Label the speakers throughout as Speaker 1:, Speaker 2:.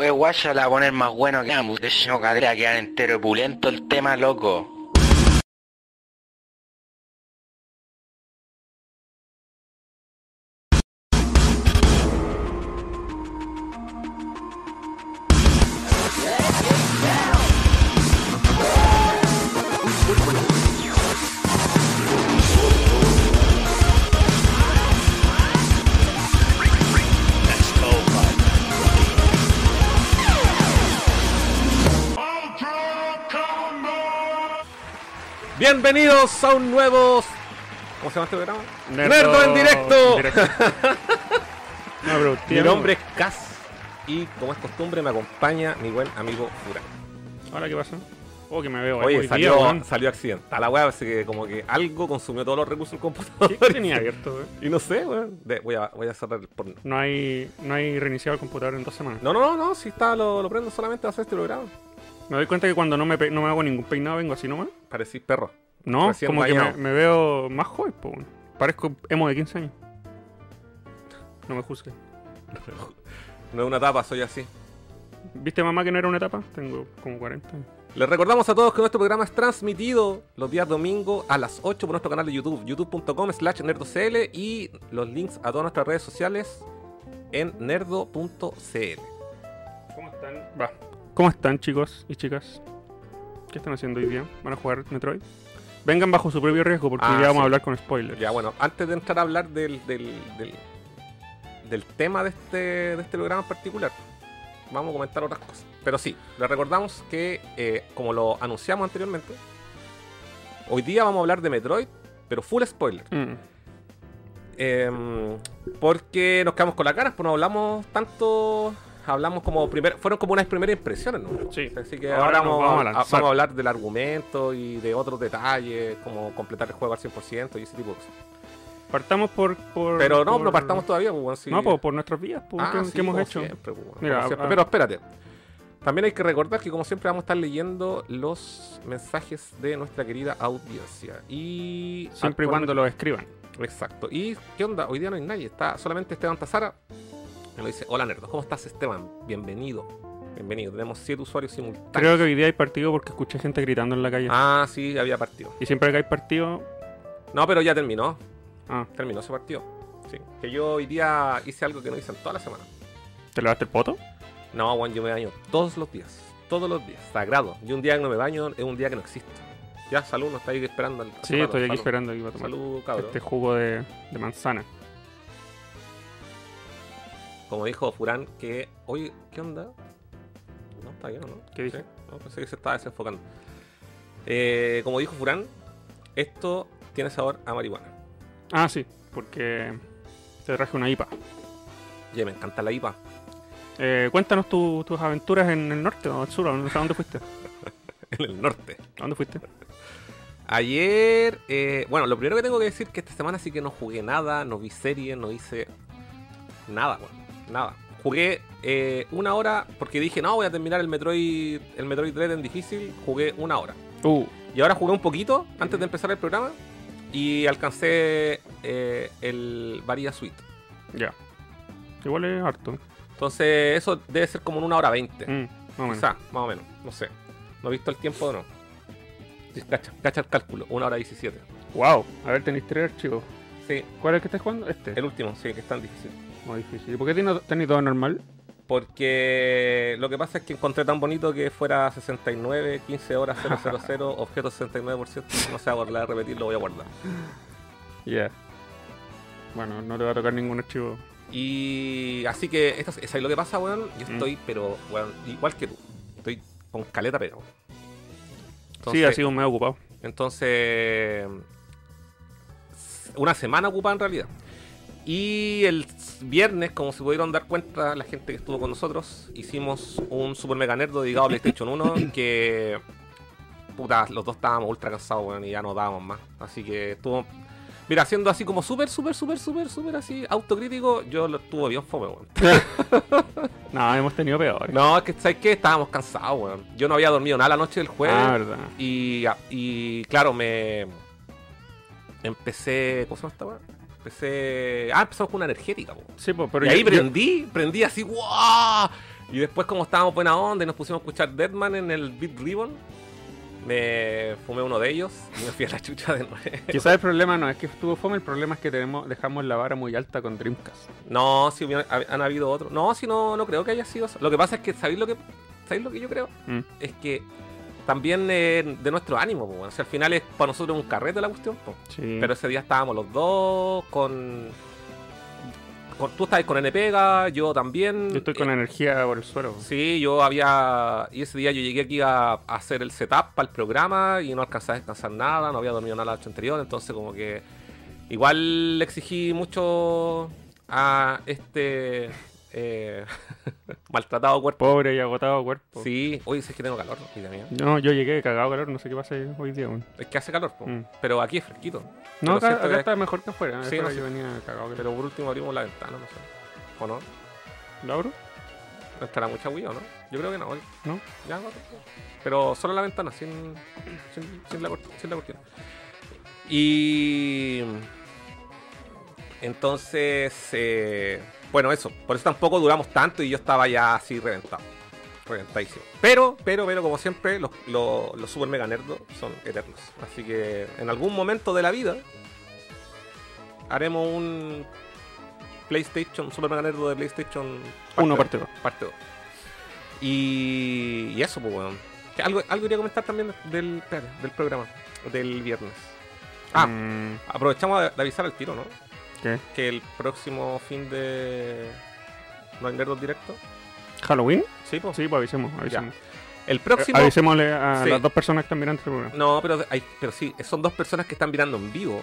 Speaker 1: Oye, guacha, la va a poner más bueno que ambos. De hecho, cadera, quedar entero y pulento el tema, loco.
Speaker 2: Bienvenidos a un nuevo. ¿Cómo se llama este programa?
Speaker 3: Nerdo-
Speaker 2: Nerdo en directo.
Speaker 3: No, pero usted,
Speaker 2: Mi nombre es Cas y como es costumbre me acompaña mi buen amigo Furán.
Speaker 3: ¿Ahora qué pasó? Oh, que me veo. eh,
Speaker 2: Oye,
Speaker 3: hoy día,
Speaker 2: salió,
Speaker 3: weón.
Speaker 2: salió accidental la weá, así que como que algo consumió todos los recursos del
Speaker 3: ¿Qué
Speaker 2: computador.
Speaker 3: qué tenía abierto, weón?
Speaker 2: Y no sé, weón. De- Voy a, voy a cerrar el porno.
Speaker 3: No hay, no hay reiniciado el computador en dos semanas.
Speaker 2: No, no, no, no, si está, lo, lo prendo solamente a hacer este programa.
Speaker 3: Me doy cuenta que cuando no me, pe- no me hago ningún peinado vengo así nomás.
Speaker 2: Parecí perro.
Speaker 3: No,
Speaker 2: Recién
Speaker 3: como que me,
Speaker 2: bañado.
Speaker 3: me veo más joven, po, weón. Parezco emo de 15 años. No me juzgues.
Speaker 2: No es una tapa, soy así.
Speaker 3: ¿Viste mamá que no era una etapa? Tengo como 40. años.
Speaker 2: Les recordamos a todos que nuestro programa es transmitido los días domingo a las 8 por nuestro canal de YouTube, youtube.com slash nerdocl y los links a todas nuestras redes sociales en nerdo.cl.
Speaker 3: ¿Cómo están? Va. ¿Cómo están, chicos y chicas? ¿Qué están haciendo hoy día? ¿Van a jugar Metroid? Vengan bajo su propio riesgo porque
Speaker 2: Ah,
Speaker 3: hoy día
Speaker 2: sí.
Speaker 3: vamos a hablar con spoilers.
Speaker 2: Ya bueno, antes de entrar a hablar del, del, del, del tema de este, de este programa en particular, vamos a comentar otras cosas. Pero sí, les recordamos que, eh, como lo anunciamos anteriormente, hoy día vamos a hablar de Metroid, pero full spoiler.
Speaker 3: Mm.
Speaker 2: Eh, porque nos quedamos con las ganas, pues no hablamos tanto. Hablamos como primer, fueron como unas primeras impresiones, ¿no?
Speaker 3: Sí.
Speaker 2: Así que ahora,
Speaker 3: Ahora nos
Speaker 2: vamos,
Speaker 3: vamos a
Speaker 2: a,
Speaker 3: lanzar.
Speaker 2: vamos a hablar del argumento y de otros detalles, como completar el juego al 100% y ese tipo de cosas.
Speaker 3: Partamos por. por-
Speaker 2: Pero no,
Speaker 3: por-
Speaker 2: no partamos todavía, pues, bueno, sí.
Speaker 3: No, por, por nuestras vías, por
Speaker 2: Ah,
Speaker 3: ¿qué,
Speaker 2: sí,
Speaker 3: qué hemos
Speaker 2: como
Speaker 3: hecho?
Speaker 2: siempre, pues, bueno,
Speaker 3: Mira,
Speaker 2: como siempre.
Speaker 3: ah.
Speaker 2: Pero espérate. También hay que recordar que, como siempre, vamos a estar leyendo los mensajes de nuestra querida audiencia. Y.
Speaker 3: Siempre y cuando lo escriban.
Speaker 2: Exacto. ¿Y qué onda? Hoy día no hay nadie. Está solamente Esteban Tazara. Me lo dice, hola nerdos, ¿cómo estás Esteban? Bienvenido. Bienvenido. Tenemos siete usuarios simultáneos.
Speaker 3: Creo que hoy día hay partido porque escuché gente gritando en la calle.
Speaker 2: Ah, sí, había partido.
Speaker 3: Y siempre que hay partido.
Speaker 2: No, pero ya terminó.
Speaker 3: Ah,
Speaker 2: Terminó ese partido. Sí. Que yo hoy día hice algo que no hice en toda la semana.
Speaker 3: ¿te lavaste el poto?
Speaker 2: No, Juan, yo me baño todos los días. Todos los días. Sagrado. Y un día que no me baño es un día que no existe. Ya, salud, no estáis esperando. al-
Speaker 3: Sí,
Speaker 2: salud,
Speaker 3: estoy aquí
Speaker 2: salud.
Speaker 3: esperando que iba a tomar
Speaker 2: Salud, cabrón.
Speaker 3: este jugo de, de manzana.
Speaker 2: Como dijo Furán, que. Oye, ¿qué onda? No, está bien, ¿o ¿no?
Speaker 3: ¿Qué dije?
Speaker 2: Sí, no, pensé que se estaba desenfocando. Eh, como dijo Furán, esto tiene sabor a marihuana.
Speaker 3: Ah, sí, porque te traje una IPA.
Speaker 2: Oye, me encanta la IPA.
Speaker 3: Eh, cuéntanos tu- tus aventuras en el norte o el sur, ¿a dónde, a dónde fuiste? ¿A
Speaker 2: En el norte.
Speaker 3: dónde fuiste?
Speaker 2: Ayer, eh, bueno, lo primero que tengo que decir es que esta semana sí que no jugué nada, no vi series, no hice nada, bueno, nada. Jugué eh, una hora porque dije, no, voy a terminar el Metroid, el Metroid Dread en difícil, jugué una hora.
Speaker 3: Uh,
Speaker 2: Y ahora jugué un poquito antes de empezar el programa y alcancé eh, el Varia Suite.
Speaker 3: ya. Igual es harto.
Speaker 2: Este. Entonces, eso debe ser como en una hora veinte.
Speaker 3: Mm, más o menos.
Speaker 2: Quizá, más o menos, no sé. No he visto el tiempo o no. Sí, Cacha, cacha el cálculo, una hora 17.
Speaker 3: Wow, a ver, tenéis tres archivos.
Speaker 2: Sí,
Speaker 3: ¿Cuál es el que estás jugando? Este.
Speaker 2: el último, sí, que es tan difícil.
Speaker 3: Muy difícil. ¿Y por qué tenéis tenéis todo normal?
Speaker 2: Porque lo que pasa es que encontré tan bonito que fuera 69, 15 horas, 000, objeto 69%. No sé, voy a volver a repetir, lo voy a guardar.
Speaker 3: Ya. Bueno, no te va a tocar ningún archivo.
Speaker 2: Y así que, esto, es- ¿sabes lo que pasa, weón? Yo
Speaker 3: Mm.
Speaker 2: estoy, pero, weón, igual que tú. Estoy con caleta, pero.
Speaker 3: sí, ha sido un medio ocupado.
Speaker 2: Entonces, una semana ocupada en realidad. Y el viernes, como se pudieron dar cuenta la gente que estuvo con nosotros, hicimos un Super Mega Nerdo dedicado a PlayStation 1 que... Puta, los dos estábamos ultra cansados, weón, y ya no dábamos más. Así que estuvo... Mira, siendo así como súper, súper, súper, súper, súper así autocrítico, yo lo estuve bien fome, weón.
Speaker 3: No, hemos tenido peores.
Speaker 2: No, es que, ¿sabes qué? Estábamos cansados, weón. Yo no había dormido nada la noche del jueves.
Speaker 3: Ah, verdad.
Speaker 2: Y, y claro, me. Empecé. ¿Cómo se llama esta weá? Empecé. Ah, empezamos con una energética, po.
Speaker 3: Sí, pues, pero
Speaker 2: y ahí
Speaker 3: yo- yo-
Speaker 2: prendí, prendí así, ¡guau! Y después, como estábamos buena onda y nos pusimos a escuchar Deadman en el Beat Ribbon, me fumé uno de ellos y me fui a la chucha de nuevo.
Speaker 3: Quizás el problema no es que estuvo fome, el problema es que tenemos, dejamos la vara muy alta con Dreamcast.
Speaker 2: No, si hubiera- ha- han habido otros. No, si no, no creo que haya sido eso. Lo que pasa es que, ¿sabéis lo que, ¿sabéis lo que yo creo?
Speaker 3: Mm.
Speaker 2: Es que también eh, de nuestro ánimo, po, weón. O sea, al final es para nosotros un carrete la cuestión, po.
Speaker 3: Sí.
Speaker 2: Pero ese día estábamos los dos con. con- tú estabas con NPega, yo también.
Speaker 3: Yo estoy con
Speaker 2: Eh,
Speaker 3: energía por el suelo.
Speaker 2: Sí, yo había. Y ese día yo llegué aquí a, a hacer el setup para el programa y no alcanzaba a descansar nada, no había dormido nada la noche anterior, entonces como que. Igual le exigí mucho a este. eh, maltratado cuerpo.
Speaker 3: Pobre y agotado cuerpo.
Speaker 2: Sí, hoy sí es que tengo calor, vida mía.
Speaker 3: No, yo llegué cagado calor, no sé qué pasa hoy día. weón.
Speaker 2: Es que hace calor, po,
Speaker 3: Mm.
Speaker 2: pero aquí es fresquito.
Speaker 3: No,
Speaker 2: Pero
Speaker 3: acá,
Speaker 2: siento
Speaker 3: acá
Speaker 2: que-
Speaker 3: está mejor que afuera.
Speaker 2: Sí,
Speaker 3: afuera
Speaker 2: no,
Speaker 3: yo venía cagado calor.
Speaker 2: Pero por último abrimos la ventana, no sé. ¿O no?
Speaker 3: ¿Lo abro?
Speaker 2: No estará mucha huida, ¿no? Yo creo que no. hoy.
Speaker 3: ¿No?
Speaker 2: Ya, no, no, no. Pero solo la ventana, sin, sin, sin la, cort- sin la cortina. Y. Entonces. eh, bueno, eso. Por eso tampoco duramos tanto y yo estaba ya así reventado. Reventadísimo. Pero, pero, pero, como siempre, los, los, los super mega nerdos son eternos. Así que en algún momento de la vida haremos un PlayStation, super mega nerdo de PlayStation
Speaker 3: Uno
Speaker 2: dos
Speaker 3: parte dos.
Speaker 2: parte 2. Y, y eso, pues, weón. Que Algo, algo quería comentar también del, espérate, del programa, del viernes. Ah.
Speaker 3: Mm,
Speaker 2: Aprovechamos de, de avisar al tiro, ¿no?
Speaker 3: ¿Qué?
Speaker 2: Que el próximo fin de No hay Nerdos directo.
Speaker 3: ¿Halloween?
Speaker 2: Sí, pues.
Speaker 3: Sí, pues avisemos, avisemos.
Speaker 2: El
Speaker 3: Eh,
Speaker 2: próximo.
Speaker 3: Avisémosle a
Speaker 2: Sí.
Speaker 3: las dos personas que están mirando el programa.
Speaker 2: No, pero, hay, pero sí, son dos personas que están mirando en vivo,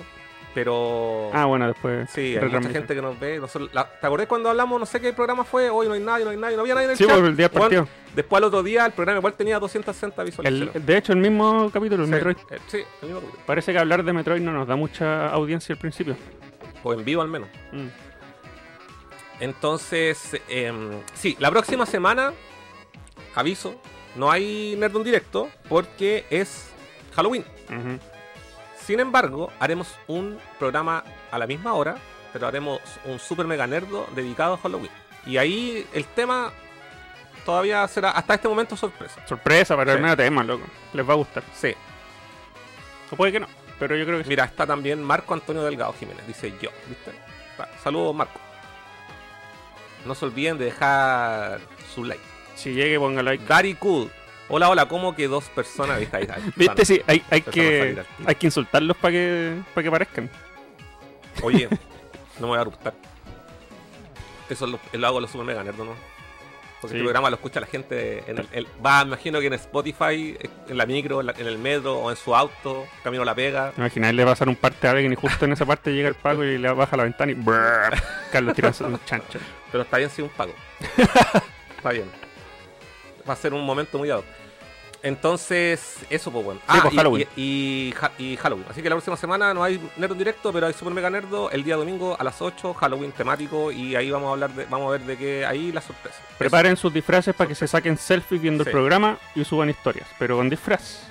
Speaker 2: pero.
Speaker 3: Ah, bueno, después.
Speaker 2: Sí, hay mucha
Speaker 3: retransmisión.
Speaker 2: gente que nos ve. nosotros- la- ¿Te acordás cuando hablamos? No sé qué programa fue. Hoy no hay nadie, no hay nadie, no había nadie en el
Speaker 3: Sí,
Speaker 2: chat.
Speaker 3: pues el día
Speaker 2: Weón,
Speaker 3: partió.
Speaker 2: Después al otro día el programa igual tenía 260 visualizaciones.
Speaker 3: El- de hecho, el mismo capítulo, el
Speaker 2: Sí,
Speaker 3: Metroid.
Speaker 2: eh, sí, el mismo capítulo.
Speaker 3: Parece que hablar de Metroid no nos da mucha audiencia al principio.
Speaker 2: O en vivo al menos.
Speaker 3: Mm.
Speaker 2: Entonces, em, sí, la próxima semana, aviso, no hay Nerdon directo porque es Halloween.
Speaker 3: Ujú.
Speaker 2: Sin embargo, haremos un programa a la misma hora, pero haremos un super mega nerdo dedicado a Halloween. Y ahí el tema todavía será hasta este momento sorpresa.
Speaker 3: Sorpresa para el
Speaker 2: Sí.
Speaker 3: medio tema, loco. Les va a gustar.
Speaker 2: Sí,
Speaker 3: O puede que no, pero yo creo que sí.
Speaker 2: mira, está también Marco Antonio Delgado Jiménez, dice yo, ¿viste? Ta- Saludos, Marco. No se olviden de dejar su like.
Speaker 3: Si llegue, ponga like.
Speaker 2: Gary Cool. Hola, hola, ¿cómo que dos personas? Ahí está, ahí está, ahí está.
Speaker 3: Viste, sí, hay, hay,
Speaker 2: Empezamos a salir
Speaker 3: que,
Speaker 2: al tiro.
Speaker 3: hay que insultarlos para que, para que parezcan.
Speaker 2: Oye, no me voy a gustar. Eso lo, lo hago en los Super Mega Nerd, ¿no? Porque
Speaker 3: Sí.
Speaker 2: el programa lo escucha la gente. En el, el- va, me imagino que en Spotify, en la micro, en, la- en el metro o en su auto, camino a la pega.
Speaker 3: ¿Te imaginas? Le va a pasar un parte a alguien y justo en esa parte llega el Paco y le baja la ventana y... brrr, Carlos tira un chancho.
Speaker 2: Pero está bien si un pago. está bien. Va a ser un momento muy dado. Entonces, eso, pues bueno.
Speaker 3: pues,
Speaker 2: y-
Speaker 3: Halloween.
Speaker 2: Y, y Ja- y Halloween. Así que la próxima semana no hay Nerd en directo, pero hay Super Mega Nerdo el día domingo a las 8, Halloween temático. Y ahí vamos a hablar de, vamos a ver de qué. Ahí la sorpresa.
Speaker 3: Preparen sus disfraces para que se saquen selfies viendo
Speaker 2: Sí.
Speaker 3: el programa y suban historias. Pero con disfraz.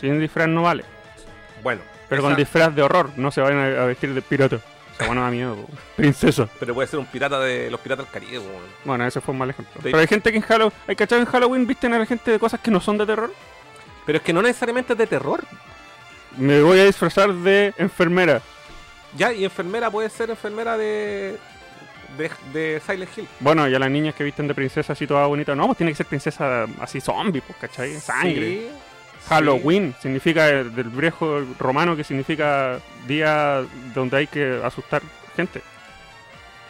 Speaker 3: Sin disfraz no vale.
Speaker 2: Eso. Bueno.
Speaker 3: Pero
Speaker 2: esa-
Speaker 3: con disfraz de horror. No se vayan a, a vestir de pirata. O sea, bueno, da miedo. po. Princesa.
Speaker 2: Pero puede ser un pirata de los piratas del Caribe, pues, bueno.
Speaker 3: Bueno, ese fue un mal ejemplo.
Speaker 2: De-
Speaker 3: Pero hay gente que en Halloween... ¿Hay cachado en Halloween visten a la gente de cosas que no son de terror?
Speaker 2: Pero es que no necesariamente es de terror.
Speaker 3: Me voy a disfrazar de enfermera.
Speaker 2: Ya, y enfermera puede ser enfermera de. de, de Silent Hill.
Speaker 3: Bueno, y a las niñas que visten de princesa así toda bonita. No, pues tiene que ser princesa así zombie, pues, ¿cachai? Sangre.
Speaker 2: Sí,
Speaker 3: Halloween significa eh, del viejo romano que significa día donde hay que asustar gente.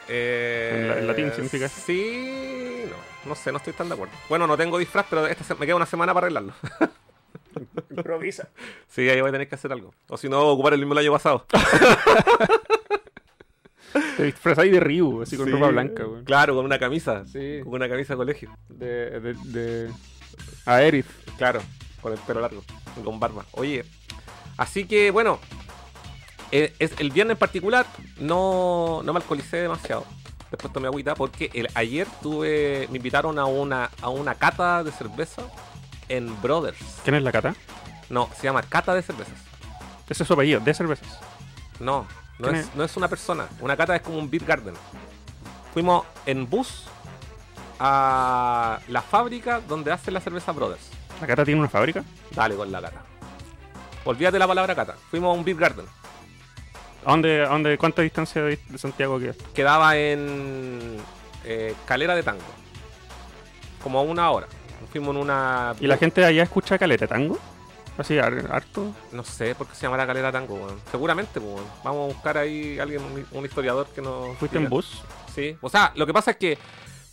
Speaker 2: Eh,
Speaker 3: En la- en latín significa eso.
Speaker 2: Sí, no, no sé, no estoy tan de acuerdo. Bueno, no tengo disfraz, pero esta se- me queda una semana para arreglarlo.
Speaker 3: Improvisa.
Speaker 2: Sí, ahí voy a tener que hacer algo. O si no, ocupar el mismo del año pasado.
Speaker 3: Te disfrazáis de Ryu, así con
Speaker 2: Sí,
Speaker 3: ropa blanca, güey.
Speaker 2: Claro, con una camisa.
Speaker 3: Sí.
Speaker 2: Con una camisa de colegio.
Speaker 3: De, de, de... A Aerith.
Speaker 2: Claro, con el pelo largo, con barba. Oye, así que bueno, eh, es- el viernes en particular no, no me alcoholicé demasiado. Después tomé agüita porque el, ayer tuve, me invitaron a una, a una cata de cerveza en Brothers.
Speaker 3: ¿Quién es la cata?
Speaker 2: No, se llama cata de cervezas.
Speaker 3: Ese es su apellido, de cervezas.
Speaker 2: No, no
Speaker 3: ¿Quién
Speaker 2: es,
Speaker 3: es?
Speaker 2: no es una persona. Una cata es como un beer garden. Fuimos en bus a la fábrica donde hacen la cerveza Brothers.
Speaker 3: ¿La cata tiene una fábrica?
Speaker 2: Dale con la cata. Olvídate la palabra cata. Fuimos a un beer garden.
Speaker 3: ¿A dónde, a dónde, ¿Cuánta distancia de, de Santiago queda?
Speaker 2: Quedaba en eh, Calera de Tango. Como a una hora. Fuimos en una...
Speaker 3: ¿Y la gente de allá escucha caleta tango? Así, har- harto.
Speaker 2: No sé por qué se llamará Calera de Tango, weón. Seguramente, weón. Vamos a buscar ahí alguien, un, un historiador que nos...
Speaker 3: ¿Fuiste en
Speaker 2: diga.
Speaker 3: bus?
Speaker 2: Sí, o sea, lo que pasa es que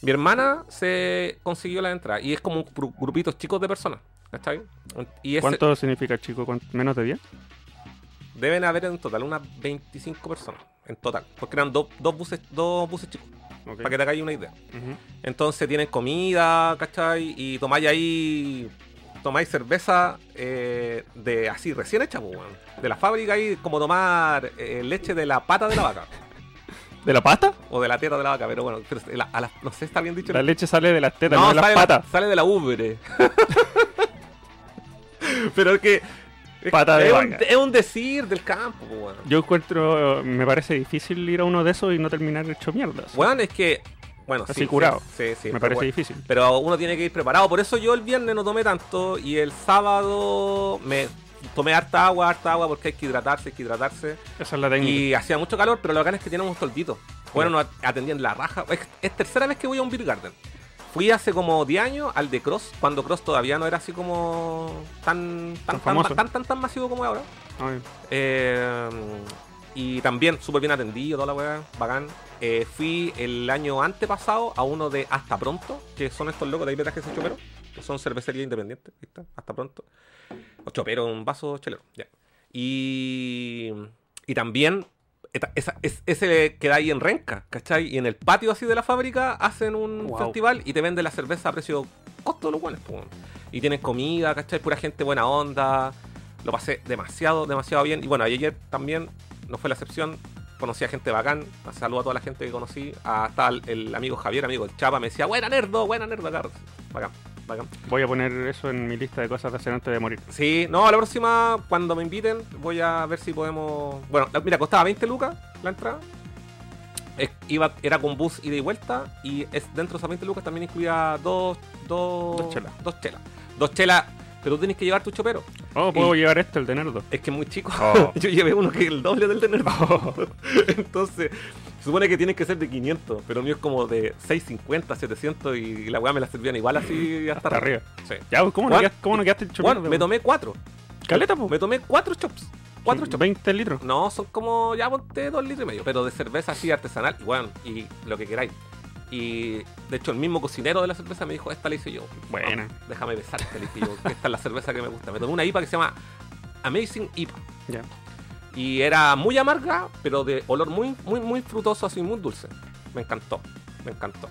Speaker 2: mi hermana se consiguió la entrada y es como gru- grupitos chicos de personas, ¿cachai? Y ese-
Speaker 3: ¿Cuánto significa, chico? ¿Cuánto- ¿Menos de 10?
Speaker 2: deben haber en total unas 25 personas, en total, porque eran dos- dos buses dos buses chicos,
Speaker 3: Ok.
Speaker 2: para que te hagáis una idea.
Speaker 3: Ujú.
Speaker 2: Entonces tienen comida, ¿cachai? Y tomáis ahí, tomáis cerveza eh, de así, recién hecha, pues, weón. de la fábrica ahí, como tomar eh, leche de la pata de la vaca,
Speaker 3: ¿De la pata?
Speaker 2: o de la tierra de la vaca, pero bueno, pero la- a la- no sé, está bien dicho.
Speaker 3: La leche sale de las tetas, no, de las
Speaker 2: sale,
Speaker 3: patas.
Speaker 2: sale de la ubre. Pero es que. es-
Speaker 3: Pata de
Speaker 2: es, un,
Speaker 3: vaca.
Speaker 2: es un decir del campo, po, weón.
Speaker 3: Yo encuentro, me parece difícil ir a uno de esos y no terminar hecho mierdas.
Speaker 2: Weón, es que. Bueno,
Speaker 3: Así
Speaker 2: sí, sí,
Speaker 3: curado.
Speaker 2: Sí, sí.
Speaker 3: me
Speaker 2: pero
Speaker 3: parece
Speaker 2: bueno.
Speaker 3: difícil.
Speaker 2: Pero uno tiene que ir preparado. Por eso yo el viernes no tomé tanto. Y el sábado me tomé harta agua, harta agua, porque hay que hidratarse, hay que hidratarse.
Speaker 3: Esa es la técnica.
Speaker 2: Y hacía mucho calor, pero lo bacán es que tenemos tolditos. Bueno, nos atendían la raja. Es, es tercera vez que voy a un Beer Garden. Fui hace como 10 años al de Cross, cuando Cross todavía no era así como tan tan
Speaker 3: Tan
Speaker 2: tan,
Speaker 3: famoso.
Speaker 2: tan, tan, tan masivo como ahora.
Speaker 3: Ay,
Speaker 2: Eh, y también súper bien atendido, toda la weá, bacán. Eh, fui el año antepasado a uno de Hasta Pronto, que son estos locos de ahí detrás que se chopero, que son cervecerías independientes, ahí está, Hasta Pronto. O chopero, un vaso chelero, ya. Y, y también, eta- esa- es- ese que da ahí en Renca, ¿cachai? Y en el patio así de la fábrica hacen un
Speaker 3: Wow.
Speaker 2: festival y te venden la cerveza a precio costo, los buenos, pues. Y tienen comida, ¿cachai? Pura gente buena onda. Lo pasé demasiado, demasiado bien. Y bueno, ayer también no fue la excepción. Conocí a gente bacán. Saludo a toda la gente que conocí. Hasta el, el amigo Javier, amigo del Chapa, me decía, buena nerdo, buena nerdo, acá. Bacán, bacán.
Speaker 3: voy a poner eso en mi lista de cosas de hacer antes de morir.
Speaker 2: Sí, no, a la próxima, cuando me inviten, voy a ver si podemos. Bueno, la- mira, costaba 20 lucas la entrada. Es- iba, era con bus ida y vuelta. Y es, dentro de esas 20 lucas también incluía dos. Dos,
Speaker 3: Dos chelas.
Speaker 2: Dos chelas. Dos chelas, Pero tú tienes que llevar tu chopero.
Speaker 3: Oh, puedo
Speaker 2: Y-
Speaker 3: llevar esto, el de Nerdo.
Speaker 2: Es que es muy chico.
Speaker 3: Oh.
Speaker 2: Yo llevé uno que es el doble del de Nerdo. Entonces, se supone que tienen que ser de 500, pero el mío es como de 650, 700 y la weá me la servían igual así hasta,
Speaker 3: Hasta arriba.
Speaker 2: Sí.
Speaker 3: Ya, pues, ¿cómo, no
Speaker 2: Juan,
Speaker 3: quedaste, ¿cómo no quedaste hecho
Speaker 2: Bueno,
Speaker 3: mierda,
Speaker 2: me
Speaker 3: pues?
Speaker 2: tomé cuatro.
Speaker 3: Caleta, pues.
Speaker 2: Me tomé cuatro chops. Cuatro chops.
Speaker 3: 20 Mm, litros.
Speaker 2: No, son como ya ponte dos litros y medio, pero de cerveza así artesanal, y bueno, y lo que queráis. Y de hecho, el mismo cocinero de la cerveza me dijo: Esta la hice yo.
Speaker 3: Buena.
Speaker 2: Ah, déjame besarte, le dije yo. que Esta es la cerveza que me gusta. Me tomé una IPA que se llama Amazing IPA.
Speaker 3: Ya.
Speaker 2: Y era muy amarga, pero de olor muy, muy, muy frutoso, así muy dulce. Me encantó, me encantó.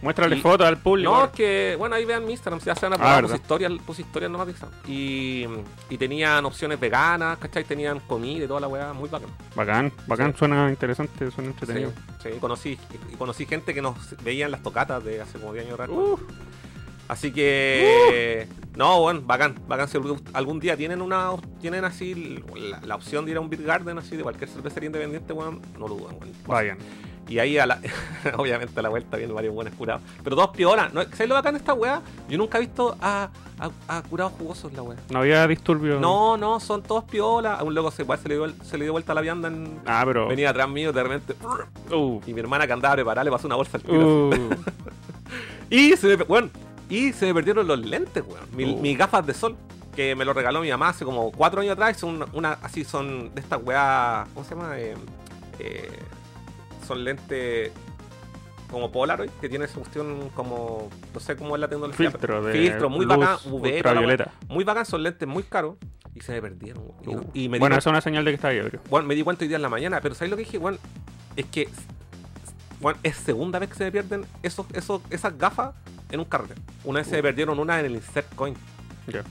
Speaker 3: Muéstrale
Speaker 2: Y-
Speaker 3: fotos al público.
Speaker 2: No, es que, bueno, ahí vean mi Instagram, si ya se van a
Speaker 3: Ah,
Speaker 2: probar,
Speaker 3: ¿verdad?
Speaker 2: puse historias, puse historias nomás de Instagram. Y, y tenían opciones veganas, ¿cachai? Tenían comida y toda la weá, muy bacán.
Speaker 3: Bacán, bacán,
Speaker 2: Sí.
Speaker 3: suena interesante, suena entretenido.
Speaker 2: Sí, sí, conocí, y conocí gente que nos veía en las tocatas de hace como 10 años atrás.
Speaker 3: Uh.
Speaker 2: Así que, no, bueno, bacán, bacán. Si algún- algún día tienen una tienen así la, la opción de ir a un beer garden así de cualquier cervecería independiente, bueno, no lo dudan, weón.
Speaker 3: Vayan.
Speaker 2: Y ahí, a la, obviamente, a la vuelta vienen varios buenos curados. Pero todos piola. ¿no? ¿Sabes lo bacán de esta weá? Yo nunca he visto a, a- a curados jugosos la weá.
Speaker 3: No había disturbios.
Speaker 2: No, no, son todos piola. A un loco se, igual se, le dio, se le dio vuelta la vianda en-
Speaker 3: Ah, pero.
Speaker 2: Venía atrás mío de repente.
Speaker 3: Uh,
Speaker 2: Y mi hermana que andaba preparada le pasó una bolsa al tiro.
Speaker 3: uh.
Speaker 2: Y se me, pe- weón, y se me perdieron los lentes, weón. Mi-
Speaker 3: Uh.
Speaker 2: Mis gafas de sol, que me lo regaló mi mamá hace como cuatro años atrás. Son una, una- así son de estas weas. ¿Cómo se llama? Eh, eh, son lentes como Polaroid, que tiene esa cuestión como. No sé cómo es la tecnología. pero-
Speaker 3: filtro de.
Speaker 2: filtro, muy
Speaker 3: luz
Speaker 2: bacán, UV,
Speaker 3: ultravioleta.
Speaker 2: Muy bacán, son lentes muy caros. Y se me perdieron, weón. Y no-
Speaker 3: Uh.
Speaker 2: Y, me di
Speaker 3: bueno,
Speaker 2: cuenta-
Speaker 3: esa es una señal de que está ebrio.
Speaker 2: Bueno, me di cuenta hoy día en la mañana, pero ¿sabes lo que dije, Bueno, Es que s- s- bueno, es segunda vez que se me pierden esos, esos, esas gafas en un carrete. Una vez se me perdieron una en el Insert Coin.
Speaker 3: Ya.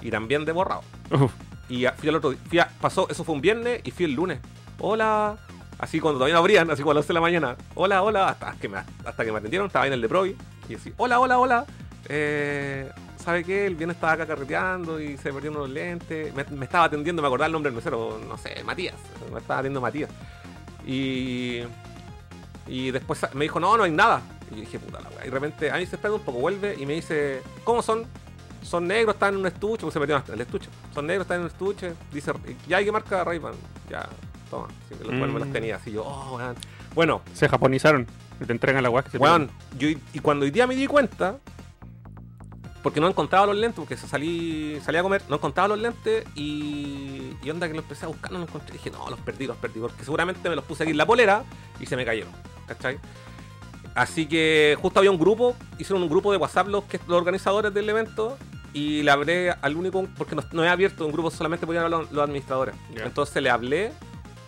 Speaker 2: Y también de borrado.
Speaker 3: Uf,
Speaker 2: Y ya fui al otro día. fui a- pasó, eso fue un viernes y fui el lunes. Hola. Así cuando todavía no abrían, así como a las 11 de la mañana. Hola, hola. Hasta que me, hasta que me atendieron, estaba en el de Provi. Y así, hola, hola, hola. Eh, ¿Sabe qué? El viernes estaba acá carreteando y se perdieron los lentes. Me, me estaba atendiendo, me acordaba el nombre del mesero, no sé, Matías. Me estaba atendiendo Matías. Y. Y después sa- me dijo, no, no hay nada. Y yo dije, puta la weá. Y de repente Annie se espera un poco, vuelve y me dice, ¿cómo son? Son negros, están en un estuche, porque se metieron hasta el estuche. Son negros, están en un estuche. Dice, ya hay que marca Ray-Ban. Ya, toma. Así que los
Speaker 3: Mm.
Speaker 2: cuales me las tenía. Así yo, oh, weón. Bueno,
Speaker 3: Se japonizaron. Y te entregan la weá que se
Speaker 2: Weón, yo, y cuando hoy día me di cuenta, porque no encontraba los lentes, porque salí, salí a comer, no encontraba los lentes y, y onda que los empecé a buscar, no los encontré. Dije, no, los perdí, los perdí, porque seguramente me los puse aquí en la polera y se me cayeron, ¿cachai? Así que justo había un grupo, hicieron un grupo de WhatsApp los, que, los organizadores del evento y le hablé al único, porque no, no he abierto un grupo, solamente podían hablar los, los administradores.
Speaker 3: Ya.
Speaker 2: Entonces le hablé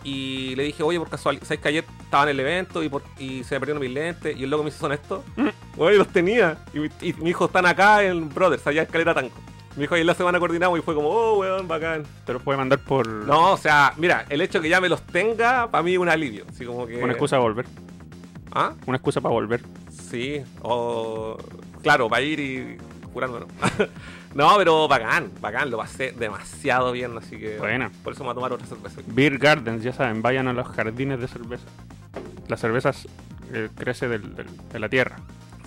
Speaker 2: y le dije, oye, por casualidad, ¿sabes que ayer estaba en el evento y, por- y se me perdieron mis lentes? Y el loco me hizo, ¿son estos?
Speaker 3: Mm.
Speaker 2: Güey, los tenía. Y, mi- y mi hijo están acá en Brothers, allá en Calera Tanco. Mi hijo ahí en la semana coordinamos y fue como, oh, weón, bacán.
Speaker 3: Te los puede mandar por.
Speaker 2: No, o sea, mira, el hecho que ya me los tenga, para mí es un alivio. Así como que...
Speaker 3: Una excusa para volver.
Speaker 2: ¿Ah?
Speaker 3: Una excusa para volver.
Speaker 2: Sí, o. Claro, para ir y curármelo. no, pero bacán, bacán, lo pasé demasiado bien, así que.
Speaker 3: Buena.
Speaker 2: Por eso me voy a tomar otra cerveza.
Speaker 3: Beer Gardens, ya saben, vayan a los jardines de cerveza. Las cervezas eh, crece del- del- de la tierra.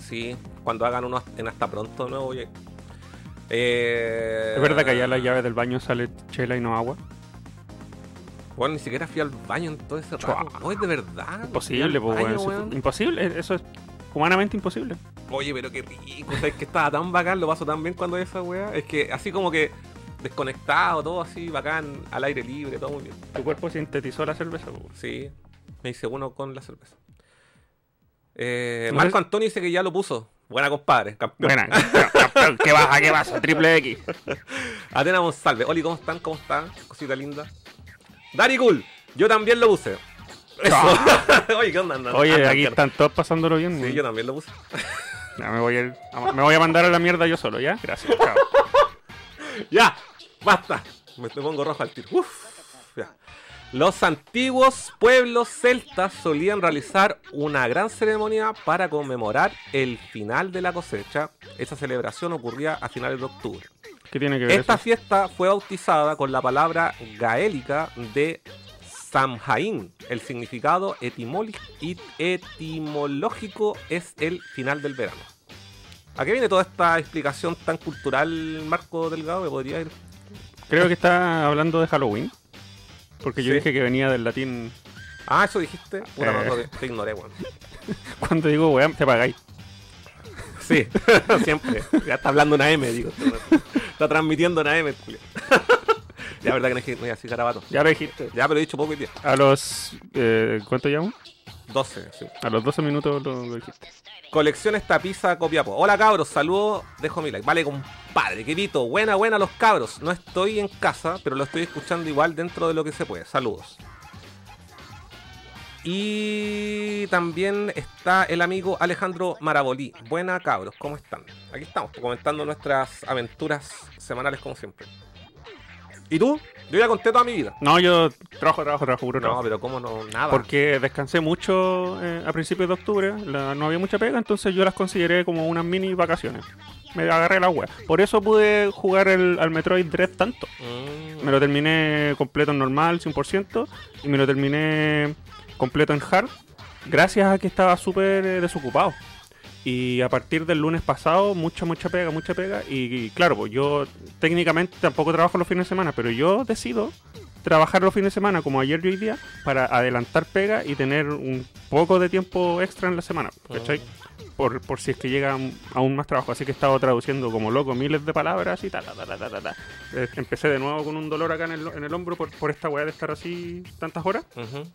Speaker 2: Sí, cuando hagan uno en hasta pronto nuevo, oye. Eh,
Speaker 3: ¿Es verdad que allá la llave del baño sale chela y no agua?
Speaker 2: Bueno, ni siquiera fui al baño en todo ese rato.
Speaker 3: Chua.
Speaker 2: No, es de verdad.
Speaker 3: Imposible,
Speaker 2: Fui al baño,
Speaker 3: pues, weón. pues. Eso-
Speaker 2: weón.
Speaker 3: Imposible, eh, eso es humanamente imposible.
Speaker 2: Oye, pero qué rico. ¿Sabes que estaba tan bacán? Lo paso tan bien cuando esa weá. Es que así como que desconectado, todo así, bacán, al aire libre, todo muy bien.
Speaker 3: Tu cuerpo sintetizó la cerveza, pues, weón.
Speaker 2: Sí, me hice uno con la cerveza. Eh,
Speaker 3: No sé
Speaker 2: Marco
Speaker 3: si-
Speaker 2: Antonio dice que ya lo puso. Buena, compadre. Campeón.
Speaker 3: Buena, campeón, ¿qué pasa? ¿Qué pasa? Triple X.
Speaker 2: Atena Monsalve. Oli, ¿cómo están? ¿Cómo están? Cosita linda. Dari Cool. Yo también lo puse. Eso. Oye, ¿qué onda? Andan-
Speaker 3: Ah. Oye,
Speaker 2: andan
Speaker 3: aquí
Speaker 2: tiernos.
Speaker 3: están todos pasándolo bien.
Speaker 2: Sí,
Speaker 3: weón.
Speaker 2: yo también lo puse.
Speaker 3: Ya, me, voy a ir- a- me voy a mandar a la mierda yo solo, ¿ya? Gracias, chao.
Speaker 2: ¡Ya! ¡Basta! Me te pongo rojo al tiro. ¡Uf! Ya. Los antiguos pueblos celtas solían realizar una gran ceremonia para conmemorar el final de la cosecha. Esa celebración ocurría a finales de octubre.
Speaker 3: ¿Qué tiene que ver
Speaker 2: Esta
Speaker 3: eso?
Speaker 2: fiesta fue bautizada con la palabra gaélica de Samhain. El significado etimoli- it- etimológico es el final del verano. ¿A qué viene toda esta explicación tan cultural, Marco Delgado? ¿Me podría ir?
Speaker 3: Creo que está hablando de Halloween. Porque yo
Speaker 2: Sí.
Speaker 3: dije que venía del latín.
Speaker 2: Ah, eso dijiste. Puta,
Speaker 3: Eh.
Speaker 2: no, no, te, te ignoré, weón.
Speaker 3: Cuando digo weón, te pagáis.
Speaker 2: Sí, siempre. Ya está hablando una M, digo. Está transmitiendo una M, Julio. Ya, verdad que no es que no voy a decir garabato.
Speaker 3: Ya lo dijiste.
Speaker 2: Ya, pero he dicho poco y día.
Speaker 3: A los. Eh, ¿Cuánto llamo?
Speaker 2: 12, sí.
Speaker 3: A los 12 minutos lo, lo dijiste.
Speaker 2: Colecciones Tapiza Copiapó. Hola cabros, saludos, dejo mi like. Vale, compadre, querido. Buena, buena los cabros. No estoy en casa, pero lo estoy escuchando igual dentro de lo que se puede. Saludos. Y también está el amigo Alejandro Marabolí. Buena cabros, ¿cómo están? Aquí estamos, comentando nuestras aventuras semanales como siempre. ¿Y tú? Yo ya conté toda mi vida.
Speaker 3: No, yo trabajo, trabajo, trabajo, puro
Speaker 2: No,
Speaker 3: trabajo.
Speaker 2: pero ¿cómo no? Nada.
Speaker 3: Porque descansé mucho eh, a principios de octubre, la- no había mucha pega, entonces yo las consideré como unas mini vacaciones. Me agarré la web. Por eso pude jugar el, al Metroid Dread tanto.
Speaker 2: Mm,
Speaker 3: Me lo terminé completo en normal, 100%, y me lo terminé completo en hard, gracias a que estaba súper eh, desocupado. Y a partir del lunes pasado, mucha, mucha pega, mucha pega. Y, y claro, pues yo técnicamente tampoco trabajo los fines de semana, pero yo decido trabajar los fines de semana, como ayer y hoy día, para adelantar pega y tener un poco de tiempo extra en la semana, ¿cachai? Por, por si es que llega aún más trabajo. Así que he estado traduciendo como loco miles de palabras y tal, tal, tal, tal, tal. Eh, Empecé de nuevo con un dolor acá en el, en el hombro por, por esta weá de estar así tantas horas.
Speaker 2: ujú.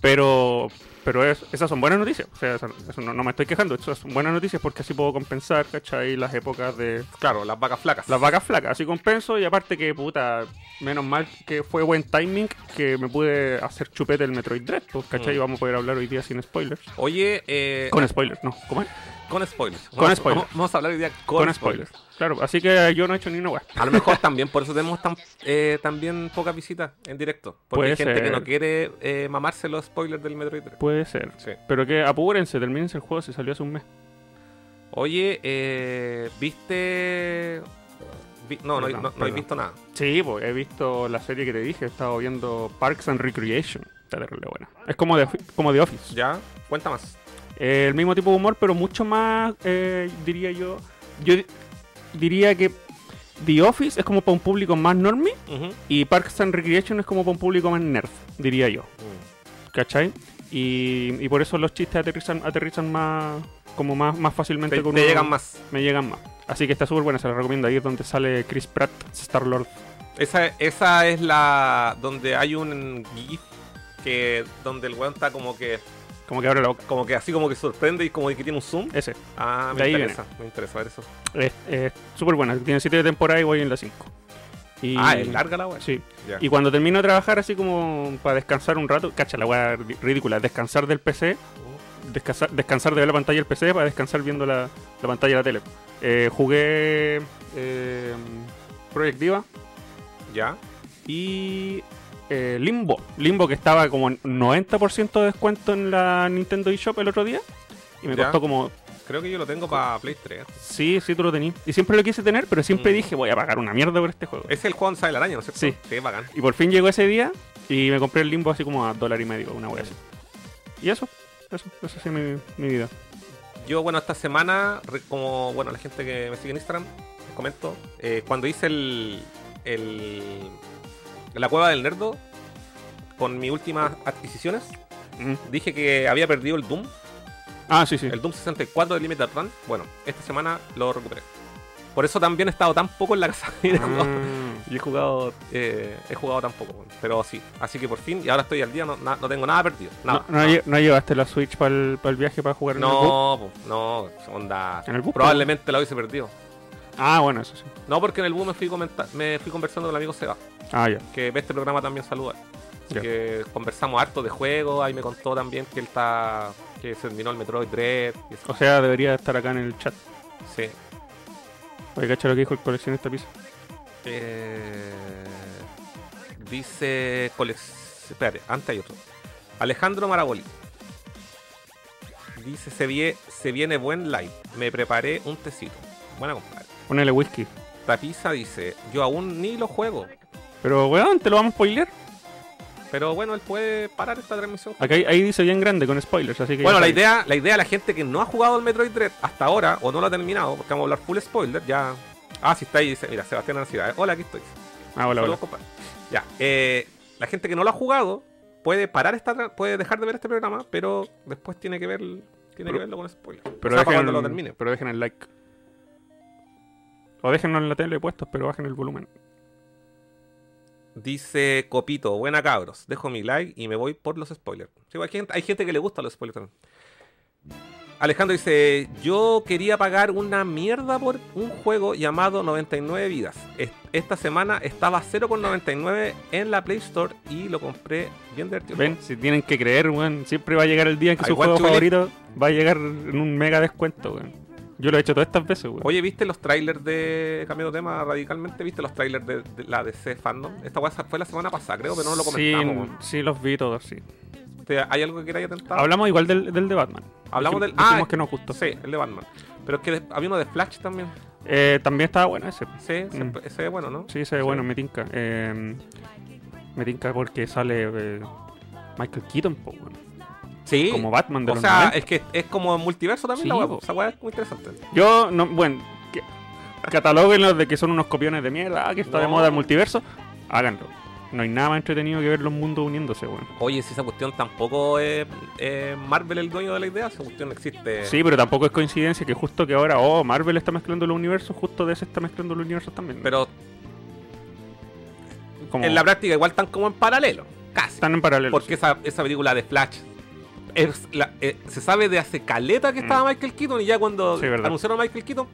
Speaker 3: Pero, pero es- esas son buenas noticias. O sea, eso- eso no, no me estoy quejando. Esas son buenas noticias porque así puedo compensar, ¿cachai? Las épocas de
Speaker 2: Claro, las vacas flacas.
Speaker 3: las vacas flacas. Así compenso y aparte que, puta, menos mal que fue buen timing que me pude hacer chupete el Metroid Dread. Pues, ¿cachai?
Speaker 2: Mm.
Speaker 3: Vamos a poder hablar hoy día sin spoilers.
Speaker 2: Oye, eh,
Speaker 3: Con spoilers, no. ¿Cómo es?
Speaker 2: Con spoilers.
Speaker 3: Con
Speaker 2: Vamos-
Speaker 3: spoilers.
Speaker 2: Vamos, vamos a hablar hoy día con,
Speaker 3: Con
Speaker 2: spoilers.
Speaker 3: spoilers. Claro, así que yo no he hecho ni una weá.
Speaker 2: A lo mejor también, por eso tenemos tan, eh, también pocas visitas en directo. Porque hay
Speaker 3: Puede
Speaker 2: gente que
Speaker 3: ser.
Speaker 2: no quiere eh, mamarse los spoilers del Metroid 3.
Speaker 3: Puede ser.
Speaker 2: Sí.
Speaker 3: Pero que apúrense, termínense el juego si salió hace un mes.
Speaker 2: Oye, eh, ¿viste...? vi- No, no, hay- no- no
Speaker 3: Perdón,
Speaker 2: he
Speaker 3: perdón.
Speaker 2: visto nada.
Speaker 3: Sí, pues he visto la serie que te dije, he estado viendo Parks and Recreation. Está terrible buena. Es como de, como de Office.
Speaker 2: ¿Ya? Cuenta más.
Speaker 3: Eh, el mismo tipo de humor, pero mucho más, eh, diría yo. Yo di- diría que The Office es como para un público más normie
Speaker 2: Ujú.
Speaker 3: y Parks and Recreation es como para un público más nerd, diría yo. ¿Cachai? Y, y por eso los chistes aterrizan, aterrizan más, como más, más fácilmente
Speaker 2: Te,
Speaker 3: con
Speaker 2: te
Speaker 3: uno-
Speaker 2: llegan más.
Speaker 3: Me llegan más. Así que está súper buena, se la recomiendo. Ahí es donde sale Chris Pratt, Star Lord.
Speaker 2: Esa, esa es la. donde hay un GIF que. donde el weón está como que.
Speaker 3: Como que abre la boca.
Speaker 2: como que así como que sorprende y como que tiene un zoom.
Speaker 3: Ese.
Speaker 2: Ah,
Speaker 3: De
Speaker 2: me
Speaker 3: ahí
Speaker 2: interesa, me interesa ver eso.
Speaker 3: Es es súper buena. Tiene siete temporadas y voy en la 5.
Speaker 2: Ah, es larga la weá.
Speaker 3: Sí.
Speaker 2: Ya.
Speaker 3: Y cuando termino de trabajar, así como para descansar un rato, cacha la weá ri- ridícula, descansar del PC, descansar, descansar de ver la pantalla del PC para descansar viendo la, la pantalla de la tele. Eh, jugué eh, Project Diva
Speaker 2: Ya.
Speaker 3: y eh, Limbo. Limbo que estaba como en 90% de descuento en la Nintendo eShop el otro día. Y me
Speaker 2: Ya.
Speaker 3: costó como,
Speaker 2: Creo que yo lo tengo para Play 3.
Speaker 3: sí, sí, tú lo tenías. Y siempre lo quise tener, pero siempre
Speaker 2: Mm. Eh.
Speaker 3: dije, voy a pagar una mierda por este juego.
Speaker 2: Es el Juan Sale Araña, ¿no es cierto?
Speaker 3: Sí.
Speaker 2: Sí, bacán.
Speaker 3: Y por fin llegó ese día y me compré el limbo así como a dólar y medio, una wea así. Y eso, eso, eso sí mi, mi vida.
Speaker 2: Yo, bueno, esta semana, re- como bueno, la gente que me sigue en Instagram, les comento, eh, cuando hice el, el- la cueva del nerdo con mis últimas adquisiciones,
Speaker 3: Mm.
Speaker 2: dije que había perdido el Doom,
Speaker 3: Ah, sí, sí.
Speaker 2: el Doom 64 de Limited Run. Bueno, esta semana lo recuperé. Por eso también he estado tan poco en la casa. y he jugado-
Speaker 3: Ah,
Speaker 2: y he jugado, eh, he jugado tan poco, bueno, pero sí. Así que por fin, y ahora estoy al día, no, na- no tengo nada perdido. Nada,
Speaker 3: no, no lle- no llevaste la Switch para el, viaje para jugar en el bus?
Speaker 2: No, po, no, onda.
Speaker 3: En el bus,
Speaker 2: Probablemente la hubiese perdido.
Speaker 3: Ah, bueno, eso sí.
Speaker 2: No, porque en el bus me fui, comenta- me fui conversando con el amigo Seba,
Speaker 3: Ah, ya.
Speaker 2: que ve este programa también saluda. Así
Speaker 3: Ya.
Speaker 2: que conversamos harto de juegos, ahí me contó también que él está. que se terminó el Metroid Dread. Y eso.
Speaker 3: O sea, debería estar acá en el chat.
Speaker 2: Sí.
Speaker 3: Oye, cacha lo que dijo el coleccionista piso.
Speaker 2: Eh, dice. colec- Espérate, antes hay otro. Alejandro Maraboli. Dice: se, vie- se viene buen live. Me preparé un tecito. Buena compadre.
Speaker 3: Ponele whisky.
Speaker 2: Tapiza dice: Yo aún ni lo juego.
Speaker 3: Pero, weón, te lo vamos a spoiler.
Speaker 2: Pero bueno, él puede parar esta transmisión.
Speaker 3: Acá ahí, ahí dice bien grande con spoilers, así que.
Speaker 2: Bueno,
Speaker 3: ya
Speaker 2: la
Speaker 3: sabes.
Speaker 2: idea, la idea de la gente que no ha jugado el Metroid Dread hasta ahora, o no lo ha terminado, porque vamos a hablar full spoiler, ya. Ah, si está ahí, dice, mira, Sebastián Ansiedad. Hola, aquí estoy.
Speaker 3: Ah, hola, hola.
Speaker 2: Saludos, compadre. Ya. eh, la gente que no lo ha jugado puede parar esta tra- puede dejar de ver este programa, pero después tiene que ver tiene que
Speaker 3: Pero-
Speaker 2: verlo con spoiler.
Speaker 3: Pero
Speaker 2: O sea, para
Speaker 3: dejen,
Speaker 2: cuando lo termine.
Speaker 3: pero dejen el like. O déjenlo en la tele puestos, pero bajen el volumen.
Speaker 2: Dice Copito, buena cabros, dejo mi like y me voy por los spoilers. Sí, hay, gente, hay gente que le gusta los spoilers también. Alejandro dice, yo quería pagar una mierda por un juego llamado 99 vidas. Es- Esta semana estaba 0,99 en la Play Store y lo compré bien divertido.
Speaker 3: Ven, si tienen que creer, weón, siempre va a llegar el día en que
Speaker 2: I
Speaker 3: su
Speaker 2: want
Speaker 3: juego
Speaker 2: to believe.
Speaker 3: favorito va a llegar en un mega descuento, weón. Yo lo he hecho todas estas veces, weón.
Speaker 2: Oye, ¿viste los trailers de... cambiando de tema radicalmente, ¿viste los trailers de, de la DC Fandom? Esta weá fue la semana pasada, creo, pero no lo comentamos. weón.
Speaker 3: Sí, mm. sí los vi todos, sí.
Speaker 2: ¿Te- ¿Hay algo que queráis atentar?
Speaker 3: Hablamos igual del, del de Batman.
Speaker 2: Hablamos del-
Speaker 3: Dijimos
Speaker 2: ah,
Speaker 3: que nos gustó.
Speaker 2: Sí, el de Batman. Pero es que de- había uno de Flash también.
Speaker 3: Eh, también estaba bueno ese.
Speaker 2: Sí, se-
Speaker 3: Mm.
Speaker 2: ese es bueno, ¿no?
Speaker 3: Sí, ese, bueno, me tinca. Eh, me tinca porque sale eh, Michael Keaton, po, weón.
Speaker 2: Sí.
Speaker 3: Como Batman de
Speaker 2: o
Speaker 3: los
Speaker 2: sea,
Speaker 3: 90.
Speaker 2: es que es como multiverso también
Speaker 3: Sí,
Speaker 2: la
Speaker 3: po.
Speaker 2: hueá. Esa hueá es muy interesante.
Speaker 3: Yo, no, bueno, que- catalóguenlos de que son unos copiones de mierda, ah, que está de
Speaker 2: No.
Speaker 3: moda el multiverso. Háganlo. No hay nada más entretenido que ver los mundos uniéndose, weón.
Speaker 2: Oye, si esa cuestión tampoco es es Marvel el dueño de la idea, esa cuestión existe.
Speaker 3: Sí, pero tampoco es coincidencia que justo que ahora, oh, Marvel está mezclando los universos, justo DC está mezclando los universos también. ¿no?
Speaker 2: Pero
Speaker 3: Como
Speaker 2: en la práctica igual están como en paralelo. Casi.
Speaker 3: están en paralelo.
Speaker 2: Porque esa, esa película de Flash es la- eh, se sabe de hace caleta que estaba Michael Keaton y ya cuando
Speaker 3: Mm. Sí, verdad.
Speaker 2: anunciaron a Michael Keaton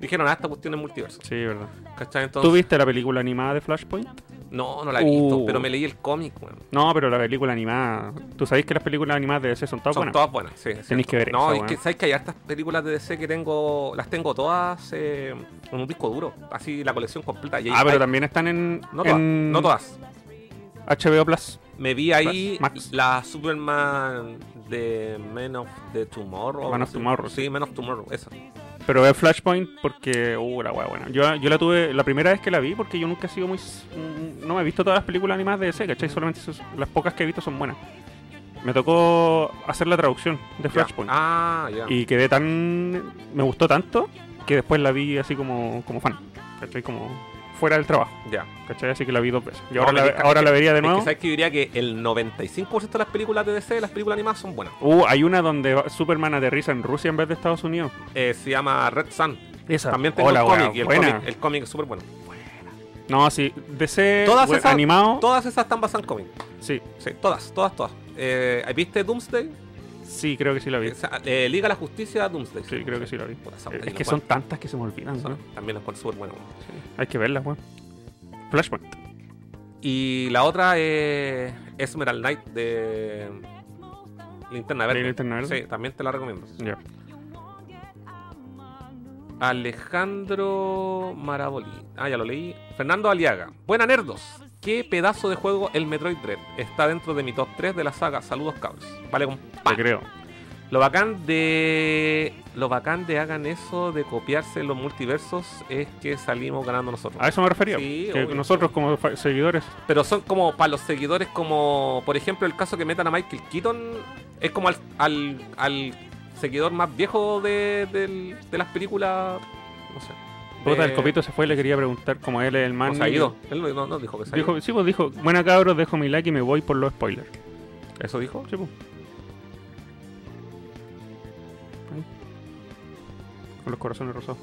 Speaker 2: dijeron, ah, esta cuestión es multiverso.
Speaker 3: Sí, Sí, verdad.
Speaker 2: ¿Cachai? Entonces,
Speaker 3: ¿Tú viste la película animada de Flashpoint?
Speaker 2: No, no la he visto,
Speaker 3: Uh.
Speaker 2: pero me leí el cómic, weón.
Speaker 3: No, pero la película animada. ¿Tú sabés que las películas animadas de DC son todas
Speaker 2: Son
Speaker 3: buenas?
Speaker 2: todas buenas, sí. es
Speaker 3: Tenéis
Speaker 2: cierto.
Speaker 3: que ver
Speaker 2: No, es
Speaker 3: esa, weón.
Speaker 2: que sabes que hay hartas películas de DC que tengo, las tengo todas eh, en un disco duro, así la colección completa. Y ahí-
Speaker 3: Ah, pero
Speaker 2: ahí-
Speaker 3: también están en,
Speaker 2: no todas,
Speaker 3: en
Speaker 2: no todas.
Speaker 3: HBO Plus.
Speaker 2: Me vi ahí
Speaker 3: Max.
Speaker 2: la Superman de Men of the Tomorrow.
Speaker 3: Man of
Speaker 2: sí.
Speaker 3: Tomorrow,
Speaker 2: Sí, Men of Tomorrow, esa.
Speaker 3: Pero ve Flashpoint porque, uh, la wea buena. Yo, yo la tuve, la primera vez que la vi, porque yo nunca he sido muy. s- mm, No me he visto todas las películas animadas de DC, ¿cachai? Solamente sus- las pocas que he visto son buenas. Me tocó hacer la traducción de
Speaker 2: Ya.
Speaker 3: Flashpoint.
Speaker 2: Ah, ya.
Speaker 3: Y quedé tan. Me gustó tanto que después la vi así como, como fan. ¿Cachai? Como fuera del trabajo.
Speaker 2: ya.
Speaker 3: ¿Cachai? Así que la vi dos veces. Y
Speaker 2: No,
Speaker 3: ahora,
Speaker 2: me
Speaker 3: la,
Speaker 2: tinca-
Speaker 3: ahora la vería de
Speaker 2: Es que,
Speaker 3: nuevo.
Speaker 2: ¿sabes que yo diría que el 95% de las películas de DC, las películas animadas, son buenas.
Speaker 3: Uh, hay una donde va- Superman aterriza en Rusia en vez de Estados Unidos.
Speaker 2: Eh, se llama Red Sun.
Speaker 3: Esa.
Speaker 2: También tengo
Speaker 3: Hola,
Speaker 2: un cómic
Speaker 3: weón,
Speaker 2: y el
Speaker 3: buena.
Speaker 2: cómic, el cómic es súper bueno.
Speaker 3: No, sí. DC
Speaker 2: Todas
Speaker 3: we-
Speaker 2: esas-
Speaker 3: animado.
Speaker 2: Todas esas están basadas en cómic.
Speaker 3: Sí.
Speaker 2: Sí, todas, todas, todas. Eh, ¿Viste Doomsday?
Speaker 3: Sí, creo que sí la vi.
Speaker 2: O sea, eh, Liga la Justicia, Doomsday.
Speaker 3: Sí, creo que sí la vi.
Speaker 2: Puta, esa
Speaker 3: Eh,
Speaker 2: puta,
Speaker 3: Es
Speaker 2: yo
Speaker 3: que
Speaker 2: no
Speaker 3: son
Speaker 2: puedo.
Speaker 3: tantas que se me olvidan,
Speaker 2: Son-
Speaker 3: weón.
Speaker 2: También las encuentro súper buenas. weón.
Speaker 3: Hay que verlas, weón. Flashpoint.
Speaker 2: Y la otra es Esmeralda Knight de Linterna Verde.
Speaker 3: Linterna Verde.
Speaker 2: Sí, también te la recomiendo.
Speaker 3: Ya.
Speaker 2: Alejandro Maraboli. Ah, ya lo leí. Fernando Aliaga. Buena, nerdos. ¿Qué pedazo de juego el Metroid Dread? Está dentro de mi top 3 de la saga. Saludos, cabros. Vale, con
Speaker 3: Te creo.
Speaker 2: Lo bacán de. Lo bacán de hagan eso de copiarse en los multiversos es que salimos ganando nosotros.
Speaker 3: A eso me refería.
Speaker 2: Sí,
Speaker 3: que
Speaker 2: obvio.
Speaker 3: nosotros como fa- seguidores.
Speaker 2: Pero son como para los seguidores, como. Por ejemplo, el caso que metan a Michael Keaton es como al, al, al seguidor más viejo de, del- de las películas. No sé.
Speaker 3: Puta,
Speaker 2: de-
Speaker 3: el copito se fue y le quería preguntar cómo él es el man.
Speaker 2: no, se ha ido. Él no, no- no dijo que se ha ido.
Speaker 3: Dijo, sí, pues dijo, buena cabros, dejo mi like y me voy por los spoilers.
Speaker 2: ¿Eso dijo?
Speaker 3: Sí, pues. Ahí. Con los corazones rosados.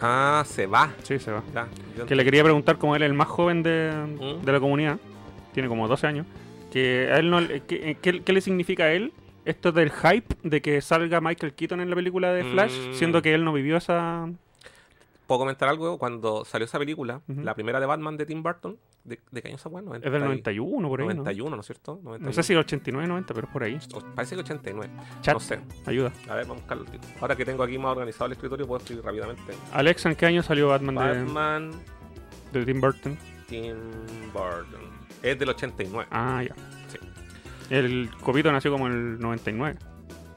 Speaker 2: Ah, se va.
Speaker 3: Sí, se va.
Speaker 2: Ya, yo-
Speaker 3: Que le quería preguntar como él es el más joven de,
Speaker 2: ¿Mm?
Speaker 3: de la comunidad. Tiene como 12 años. Que a él no le- que- que- ¿Qué le significa a él esto del hype de que salga Michael Keaton en la película de Flash?
Speaker 2: Mm.
Speaker 3: Siendo que él no vivió esa...
Speaker 2: ¿Puedo comentar algo? Cuando salió esa película,
Speaker 3: Ujú.
Speaker 2: la primera de Batman de Tim Burton, ¿de, de qué año esa weá? 90
Speaker 3: Es del
Speaker 2: y-
Speaker 3: 91, por ahí, ¿no?
Speaker 2: 91, ¿no es cierto?
Speaker 3: No sé si 89, 90, pero es por ahí.
Speaker 2: O- Parece que 89.
Speaker 3: Chat,
Speaker 2: No sé.
Speaker 3: ayuda.
Speaker 2: A ver, vamos a buscarlo. tío. Ahora que tengo aquí más organizado el escritorio, puedo escribir rápidamente.
Speaker 3: Alex, ¿en qué año salió Batman, de-
Speaker 2: Batman
Speaker 3: De, Tim Burton?
Speaker 2: Tim Burton. Es del 89.
Speaker 3: Ah, ya.
Speaker 2: Sí.
Speaker 3: El Copito nació como en el 99.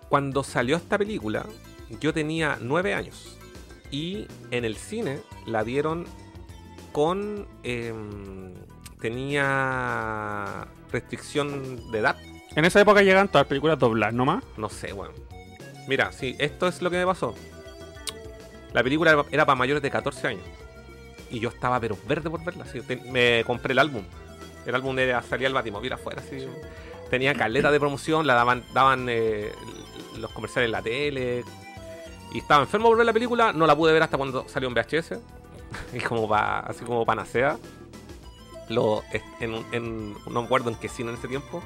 Speaker 2: Cuando salió esta película, yo tenía 9 años. Y en el cine la dieron con. em, tenía restricción de edad.
Speaker 3: En esa época llegan todas las películas dobladas nomás.
Speaker 2: No sé, weón. Mira, sí, esto es lo que me pasó. La película era para mayores de 14 años. Y yo estaba pero verde por verla. así, te- me compré el álbum. El álbum era salía el Batimóvil afuera, así. Tenía caleta de promoción, la daban, daban eh, l- los comerciales en la tele. Y estaba enfermo por ver la película, no la pude ver hasta cuando salió en VHS. Y como pa- así como panacea. Lo, es- en, un- en, no me acuerdo en qué cine en ese tiempo.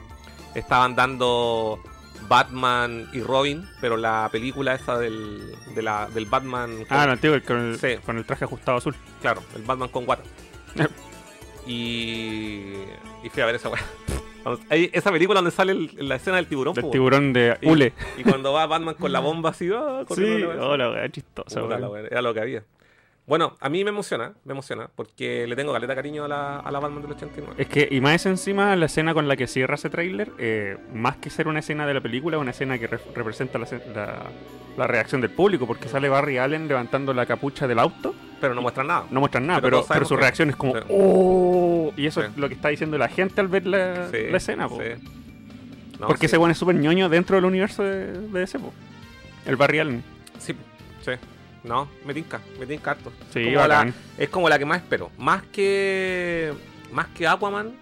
Speaker 2: Estaban dando Batman y Robin, pero la película esa del, de la- del Batman.
Speaker 3: Ah, no, tío, el- con el,
Speaker 2: Oh. Sí.
Speaker 3: con el traje ajustado azul.
Speaker 2: Claro, el Batman con guata. y, y fui a ver esa weá. Vamos, ahí- Esa película donde sale el- la escena del tiburón.
Speaker 3: Del
Speaker 2: po,
Speaker 3: tiburón de
Speaker 2: pues. Y-
Speaker 3: Hule.
Speaker 2: Y cuando va Batman con la bomba así, ah, corriendo
Speaker 3: Sí,
Speaker 2: la weá.
Speaker 3: hola, weá, chistosa,
Speaker 2: Puta
Speaker 3: weá.
Speaker 2: la weá, era lo que había. Bueno, a mí me emociona, me emociona, porque le tengo caleta cariño a la, a la Batman del 89.
Speaker 3: Es que, y más encima, la escena con la que cierra ese tráiler, eh, más que ser una escena de la película, una escena que re- representa la, se- la- la reacción del público, porque sale Barry Allen levantando la capucha del auto,
Speaker 2: Pero no muestran nada.
Speaker 3: no muestran nada,
Speaker 2: Pero
Speaker 3: pero,
Speaker 2: todos
Speaker 3: pero
Speaker 2: sabemos
Speaker 3: su
Speaker 2: que-
Speaker 3: reacción es como
Speaker 2: Claro.
Speaker 3: ¡Oh! Y eso
Speaker 2: Sí.
Speaker 3: es lo que está diciendo la gente al ver la,
Speaker 2: Sí,
Speaker 3: la escena, po.
Speaker 2: sí. No,
Speaker 3: porque
Speaker 2: sí.
Speaker 3: ese weón es súper ñoño dentro del universo de, de ese, po. el Barry Allen.
Speaker 2: Sí, sí. No, me tinca, me tinca harto.
Speaker 3: Sí,
Speaker 2: Como la-
Speaker 3: bacán.
Speaker 2: es como la que más espero. Más que. Más que Aquaman.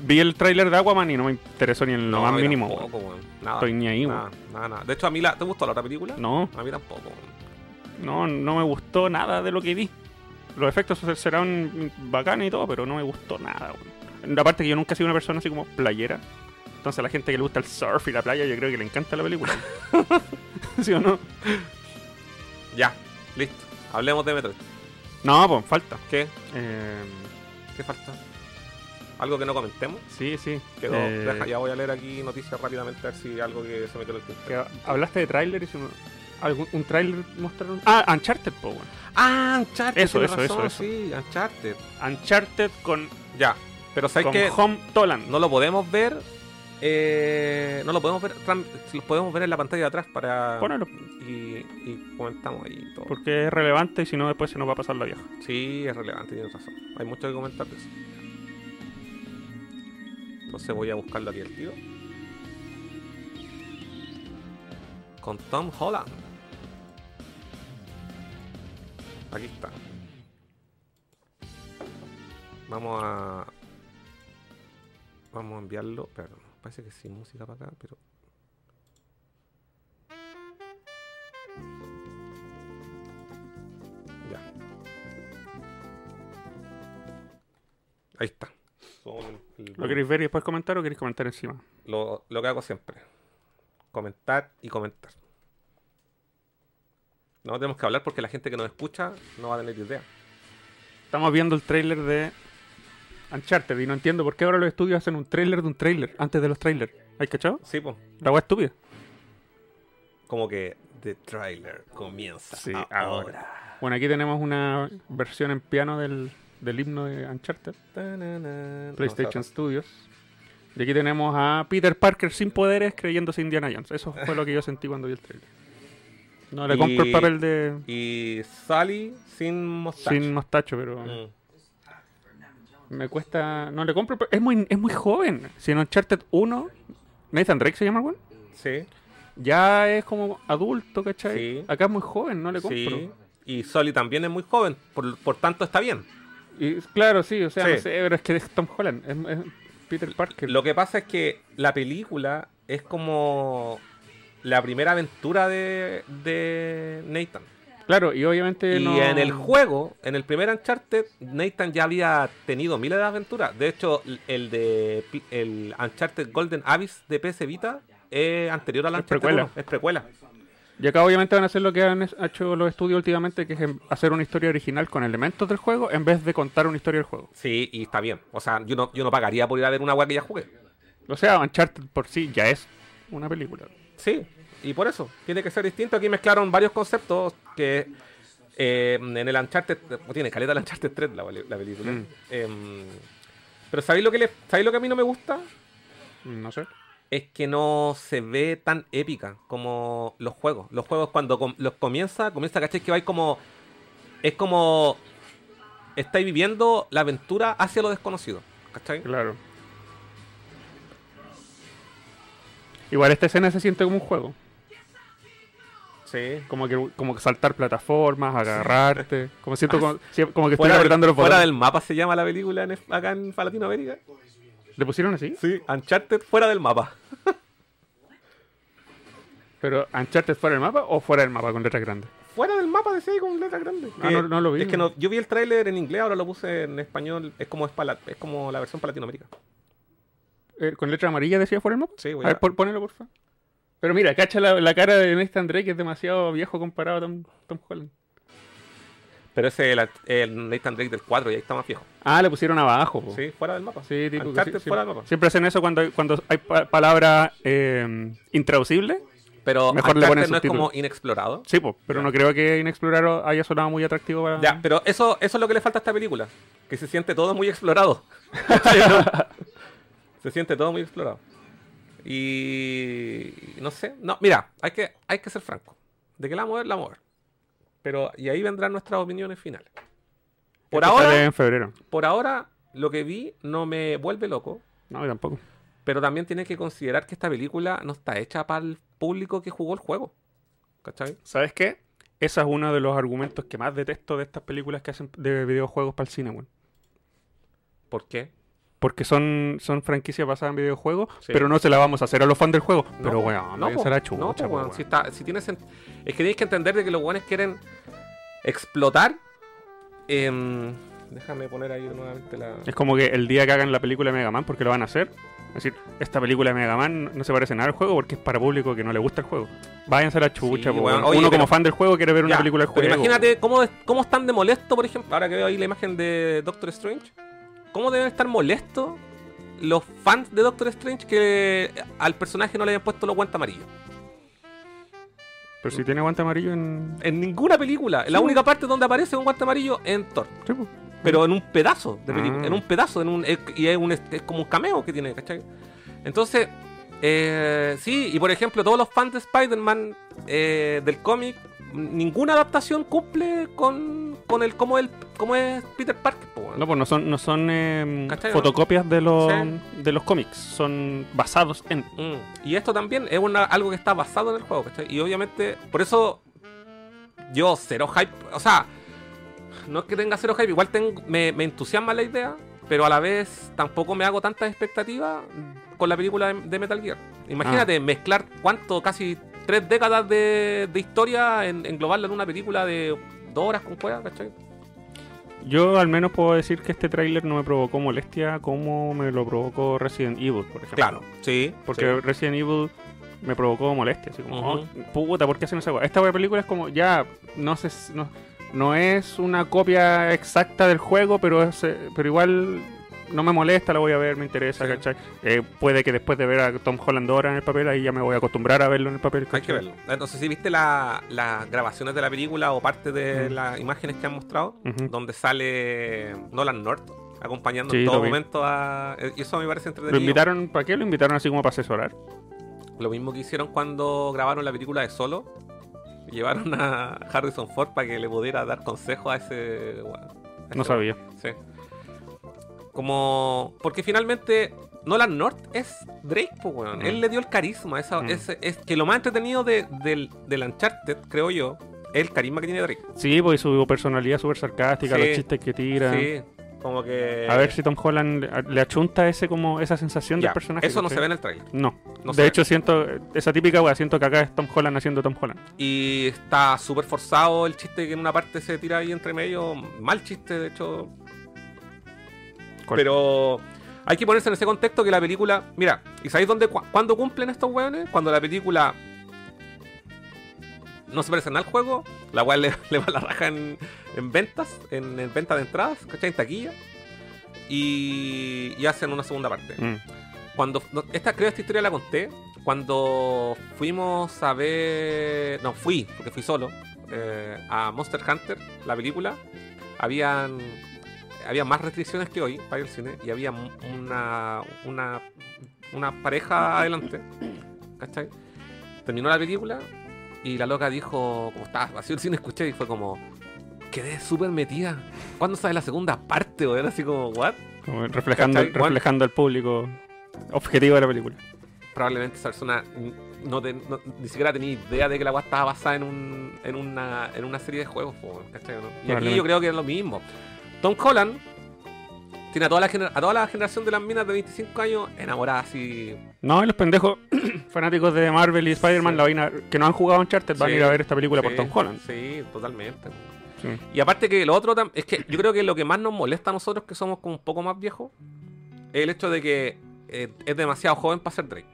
Speaker 3: Vi el tráiler de Aquaman y no me interesó ni en lo más
Speaker 2: yo
Speaker 3: mínimo, weón.
Speaker 2: tampoco, ah, weón. Nada.
Speaker 3: estoy ni ahí,
Speaker 2: nada, nada, nada. De hecho, a mí la. ¿Te gustó la otra película?
Speaker 3: weón. No.
Speaker 2: A mí tampoco. weón.
Speaker 3: No, no me gustó nada de lo que vi. Los efectos ser- serán bacanes y todo, pero no me gustó nada, weón. Aparte que yo nunca he sido una persona así como playera. Entonces a la gente que le gusta el surf y la playa, yo creo que le encanta la película. ¿Sí o no?
Speaker 2: Ya, listo. Hablemos de Metroid.
Speaker 3: No, pues falta.
Speaker 2: ¿Qué?
Speaker 3: Eh,
Speaker 2: ¿Qué falta? ¿Algo que no comentemos?
Speaker 3: sí, sí.
Speaker 2: Quedó.
Speaker 3: Eh,
Speaker 2: Deja, ya voy a leer aquí noticias rápidamente a ver si hay algo que se me quedó en el
Speaker 3: que
Speaker 2: tintero.
Speaker 3: ha- hablaste de tráiler y se me- algún- un tráiler mostraron. Ah, Uncharted, po, weón.
Speaker 2: Ah, Uncharted.
Speaker 3: Eso,
Speaker 2: tienes
Speaker 3: eso, eso,
Speaker 2: razón,
Speaker 3: eso.
Speaker 2: Sí, Uncharted.
Speaker 3: Uncharted con,
Speaker 2: Ya. Pero sabes
Speaker 3: con
Speaker 2: que
Speaker 3: Home Toland.
Speaker 2: no lo podemos ver. eh, no lo podemos ver. tran- Lo podemos ver en la pantalla de atrás para.
Speaker 3: Ponelo,
Speaker 2: y, y comentamos ahí todo.
Speaker 3: porque es relevante y si no después se nos va a pasar la vieja.
Speaker 2: Sí, es relevante, tienes razón. Hay mucho que comentar de eso. Entonces voy a buscarlo aquí al tiro. con Tom Holland. Aquí está. Vamos a. Vamos a enviarlo. Perdón, parece que sin música para acá, pero. Ya. Ahí está. Son el-
Speaker 3: ¿Lo queréis ver y después comentar o queréis comentar encima?
Speaker 2: lo, lo que hago siempre. Comentar y comentar. No tenemos que hablar porque la gente que nos escucha no va a tener idea.
Speaker 3: Estamos viendo el tráiler de Uncharted y no entiendo por qué ahora los estudios hacen un tráiler de un tráiler antes de los trailers. ¿Hay cachado?
Speaker 2: Sí, pues.
Speaker 3: La wea estúpida.
Speaker 2: Como que The Trailer comienza
Speaker 3: Sí,
Speaker 2: ahora.
Speaker 3: ahora. Bueno, aquí tenemos una versión en piano del, del himno de Uncharted,
Speaker 2: Tanana.
Speaker 3: PlayStation
Speaker 2: Vamos a-
Speaker 3: Studios. Y aquí tenemos a Peter Parker sin poderes creyéndose Indiana Jones. Eso fue lo que yo sentí cuando vi el tráiler. No le
Speaker 2: Y-
Speaker 3: compro el papel de
Speaker 2: Y Sally sin mostaza. Mm.
Speaker 3: sin mostacho, pero me cuesta. No le compro. el pa- Es muy, es muy joven. Si en Uncharted 1, Nathan Drake se llama el weón,
Speaker 2: sí.
Speaker 3: Ya es como adulto, ¿cachai?
Speaker 2: Sí.
Speaker 3: Acá es muy joven, no le compro.
Speaker 2: sí. Y Sally también es muy joven. Por, por tanto, está bien.
Speaker 3: Y, claro, sí, o sea, no
Speaker 2: Sí.
Speaker 3: sé, pero es que es Tom Holland, es, es Peter Parker.
Speaker 2: Lo que pasa es que la película es como la primera aventura de, de Nathan.
Speaker 3: Claro, y obviamente
Speaker 2: y
Speaker 3: no...
Speaker 2: en el juego, en el primer Uncharted, Nathan ya había tenido miles de aventuras. De hecho, l- el de Pi- el Uncharted Golden Abyss de PS Vita es anterior al
Speaker 3: Es
Speaker 2: Uncharted
Speaker 3: precuela.
Speaker 2: 1, es precuela.
Speaker 3: Y acá obviamente van a hacer lo que han es- hecho los estudios últimamente, que es em- hacer una historia original con elementos del juego en vez de contar una historia del juego.
Speaker 2: Sí, y está bien. O sea, yo no, yo no pagaría por ir a ver una weá que ya jugué.
Speaker 3: O sea, Uncharted por sí ya es una película.
Speaker 2: Sí, y por eso tiene que ser distinto. Aquí mezclaron varios conceptos que eh, en el Uncharted, tiene caleta el Uncharted 3 la, la película.
Speaker 3: Mm.
Speaker 2: Em, pero ¿sabéis lo, que le- ¿sabéis lo que a mí no me gusta?
Speaker 3: No sé.
Speaker 2: Es que no se ve tan épica como los juegos. Los juegos cuando com- los comienza, comienza, ¿cachai? Que vais como... Es como... Estáis viviendo la aventura hacia lo desconocido. ¿Cachai?
Speaker 3: Claro. Igual esta escena se siente como un juego.
Speaker 2: Sí.
Speaker 3: Como que como que saltar plataformas, agarrarte. Como siento como, si- como que estoy
Speaker 2: Ah, Fuera,
Speaker 3: apretando
Speaker 2: del,
Speaker 3: los
Speaker 2: fuera
Speaker 3: botones.
Speaker 2: del mapa se llama la película en, acá en Latinoamérica.
Speaker 3: ¿Le pusieron así?
Speaker 2: Sí, Uncharted fuera del mapa.
Speaker 3: ¿Pero Uncharted fuera del mapa o fuera del mapa con letras grandes?
Speaker 2: Fuera del mapa decía ahí con letra grande.
Speaker 3: Ah,
Speaker 2: Que-
Speaker 3: no- no lo vi.
Speaker 2: Es que no, yo vi el tráiler en inglés, ahora lo puse en español. Es como, es pa la- es como la versión para Latinoamérica.
Speaker 3: Eh, ¿Con letra amarilla decía fuera del mapa?
Speaker 2: Sí, voy
Speaker 3: a
Speaker 2: a-
Speaker 3: ver, pon- ponelo, porfa. Pero mira, cacha la, la cara de Nathan Drake, que es demasiado viejo comparado a Tom, Tom Holland.
Speaker 2: Pero ese es el, el Nathan Drake del 4 y ahí está más viejo.
Speaker 3: Ah, le pusieron abajo. po.
Speaker 2: Sí, fuera del mapa.
Speaker 3: Sí, tipo, que
Speaker 2: Uncharted
Speaker 3: sí-
Speaker 2: fuera
Speaker 3: sí.
Speaker 2: del mapa.
Speaker 3: Siempre hacen eso cuando, cuando hay pa- palabra eh, intraducible.
Speaker 2: Pero
Speaker 3: Mejor le
Speaker 2: Uncharted
Speaker 3: ponen
Speaker 2: no es
Speaker 3: subtítulos.
Speaker 2: como inexplorado.
Speaker 3: Sí, po, pero no creo que Inexplorado haya sonado muy atractivo para...
Speaker 2: Ya, pero eso, eso es lo que le falta a esta película. Que se siente todo muy explorado. se siente todo muy explorado. Y no sé. No, mira, hay que, hay que ser franco. De que la vamos a ver, la vamos a ver. Pero, y ahí vendrán nuestras opiniones finales. Por
Speaker 3: Esto sale
Speaker 2: ahora,
Speaker 3: en febrero.
Speaker 2: por ahora, lo que vi no me vuelve loco.
Speaker 3: No, yo tampoco.
Speaker 2: Pero también tienes que considerar que esta película no está hecha para el público que jugó el juego. ¿Cachai?
Speaker 3: ¿Sabes qué? Ese es uno de los argumentos que más detesto de estas películas que hacen de videojuegos para el cine, weón.
Speaker 2: ¿Por qué?
Speaker 3: Porque son, son franquicias basadas en videojuegos,
Speaker 2: Sí.
Speaker 3: pero no se la vamos a hacer a los fans del juego.
Speaker 2: No,
Speaker 3: pero
Speaker 2: po,
Speaker 3: weón,
Speaker 2: no,
Speaker 3: no,
Speaker 2: po,
Speaker 3: será
Speaker 2: no, po,
Speaker 3: chucha,
Speaker 2: weón. Si está- si tienes en- es que tienes que entender de que los weones quieren explotar. em, déjame poner ahí nuevamente la.
Speaker 3: Es como que el día que hagan la película de Mega Man, porque lo van a hacer. Es decir, esta película de Mega Man no se parece nada al juego porque es para público que no le gusta el juego. Váyanse a la chucha,
Speaker 2: Sí,
Speaker 3: po,
Speaker 2: weón.
Speaker 3: weón.
Speaker 2: Oye,
Speaker 3: Uno
Speaker 2: pero-
Speaker 3: como fan del juego quiere ver una
Speaker 2: Ya,
Speaker 3: película del
Speaker 2: pero
Speaker 3: juego.
Speaker 2: imagínate cómo, es- cómo están de molesto, por ejemplo. Ahora que veo ahí la imagen de Doctor Strange. ¿Cómo deben estar molestos los fans de Doctor Strange que al personaje no le hayan puesto los guantes amarillos?
Speaker 3: Pero si tiene guante amarillo en.
Speaker 2: En ninguna película. La
Speaker 3: Sí.
Speaker 2: única parte donde aparece un guante amarillo es en Thor.
Speaker 3: Sí, po.
Speaker 2: pero en un pedazo de película,
Speaker 3: Ah.
Speaker 2: en un pedazo, en un, es- y es, un, es como un cameo que tiene, ¿cachai? Entonces, eh, sí, y por ejemplo, todos los fans de Spider-Man eh, del cómic, ninguna adaptación cumple con, con el cómo, el, cómo es Peter Parker. po, weón.
Speaker 3: No, pues no son, no son eh,
Speaker 2: ¿Cachai, no?
Speaker 3: fotocopias de los,
Speaker 2: Sí.
Speaker 3: de los cómics, son basados en.
Speaker 2: Mm. Y esto también es una, algo que está basado en el juego, ¿cachai? Y obviamente, por eso yo cero hype, o sea, no es que tenga cero hype, igual tengo- me, me entusiasma la idea, pero a la vez tampoco me hago tantas expectativas con la película de, de Metal Gear. Imagínate mezclar cuánto, casi tres décadas de, de historia, en, englobarla en una película de dos horas con cueva, ¿cachai?
Speaker 3: Yo al menos puedo decir que este tráiler no me provocó molestia como me lo provocó Resident Evil, por ejemplo.
Speaker 2: sí,
Speaker 3: Porque Resident Evil me provocó molestia. Así como,
Speaker 2: Ujú.
Speaker 3: "Oh, puta, ¿por qué hacen esa weá? Esta wea película es como, ya, no sé, si- no, no es una copia exacta del juego, pero, es, eh, pero igual no me molesta, la voy a ver, me interesa,
Speaker 2: Sí.
Speaker 3: ¿cachai? Eh, puede que después de ver a Tom Holland ahora en el papel, ahí ya me voy a acostumbrar a verlo en el papel,
Speaker 2: Hay que
Speaker 3: ¿cachai?
Speaker 2: verlo. Entonces, si viste la- las grabaciones de la película o parte de
Speaker 3: Mm.
Speaker 2: las imágenes que han mostrado,
Speaker 3: Ujú.
Speaker 2: donde sale Nolan North acompañando
Speaker 3: Sí,
Speaker 2: en todo
Speaker 3: lo vi.
Speaker 2: momento a. eh, Y eso me parece
Speaker 3: ¿Lo
Speaker 2: entretenido.
Speaker 3: invitaron para qué? ¿Lo invitaron así como para asesorar?
Speaker 2: Lo mismo que hicieron cuando grabaron la película de Solo. Llevaron a Harrison Ford para que le pudiera dar consejos a ese. a ese-
Speaker 3: No sabía.
Speaker 2: Sí. Como. Porque finalmente. Nolan North es Drake, pues, weón.
Speaker 3: Mm.
Speaker 2: Él le dio el carisma. Esa,
Speaker 3: Mm.
Speaker 2: ese- es que lo más entretenido de, del, del Uncharted, creo yo, es el carisma que tiene Drake.
Speaker 3: Sí, pues su personalidad súper sarcástica,
Speaker 2: Sí.
Speaker 3: los chistes que tira.
Speaker 2: Sí. Como que.
Speaker 3: A ver si Tom Holland le- le achunta ese como esa sensación
Speaker 2: Ya,
Speaker 3: del personaje.
Speaker 2: Eso no
Speaker 3: ¿cachai?
Speaker 2: se ve en el trailer.
Speaker 3: No.
Speaker 2: No
Speaker 3: de
Speaker 2: sé.
Speaker 3: hecho, siento esa típica wea, siento que acá es Tom Holland haciendo Tom Holland.
Speaker 2: Y está súper forzado el chiste que en una parte se tira ahí entre medio. Mal chiste, de hecho.
Speaker 3: ¿Cuál?
Speaker 2: Pero hay que ponerse en ese contexto que la película. Mira, ¿y sabéis dónde, cu- cuándo cumplen estos hueones? Cuando la película no se parece nada al juego, la cual le, le va la raja en, en ventas, en, en ventas de entradas, ¿cachai? En taquilla. Y, y hacen una segunda parte
Speaker 3: Mm.
Speaker 2: cuando no, esta creo esta historia la conté cuando fuimos a ver no fui porque fui solo eh, a Monster Hunter la película habían había más restricciones que hoy para ir al cine y había mu- una una una pareja adelante ¿cachai? terminó la película y la loca dijo como estaba vacío el cine escuché y fue como quedé súper metida ¿cuándo sale la segunda parte? o era así como what
Speaker 3: Como reflejando,
Speaker 2: ¿Cachai? Bueno.
Speaker 3: reflejando al público objetivo de la película.
Speaker 2: probablemente esa persona n- no te- no- ni siquiera tenía idea de que la weá estaba basada en, un, en, una, en una serie de juegos. po, ¿cachai o no? Y aquí
Speaker 3: Probablemente.
Speaker 2: yo creo que es lo mismo. Tom Holland tiene a toda la, gener- a toda la generación de las minas de 25 años enamoradas así.
Speaker 3: No, y los pendejos fanáticos de Marvel y Spider-Man
Speaker 2: Sí.
Speaker 3: la van a- que no han jugado Uncharted van a
Speaker 2: Sí.
Speaker 3: ir a ver esta película por
Speaker 2: Sí,
Speaker 3: Tom Holland.
Speaker 2: Sí, totalmente.
Speaker 3: Sí.
Speaker 2: Y aparte que lo otro tam- es que yo creo que lo que más nos molesta a nosotros que somos como un poco más viejos es el hecho de que eh, es demasiado joven para ser Drake.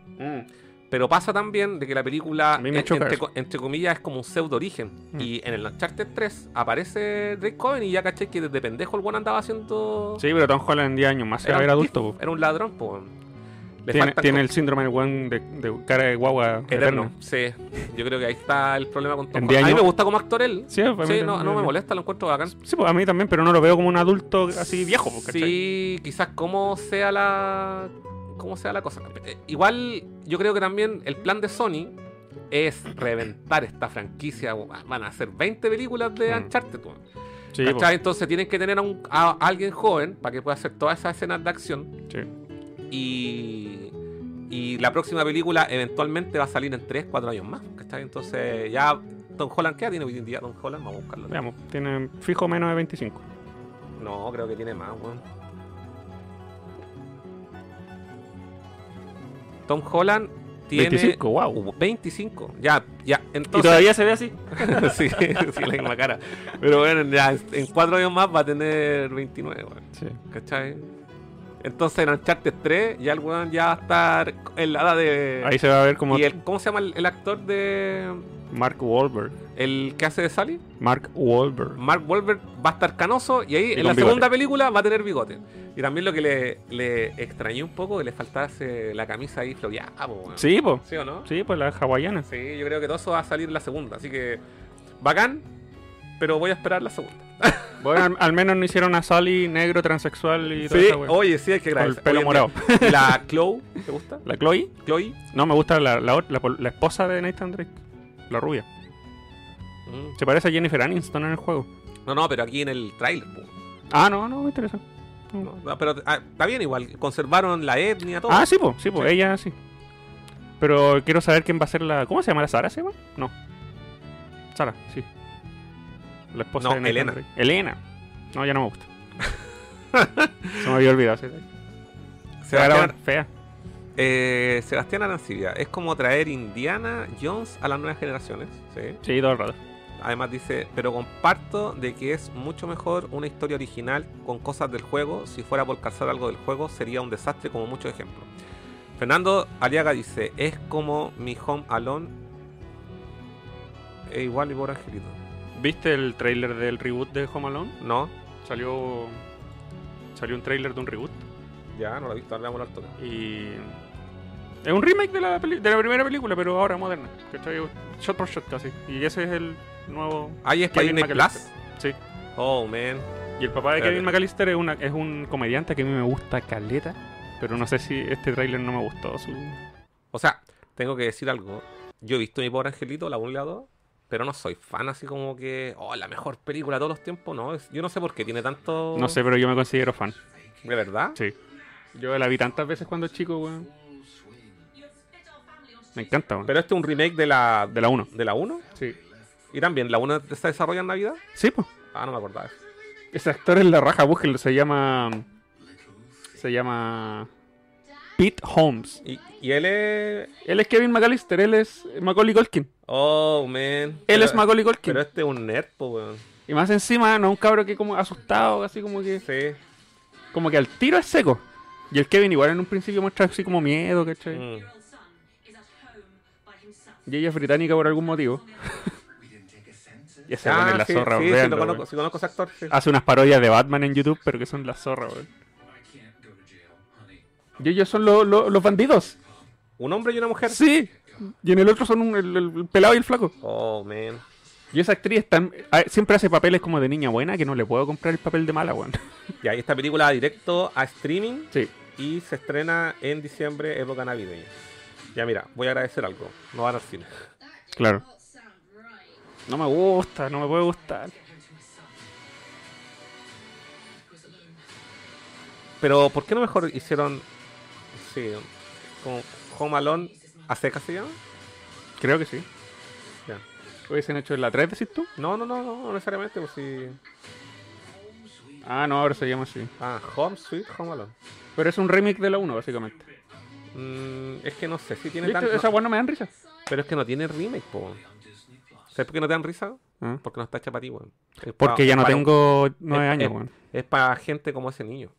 Speaker 2: Pero pasa también de que la película,
Speaker 3: A mí me
Speaker 2: en-
Speaker 3: choca
Speaker 2: entre,
Speaker 3: eso.
Speaker 2: co- entre comillas, es como un pseudo origen.
Speaker 3: Mm.
Speaker 2: Y en el Uncharted 3 aparece Drake Coven y ya caché que desde pendejo el buen andaba haciendo.
Speaker 3: Sí, pero Tom Holland en 10 años más se va a ver
Speaker 2: un
Speaker 3: adulto.
Speaker 2: tipo,
Speaker 3: po.
Speaker 2: Era un ladrón, pues. Le
Speaker 3: Tiene,
Speaker 2: faltan
Speaker 3: tiene
Speaker 2: co-
Speaker 3: el síndrome del weón de, de cara de guagua
Speaker 2: eterno.
Speaker 3: eterno.
Speaker 2: Sí, yo creo que ahí está el problema con Tom
Speaker 3: En
Speaker 2: Holland.
Speaker 3: diez
Speaker 2: A mí
Speaker 3: años-
Speaker 2: me gusta como actor él.
Speaker 3: Sí, a mí
Speaker 2: Sí,
Speaker 3: también
Speaker 2: no, no me molesta, lo encuentro bacán.
Speaker 3: Sí, pues, a mí también, pero no lo veo como un adulto así viejo. po, ¿cachai?
Speaker 2: Sí, quizás cómo sea la. cómo sea la cosa. Eh, Igual, yo creo que también el plan de Sony es reventar esta franquicia. Van a hacer 20 películas de
Speaker 3: Mm.
Speaker 2: Uncharted, weón.
Speaker 3: Sí, po.
Speaker 2: ¿Cachai? Entonces tienen que tener a, un- a alguien joven para que pueda hacer todas esas escenas de acción.
Speaker 3: pues, Sí.
Speaker 2: Y. Y la próxima película eventualmente va a salir en 3, 4 años más. ¿Cachai? Entonces ya. Don Holland, ¿qué edad tiene hoy en día? Don Holland, vamos a buscarlo.
Speaker 3: Veamos, tiene fijo menos de 25.
Speaker 2: No, creo que tiene más, weón. Tom Holland tiene
Speaker 3: 25, wow.
Speaker 2: 25. Ya, ya. Entonces,
Speaker 3: y todavía se ve así.
Speaker 2: sí, sí, la misma cara. Pero bueno, ya, en cuatro años más va a tener 29, weón.
Speaker 3: Sí.
Speaker 2: ¿Cachai? Entonces en Uncharted 3 ya el weón ya va a estar en la edad de.
Speaker 3: Ahí se va a ver como
Speaker 2: ¿Y el, cómo se llama el, el actor de.
Speaker 3: Mark Wahlberg.
Speaker 2: El que hace de Sally?
Speaker 3: Mark Wahlberg.
Speaker 2: Mark Wahlberg va a estar canoso y ahí
Speaker 3: Y
Speaker 2: en la
Speaker 3: con bigote.
Speaker 2: segunda película va a tener bigote. Y también lo que le, le extrañé un poco, que le faltase la camisa ahí floreada. po, weón.
Speaker 3: Sí, pues.
Speaker 2: ¿Sí o no?
Speaker 3: Sí, pues las hawaianas.
Speaker 2: Sí, yo creo que todo eso va a salir en la segunda. Así que, bacán, pero voy a esperar la segunda.
Speaker 3: Bueno, al, al menos no hicieron a Sally negro, transexual y toda
Speaker 2: Sí,
Speaker 3: esa wea.
Speaker 2: oye, sí, hay que
Speaker 3: Con el
Speaker 2: agradecer.
Speaker 3: pelo
Speaker 2: Oye,
Speaker 3: morado. Mm.
Speaker 2: ¿y la Chloe, ¿te gusta?
Speaker 3: ¿La Chloe?
Speaker 2: Chloe.
Speaker 3: No, me gusta la, la, ot- la pol- la esposa de Nathan Drake. La rubia.
Speaker 2: Mm.
Speaker 3: Se parece a Jennifer Aniston en el juego.
Speaker 2: No, no, pero aquí en el trailer. po.
Speaker 3: Ah, no, no, me interesa.
Speaker 2: No, no, pero ah, está bien igual, conservaron la etnia, todo.
Speaker 3: Ah, sí, pues, sí, pues,
Speaker 2: Sí.
Speaker 3: ella sí. Pero quiero saber quién va a ser la. ¿Cómo se llama la Sara? ¿Se llama? No. Sara, sí. La esposa
Speaker 2: No,
Speaker 3: de Nathan
Speaker 2: Elena.
Speaker 3: Drake. Elena. No, ya no me gusta. se me había olvidado. sí. Se va a
Speaker 2: Sebastián,
Speaker 3: fea.
Speaker 2: eh, Sebastián Arancibia, es como traer Indiana Jones a las nuevas generaciones. ¿sí?
Speaker 3: Sí, todo el rato.
Speaker 2: Además dice, pero comparto de que es mucho mejor una historia original con cosas del juego. Si fuera por calzar algo del juego, sería un desastre como muchos ejemplos. Fernando Aliaga dice, es como mi Home Alone. Es igual y por Angelito.
Speaker 3: ¿Viste el trailer del reboot de Home Alone?
Speaker 2: No,
Speaker 3: Salió. Salió un trailer de un reboot.
Speaker 2: ya no lo he visto, hablamos al toque.
Speaker 3: Y. Es un remake de la, peli- de la primera película, pero ahora moderna. ¿cachai? Shot por shot casi. Y ese es el nuevo.
Speaker 2: Ahí es
Speaker 3: Kevin
Speaker 2: Kevin
Speaker 3: McAllister.
Speaker 2: Plus.
Speaker 3: Sí.
Speaker 2: Oh, man.
Speaker 3: Y el papá de
Speaker 2: Espérate.
Speaker 3: Kevin McAllister es, una, es un comediante que a mí me gusta caleta, pero no sé si este tráiler no me gustó. Su...
Speaker 2: O sea, tengo que decir algo. Yo he visto mi pobre angelito, la 1 y la 2, pero no soy fan así como que, oh, la mejor película de todos los tiempos. No, es- yo no sé por qué tiene tanto...
Speaker 3: No sé, pero yo me considero fan.
Speaker 2: ¿De verdad?
Speaker 3: Sí. Yo la vi tantas veces cuando chico, weón. Me encanta, weón.
Speaker 2: Pero este es un remake de la
Speaker 3: De la 1.
Speaker 2: de la 1.
Speaker 3: Sí.
Speaker 2: Y también, ¿la 1 se desarrolla en Navidad?
Speaker 3: Sí, pues.
Speaker 2: Ah, no me acordaba. eso.
Speaker 3: Ese actor es la raja, búsquenlo. Se llama. Se llama. Pete Holmes.
Speaker 2: Y, y él es...
Speaker 3: Él es Kevin McAllister, él es Macaulay Culkin.
Speaker 2: Oh, man.
Speaker 3: Él
Speaker 2: Pero-
Speaker 3: es Macaulay Culkin.
Speaker 2: Pero este es un nerd, po, weón.
Speaker 3: Y más encima, no un cabro que como asustado, así como que.
Speaker 2: Sí.
Speaker 3: como que al tiro es seco. Y el Kevin igual en un principio muestra así como miedo, ¿cachai?
Speaker 2: Mm.
Speaker 3: Y ella es británica por algún motivo. y ese weón
Speaker 2: Ah,
Speaker 3: es la
Speaker 2: sí,
Speaker 3: zorra,
Speaker 2: sí, sí,
Speaker 3: véanlo,
Speaker 2: lo conozco,
Speaker 3: weón. Ah.
Speaker 2: sí conozco a ese actor. sí.
Speaker 3: Hace unas parodias de Batman en YouTube, pero que son la zorra, weón. Y ellos son lo- lo- los bandidos.
Speaker 2: Un hombre y una mujer.
Speaker 3: Sí. Y en el otro son un- el, el pelado y el flaco.
Speaker 2: Oh, man.
Speaker 3: Y esa actriz tan- ah, siempre hace papeles como de niña buena que no le puedo comprar el papel de mala, weón.
Speaker 2: Ya, y esta película va directo a streaming.
Speaker 3: Sí.
Speaker 2: y se estrena en diciembre, época navideña. Ya mira, voy a agradecer algo. No van al cine.
Speaker 3: Claro. No me gusta, no me puede gustar.
Speaker 2: Pero ¿por qué no mejor hicieron sí, con Home Alone a secas se llama?
Speaker 3: Creo que sí.
Speaker 2: Ya.
Speaker 3: Hubiesen hecho la 3, decís tú.
Speaker 2: No, no, no, no, no necesariamente, pues sí.
Speaker 3: Ah, no, ahora se llama así.
Speaker 2: Ah, Home Sweet Home Alone.
Speaker 3: Pero es un remake de la 1, básicamente.
Speaker 2: Mm, es que no sé si tiene
Speaker 3: ¿Viste?
Speaker 2: tanto.
Speaker 3: Esa weá no me dan risa.
Speaker 2: Pero es que no tiene remake, po. ¿Sabes por qué no te dan risa?
Speaker 3: Ah.
Speaker 2: Porque no está hecha para ti, weón. Es
Speaker 3: Porque
Speaker 2: pa-
Speaker 3: ya no
Speaker 2: para-
Speaker 3: tengo 9
Speaker 2: es-
Speaker 3: años,
Speaker 2: es-
Speaker 3: weón.
Speaker 2: Es para gente como ese niño.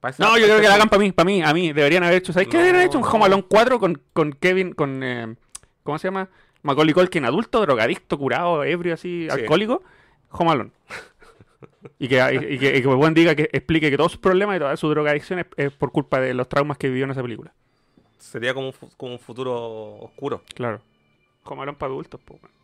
Speaker 2: Pa' esa-
Speaker 3: No, yo
Speaker 2: esa
Speaker 3: creo que la hagan
Speaker 2: gente-
Speaker 3: para mí, para mí, a mí. Deberían haber hecho, ¿sabes qué?
Speaker 2: No.
Speaker 3: Deberían haber hecho un Home Alone 4 con, con Kevin, con, eh, ¿cómo se llama? Macaulay Culkin, adulto, drogadicto, curado, ebrio, así,
Speaker 2: Sí.
Speaker 3: alcohólico. Home Alone. Y que, y, y que, y que Juan diga que explique que todos sus problemas y toda su drogadicción es, es por culpa de los traumas que vivió en esa película.
Speaker 2: Sería como un, fu- como un futuro oscuro.
Speaker 3: Claro. Home Alone para adultos, po, weón.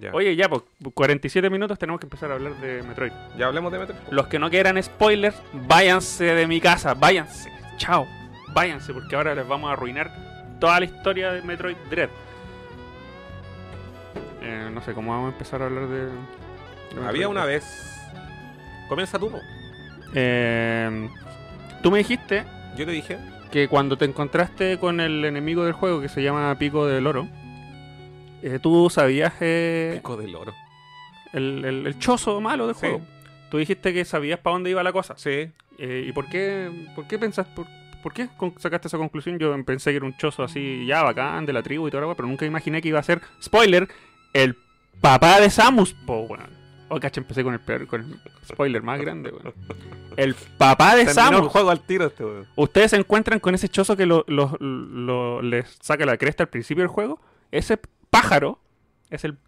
Speaker 2: Ya.
Speaker 3: Oye, ya, pues, 47 minutos tenemos que empezar a hablar de Metroid.
Speaker 2: ya hablemos de Metroid. po.
Speaker 3: Los que no quieran spoilers, váyanse de mi casa, váyanse. Chao, váyanse, porque ahora les vamos a arruinar toda la historia de Metroid Dread. Eh, no sé cómo vamos a empezar a hablar de. de Metroid
Speaker 2: Había una
Speaker 3: Dread?
Speaker 2: vez. Comienza tú, po.
Speaker 3: Eh, tú me dijiste
Speaker 2: Yo te dije.
Speaker 3: que cuando te encontraste con el enemigo del juego que se llama Pico del Oro, eh, tú sabías eh,
Speaker 2: Pico del oro.
Speaker 3: el, el- el chozo malo del
Speaker 2: Sí.
Speaker 3: juego. Tú dijiste que sabías para dónde iba la cosa.
Speaker 2: Sí.
Speaker 3: Eh, ¿Y por qué, por qué pensás, por, por qué con- sacaste esa conclusión? Yo pensé que era un chozo así, ya bacán, de la tribu y todo pero nunca imaginé que iba a ser, spoiler, el papá de Samus, po, weón. Oh, cacha, empecé con el peor, con el spoiler más grande, weón. El papá de
Speaker 2: Terminó el
Speaker 3: Samus.
Speaker 2: juego al tiro este, weón.
Speaker 3: Ustedes se encuentran con ese chozo que lo- lo- lo- les saca la cresta al principio del juego. Ese pájaro es el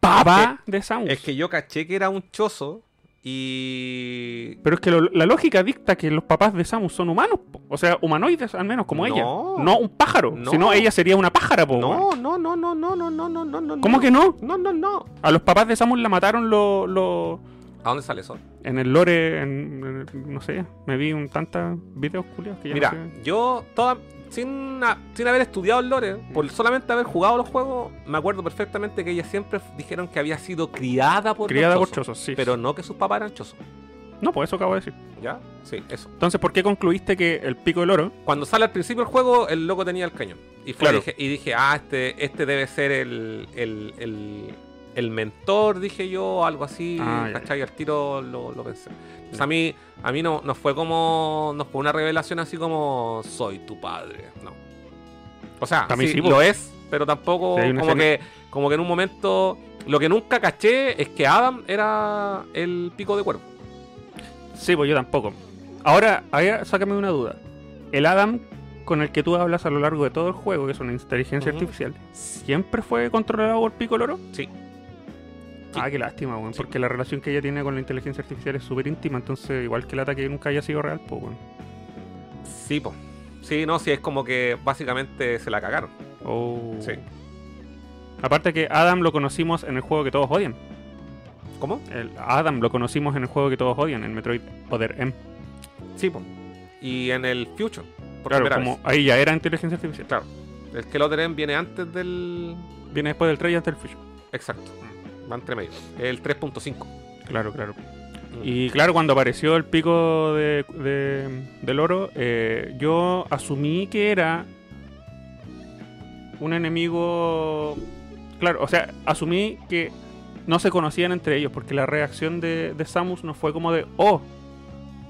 Speaker 3: papá de Samus.
Speaker 2: Es que yo caché que era un chozo y.
Speaker 3: Pero es que lo- la lógica dicta que los papás de Samus son humanos, po. o sea, humanoides al menos, como ella.
Speaker 2: No.
Speaker 3: No un pájaro,
Speaker 2: No.
Speaker 3: sino ella sería una pájara, po. weón.
Speaker 2: No, no, no, no, no, no, no, no, no, no.
Speaker 3: ¿Cómo que no?
Speaker 2: No, no, no.
Speaker 3: A los papás de Samus la mataron los... los-
Speaker 2: ¿A dónde sale eso?
Speaker 3: En el lore, en, en- no sé, me vi un tantas videos culiados que ya
Speaker 2: Mira,
Speaker 3: no sé.
Speaker 2: yo toda, sin, a- sin haber estudiado el lore,
Speaker 3: Mm.
Speaker 2: por solamente haber jugado los juegos, me acuerdo perfectamente que ella siempre f- dijeron que había sido criada por los
Speaker 3: Criada por
Speaker 2: chozos,
Speaker 3: chozos, sí.
Speaker 2: Pero no que sus papás eran chozos.
Speaker 3: No, pues eso acabo de decir.
Speaker 2: ¿Ya? Sí, eso.
Speaker 3: Entonces, ¿por qué concluiste que el pico del oro?
Speaker 2: Cuando sale al principio el juego, el loco tenía el cañón. Y, fue-
Speaker 3: Claro.
Speaker 2: dije, y dije, ah, este, este debe ser el, el, el- el mentor, dije yo, algo así.
Speaker 3: Ah, ya, ya.
Speaker 2: ¿cachai? Al tiro lo, lo pensé. Pues a mí, a mí no, no fue como. No fue una revelación así como soy tu padre. No. O sea,
Speaker 3: Para mí
Speaker 2: sí,
Speaker 3: sí, po.
Speaker 2: lo es, pero tampoco.
Speaker 3: Sí, hay una
Speaker 2: como,
Speaker 3: escena-
Speaker 2: que, como que en un momento. Lo que nunca caché es que Adam era el pico de cuerpo.
Speaker 3: Sí, pues yo tampoco. Ahora, ahora sácame una duda. El Adam con el que tú hablas a lo largo de todo el juego, que es una inteligencia
Speaker 2: Ujú.
Speaker 3: artificial, ¿siempre fue controlado por Pico el Oro?
Speaker 2: Sí.
Speaker 3: Ah, qué lástima, weón,
Speaker 2: Sí.
Speaker 3: porque la relación que ella tiene con la inteligencia artificial es súper íntima, entonces igual que el ataque nunca haya sido real, pues, weón.
Speaker 2: Sí, po. Sí, no, sí, es como que básicamente se la cagaron.
Speaker 3: Oh.
Speaker 2: Sí.
Speaker 3: Aparte que Adam lo conocimos en el juego que todos odian.
Speaker 2: ¿Cómo?
Speaker 3: El Adam lo conocimos en el juego que todos odian, en Metroid Other M.
Speaker 2: Sí, po. Y en el Future, por
Speaker 3: Claro,
Speaker 2: primera
Speaker 3: como
Speaker 2: vez.
Speaker 3: ahí ya era inteligencia artificial.
Speaker 2: Claro. El que lo tenemos viene antes del.
Speaker 3: Viene después del 3 y hasta el Fusion.
Speaker 2: Exacto. mm, Va entre medio. El 3.5.
Speaker 3: Claro, claro.
Speaker 2: Mm.
Speaker 3: Y claro, cuando apareció el pico de, de- del oro, eh, yo asumí que era un enemigo... Claro, o sea, asumí que no se conocían entre ellos, porque la reacción de, de Samus no fue como de, oh,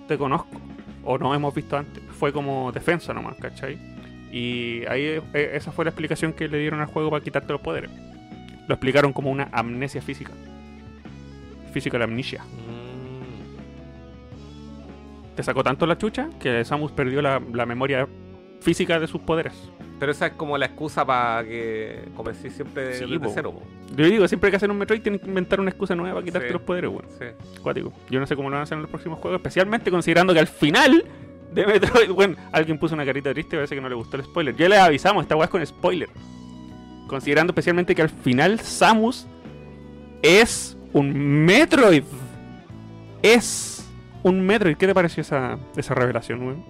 Speaker 3: te conozco, o no hemos visto antes, fue como defensa nomás, ¿cachai? Y ahí eh, esa fue la explicación que le dieron al juego para quitarte los poderes. Lo explicaron como una amnesia física. Physical amnesia
Speaker 2: Mm.
Speaker 3: te sacó tanto la chucha que Samus perdió la, la memoria física de sus poderes.
Speaker 2: Pero esa es como la excusa para que comencé siempre de-
Speaker 3: Sí,
Speaker 2: desde
Speaker 3: po.
Speaker 2: cero, po.
Speaker 3: Yo digo, siempre que hacen un Metroid tienen que inventar una excusa nueva para quitarte
Speaker 2: Sí.
Speaker 3: los poderes, weón.
Speaker 2: Sí.
Speaker 3: Cuático. Yo no sé cómo lo van a hacer en los próximos juegos, especialmente considerando que al final de Metroid, weón, alguien puso una carita triste, parece que no le gustó el spoiler. Ya les avisamos, esta weá es con spoiler. Considerando especialmente que al final Samus es un Metroid. Es un Metroid. ¿Qué te pareció esa, esa revelación, weón?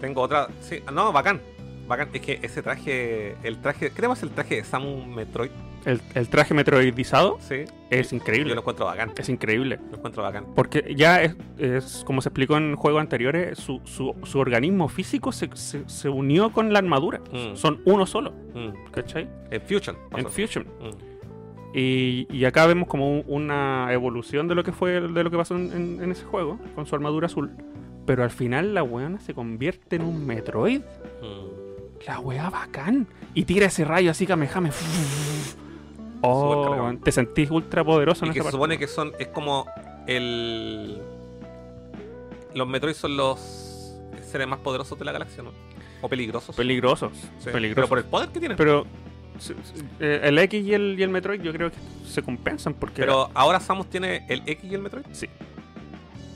Speaker 2: Tengo otra. Sí, ah, no, bacán. Bacán. Es que ese traje. El traje. ¿Qué te pasa el traje de Samus Metroid?
Speaker 3: El, el traje metroidizado
Speaker 2: Sí.
Speaker 3: es increíble.
Speaker 2: Yo lo encuentro bacán.
Speaker 3: Es increíble.
Speaker 2: Lo encuentro bacán.
Speaker 3: Porque ya es, es- como se explicó en juegos anteriores, su, su, su organismo físico se, se- se unió con la armadura.
Speaker 2: Mm.
Speaker 3: Son uno solo,
Speaker 2: Mm.
Speaker 3: ¿cachai?
Speaker 2: En Fusion. pasó.
Speaker 3: En Fusion.
Speaker 2: Mm.
Speaker 3: Y, y acá vemos como un- una evolución de lo que fue de lo que pasó en, en- en ese juego, con su armadura azul. Pero al final la weona se convierte en un Metroid.
Speaker 2: Mm.
Speaker 3: La wea bacán. Y tira ese rayo así Kamehame.
Speaker 2: Súper
Speaker 3: Oh,
Speaker 2: cargado.
Speaker 3: weón, te sentís ultra poderoso en
Speaker 2: Y que
Speaker 3: esa
Speaker 2: se
Speaker 3: parte.
Speaker 2: supone que son. Es como el. Los Metroid son los seres más poderosos de la galaxia, ¿no? O peligrosos.
Speaker 3: Peligrosos.
Speaker 2: Sí. Pero
Speaker 3: Peligrosos.
Speaker 2: por el poder que tienen. Pero,
Speaker 3: Pero se- se- eh, el X y el, y el Metroid yo creo que se compensan porque
Speaker 2: ahora Samus tiene el X y el Metroid.
Speaker 3: Sí.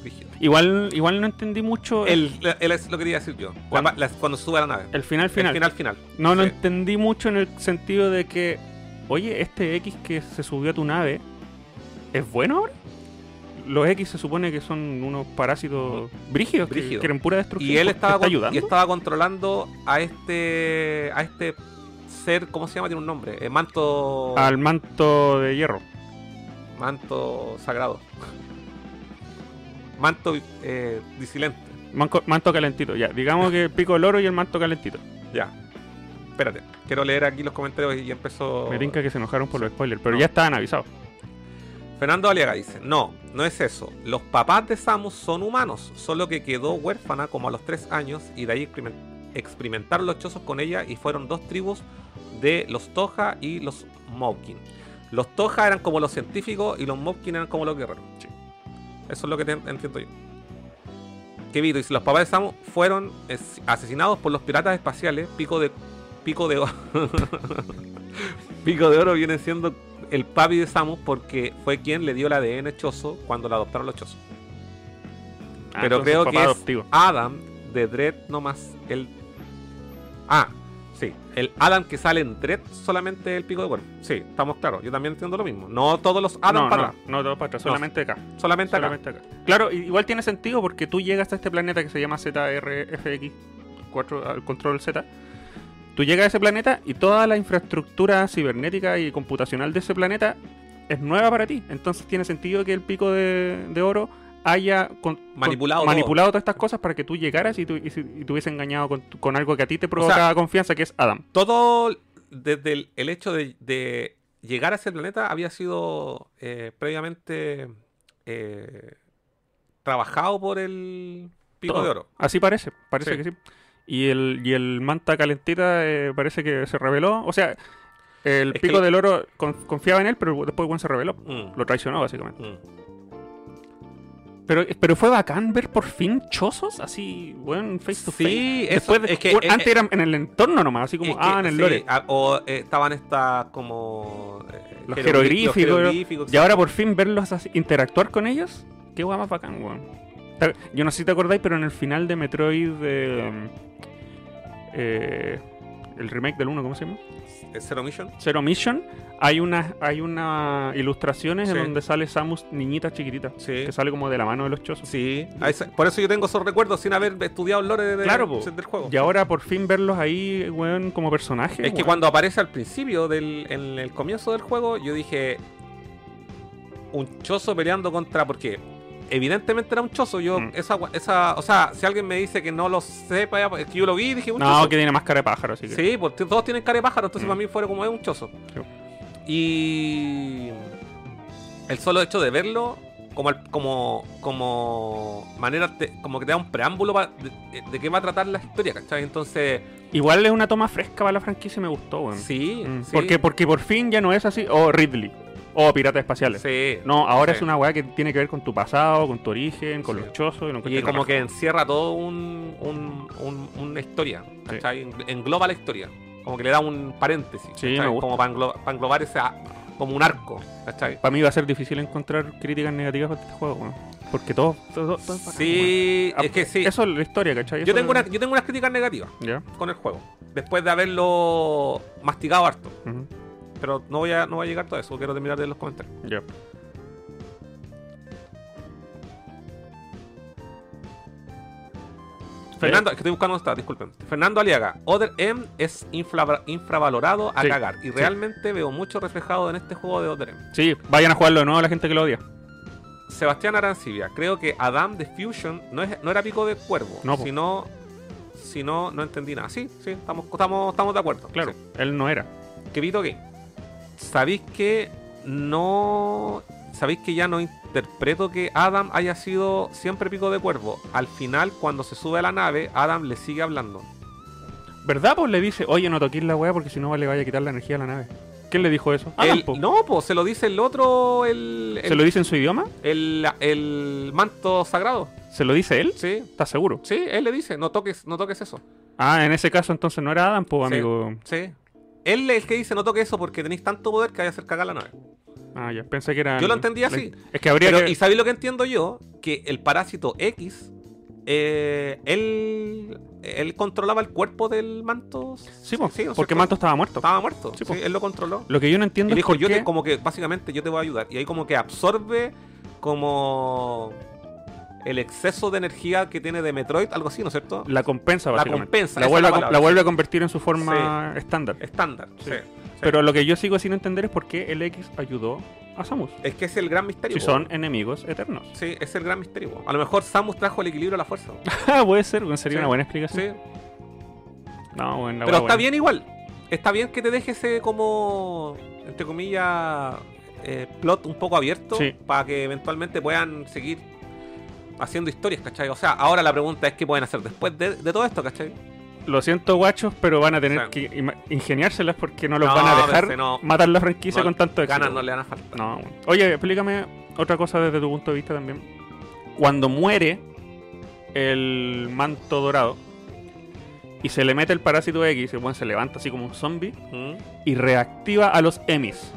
Speaker 2: Rígido.
Speaker 3: igual igual no entendí mucho el,
Speaker 2: El, el- es lo que quería decir yo. La
Speaker 3: Cuando-
Speaker 2: ma- las- cuando sube a la nave.
Speaker 3: el final final.
Speaker 2: El final, final.
Speaker 3: No lo
Speaker 2: Sí.
Speaker 3: entendí mucho en el sentido de que oye, este X que se subió a tu nave es bueno ahora? Los X se supone que son unos parásitos brígidos, que-
Speaker 2: Brígido.
Speaker 3: Que, eran pura destrucción.
Speaker 2: Y él
Speaker 3: ¿Te
Speaker 2: estaba,
Speaker 3: está
Speaker 2: con-
Speaker 3: ayudando.
Speaker 2: y estaba controlando a este. A este ser. ¿Cómo se llama? Tiene un nombre. eh, manto.
Speaker 3: Al manto de hierro.
Speaker 2: Manto sagrado. Manto eh, disilente.
Speaker 3: Manco- manto calentito, ya. Digamos que el pico del oro y el manto calentito.
Speaker 2: Ya. Espérate. Quiero leer aquí los comentarios y empezó.
Speaker 3: Me tinca que se enojaron por los spoilers, pero
Speaker 2: Oh. No.
Speaker 3: ya estaban avisados.
Speaker 2: Fernando Aliaga dice: No, no es eso. Los papás de Samus son humanos, solo que quedó huérfana como a los 3 años y de ahí experimen- experimentaron los chozos con ella y fueron dos tribus de los Toja y los Mowkin. Los Toja eran como los científicos y los Mowkin eran como los guerreros. Eso es lo que te- entiendo yo. Kevito dice, los papás de Samus fueron es- asesinados por los piratas espaciales. Pico de. Pico de oro. Pico de oro viene siendo el papi de Samus porque fue quien le dio el ADN choso cuando la adoptaron los chozos.
Speaker 3: Ah,
Speaker 2: Pero
Speaker 3: entonces
Speaker 2: creo
Speaker 3: papá
Speaker 2: que es
Speaker 3: adoptivo.
Speaker 2: Adam de Dread nomás. El... Ah, Sí, el Adam que sale en Dread solamente es el pico de cuerno. Sí, estamos claros. Yo también entiendo lo mismo. No todos los Adam
Speaker 3: no,
Speaker 2: Ah, para
Speaker 3: no,
Speaker 2: atrás,
Speaker 3: no, todo para atrás,
Speaker 2: No.
Speaker 3: solamente acá.
Speaker 2: solamente acá.
Speaker 3: Solamente acá. Claro, i- igual tiene sentido porque tú llegas a este planeta que se llama ZRFX, 4, al control Z. Tú llegas a ese planeta y toda la infraestructura cibernética y computacional de ese planeta es nueva para ti. Entonces tiene sentido que el pico de, de oro haya con- con-
Speaker 2: Manipulado todo.
Speaker 3: manipulado todas estas cosas para que tú llegaras y, tu- y, si- y te hubiese engañado con, con algo que a ti te provocaba confianza, que es Adam.
Speaker 2: Todo desde el, el hecho de, de llegar hacia el planeta había sido eh, previamente eh, trabajado por el pico
Speaker 3: Todo.
Speaker 2: de oro.
Speaker 3: Así parece, parece
Speaker 2: Sí.
Speaker 3: que sí. Y el, y el manta calentita eh, parece que se reveló. O sea, el
Speaker 2: Es que
Speaker 3: pico
Speaker 2: el-
Speaker 3: del oro con- confiaba en él, pero después el weón se reveló.
Speaker 2: Mm,
Speaker 3: Lo traicionó, básicamente.
Speaker 2: mm.
Speaker 3: Pero, pero fue bacán ver por fin chozos así, weón, face to
Speaker 2: Sí,
Speaker 3: face.
Speaker 2: eso-
Speaker 3: Después de-
Speaker 2: es que-
Speaker 3: weón,
Speaker 2: eh,
Speaker 3: antes
Speaker 2: eh,
Speaker 3: eran en el entorno nomás, así como,
Speaker 2: Es que,
Speaker 3: ah, en el
Speaker 2: sí,
Speaker 3: lore.
Speaker 2: a- o eh, estaban estas como. eh,
Speaker 3: Los
Speaker 2: jerogli-
Speaker 3: jeroglíficos,
Speaker 2: los jeroglíficos,
Speaker 3: Y ahora por fin verlos así, interactuar con ellos, qué weón más bacán, weón. Ta- Yo no sé si te acordáis, pero en el final de Metroid. eh, um, eh, el remake del 1, ¿cómo se llama?
Speaker 2: eh, Zero Mission.
Speaker 3: Zero Mission hay unas hay una ilustraciones
Speaker 2: Sí.
Speaker 3: en donde sale Samus niñita chiquitita
Speaker 2: Sí.
Speaker 3: que sale como de la mano de los chozos.
Speaker 2: Sí. a esa- por eso yo tengo esos recuerdos sin haber estudiado el lore de-
Speaker 3: Claro, po.
Speaker 2: del juego.
Speaker 3: Y ahora por fin verlos ahí, weón, como personajes.
Speaker 2: Es que
Speaker 3: weón.
Speaker 2: cuando aparece al principio del en el comienzo del juego, yo dije un chozo peleando contra porque evidentemente era un chozo. Yo
Speaker 3: Mm.
Speaker 2: esa gua- esa, o sea, si alguien me dice que no lo sepa, es que yo lo vi y dije un
Speaker 3: No,
Speaker 2: chozo.
Speaker 3: que tiene máscara de pájaro, así que.
Speaker 2: Sí, porque todos tienen cara de pájaro, entonces
Speaker 3: Mm.
Speaker 2: para mí fuera como es un chozo.
Speaker 3: Sí.
Speaker 2: Y el solo hecho de verlo como el- como como manera de- como que te da un preámbulo pa- de, de qué va a tratar la historia, ¿cachai? Entonces,
Speaker 3: Igual es una toma fresca para la franquicia y me gustó, weón.
Speaker 2: sí,
Speaker 3: Mm,
Speaker 2: sí.
Speaker 3: Porque, porque por fin ya no es así. O Ridley. O Piratas Espaciales.
Speaker 2: Sí.
Speaker 3: No, ahora
Speaker 2: Sí.
Speaker 3: es una weá que tiene que ver con tu pasado, con tu origen, con
Speaker 2: Sí.
Speaker 3: los chozos. Y, lo
Speaker 2: Y
Speaker 3: encuentro
Speaker 2: como
Speaker 3: la
Speaker 2: que encierra todo un, un- un- una historia, ¿cachai? Eng- Engloba la historia. Como que le da un paréntesis.
Speaker 3: Sí,
Speaker 2: ¿cachai?
Speaker 3: me gusta.
Speaker 2: Como para englo- para englobar ese a- como un arco, ¿cachai?
Speaker 3: raja. Para mí va a ser difícil encontrar críticas negativas para este juego, weón. Porque todo. todo, todo es bacán,
Speaker 2: Sí,
Speaker 3: weón.
Speaker 2: es que sí.
Speaker 3: Eso es la historia, ¿cachai?
Speaker 2: Yo
Speaker 3: Eso
Speaker 2: tengo,
Speaker 3: es-
Speaker 2: una, yo tengo unas críticas negativas
Speaker 3: Ya.
Speaker 2: con el juego. Después de haberlo masticado harto.
Speaker 3: ujú,
Speaker 2: Pero no voy a, no voy a llegar a todo eso. Quiero terminar de los comentarios.
Speaker 3: Ya.
Speaker 2: Fernando, es que estoy buscando dónde está, disculpen. Fernando Aliaga, Other M es infra- infravalorado a
Speaker 3: Sí,
Speaker 2: cagar. Y
Speaker 3: sí.
Speaker 2: realmente veo mucho reflejado en este juego de Other M.
Speaker 3: Sí, vayan a jugarlo de nuevo la gente que lo odia.
Speaker 2: Sebastián Arancibia, creo que Adam de Fusion no, es, no era pico de cuervo,
Speaker 3: No, po.
Speaker 2: sino, si no, no entendí nada. Sí, sí, estamos, estamos, estamos de acuerdo.
Speaker 3: Claro,
Speaker 2: Sí.
Speaker 3: él no era.
Speaker 2: Kevito Gay, ¿sabéis que no. ¿Sabéis que ya no interpreto que Adam haya sido siempre pico de cuervo? Al final, cuando se sube a la nave, Adam le sigue hablando.
Speaker 3: ¿Verdad? Pues le dice, oye, no toquís la weá porque si no le vaya a quitar la energía a la nave. ¿Quién le dijo eso? Adam,
Speaker 2: El-
Speaker 3: po.
Speaker 2: no, pues se lo dice el otro, el,
Speaker 3: ¿Se
Speaker 2: el,
Speaker 3: lo dice en su idioma?
Speaker 2: el- el manto sagrado.
Speaker 3: ¿Se lo dice él?
Speaker 2: Sí,
Speaker 3: ¿Estás seguro?
Speaker 2: sí, él le dice, no toques, no toques eso.
Speaker 3: Ah, en ese caso entonces no era Adam, pues
Speaker 2: Sí.
Speaker 3: amigo.
Speaker 2: Sí. Él es el que dice, no toque eso porque tenéis tanto poder que vais a hacer cagar la nave.
Speaker 3: Ah, ya, pensé que era.
Speaker 2: Yo lo entendí así.
Speaker 3: Es que habría
Speaker 2: Pero,
Speaker 3: que.
Speaker 2: ¿y sabéis lo que entiendo yo? Que el parásito X, eh, él, él controlaba el cuerpo del manto.
Speaker 3: Sí, pues,
Speaker 2: ¿no es
Speaker 3: porque
Speaker 2: cierto?
Speaker 3: Manto estaba muerto.
Speaker 2: estaba muerto. Sí,
Speaker 3: Sí, po.
Speaker 2: él lo controló.
Speaker 3: Lo que yo no
Speaker 2: Y
Speaker 3: entiendo
Speaker 2: le
Speaker 3: es
Speaker 2: dijo,
Speaker 3: por
Speaker 2: yo
Speaker 3: qué.
Speaker 2: te, como que básicamente yo te voy a ayudar. Y ahí como que absorbe como el exceso de energía que tiene de Metroid, algo así, ¿no es cierto?
Speaker 3: La compensa,
Speaker 2: La
Speaker 3: básicamente.
Speaker 2: compensa, esa
Speaker 3: La
Speaker 2: es
Speaker 3: vuelve,
Speaker 2: la
Speaker 3: a, com-
Speaker 2: palabra,
Speaker 3: la
Speaker 2: sí.
Speaker 3: vuelve a convertir en su forma estándar.
Speaker 2: Estándar.
Speaker 3: Sí.
Speaker 2: sí.
Speaker 3: Pero lo que yo sigo sin entender es por qué el X ayudó a Samus.
Speaker 2: Es que es el gran misterio.
Speaker 3: Si
Speaker 2: po.
Speaker 3: son enemigos eternos.
Speaker 2: Sí, es el gran misterio. po. A lo mejor Samus trajo el equilibrio a la fuerza. po.
Speaker 3: Ah, puede ser, bueno, sería
Speaker 2: Sí,
Speaker 3: una buena explicación.
Speaker 2: Sí.
Speaker 3: No, bueno, la
Speaker 2: Pero
Speaker 3: wea
Speaker 2: está
Speaker 3: buena.
Speaker 2: bien igual. Está bien que te deje ese como, entre comillas, eh, plot un poco abierto
Speaker 3: Sí.
Speaker 2: para que eventualmente puedan seguir haciendo historias, ¿cachai? O sea, ahora la pregunta es qué pueden hacer después de, de todo esto, ¿cachai?
Speaker 3: Lo siento, guachos, pero van a tener
Speaker 2: Sí.
Speaker 3: que ima- ingeniárselas porque no los
Speaker 2: No,
Speaker 3: van a dejar
Speaker 2: vence, no.
Speaker 3: matar la franquicia
Speaker 2: No,
Speaker 3: con tanto éxito.
Speaker 2: Ganas no le van a faltar.
Speaker 3: No, bueno. Oye, explícame otra cosa desde tu punto de vista también. Cuando muere el manto dorado y se le mete el parásito X, el buen se levanta así como un zombie
Speaker 2: ¿Mm?
Speaker 3: y reactiva a los emis,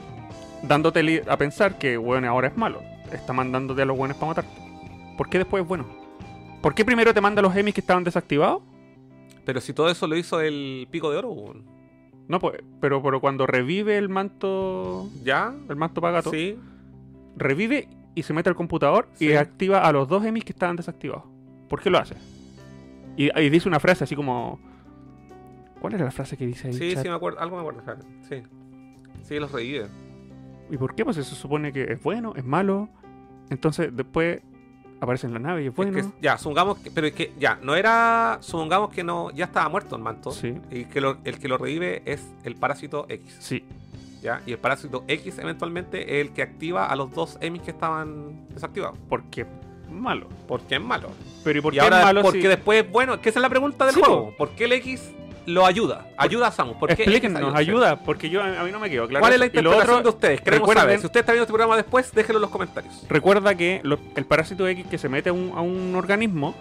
Speaker 3: dándote li- a pensar que, bueno, ahora es malo. Está mandándote a los buenos para matarte. ¿Por qué después es bueno? ¿Por qué primero te manda a los emis que estaban desactivados
Speaker 2: Pero si todo eso lo hizo el pico de oro, weón.
Speaker 3: No, pues, pero, pero cuando revive el manto,
Speaker 2: ¿ya?
Speaker 3: el manto pagato,
Speaker 2: Sí.
Speaker 3: revive y se mete al computador y
Speaker 2: Sí.
Speaker 3: activa a los dos emis que estaban desactivados. ¿Por qué lo hace? Y, y dice una frase así como... ¿Cuál era la frase que dice ahí?
Speaker 2: Sí,
Speaker 3: chat?
Speaker 2: sí, me acuerdo. Algo me acuerdo, espérate. Sí. Sí, los revive.
Speaker 3: ¿Y por qué? Pues se supone que es bueno, es malo. Entonces después aparece en la nave y es bueno.
Speaker 2: Es que, ya, supongamos que. Pero es que, ya, no era. Supongamos que no. Ya estaba muerto el manto.
Speaker 3: Sí.
Speaker 2: Y que lo- el que lo revive es el parásito X.
Speaker 3: Sí,
Speaker 2: ¿Ya? Y el parásito X eventualmente es el que activa a los dos emis que estaban desactivados.
Speaker 3: porque malo.
Speaker 2: Porque es malo.
Speaker 3: Pero ¿y por
Speaker 2: y
Speaker 3: qué
Speaker 2: ahora,
Speaker 3: es malo
Speaker 2: porque
Speaker 3: si-
Speaker 2: después es bueno. Que esa es la pregunta del
Speaker 3: Sí,
Speaker 2: juego.
Speaker 3: po.
Speaker 2: ¿Por qué el X lo ayuda? Ayuda a Samus. ¿Por qué X
Speaker 3: Explíquenos,
Speaker 2: ayuda?
Speaker 3: ayuda, porque yo a mí no me quedo claro.
Speaker 2: ¿Cuál es la
Speaker 3: eso. Y lo
Speaker 2: interpretación
Speaker 3: otro-
Speaker 2: de ustedes? Queremos
Speaker 3: recuerden-
Speaker 2: saber. Si usted está viendo este programa después, déjelo en los comentarios.
Speaker 3: Recuerda que lo- el parásito X que se mete a un, a un organismo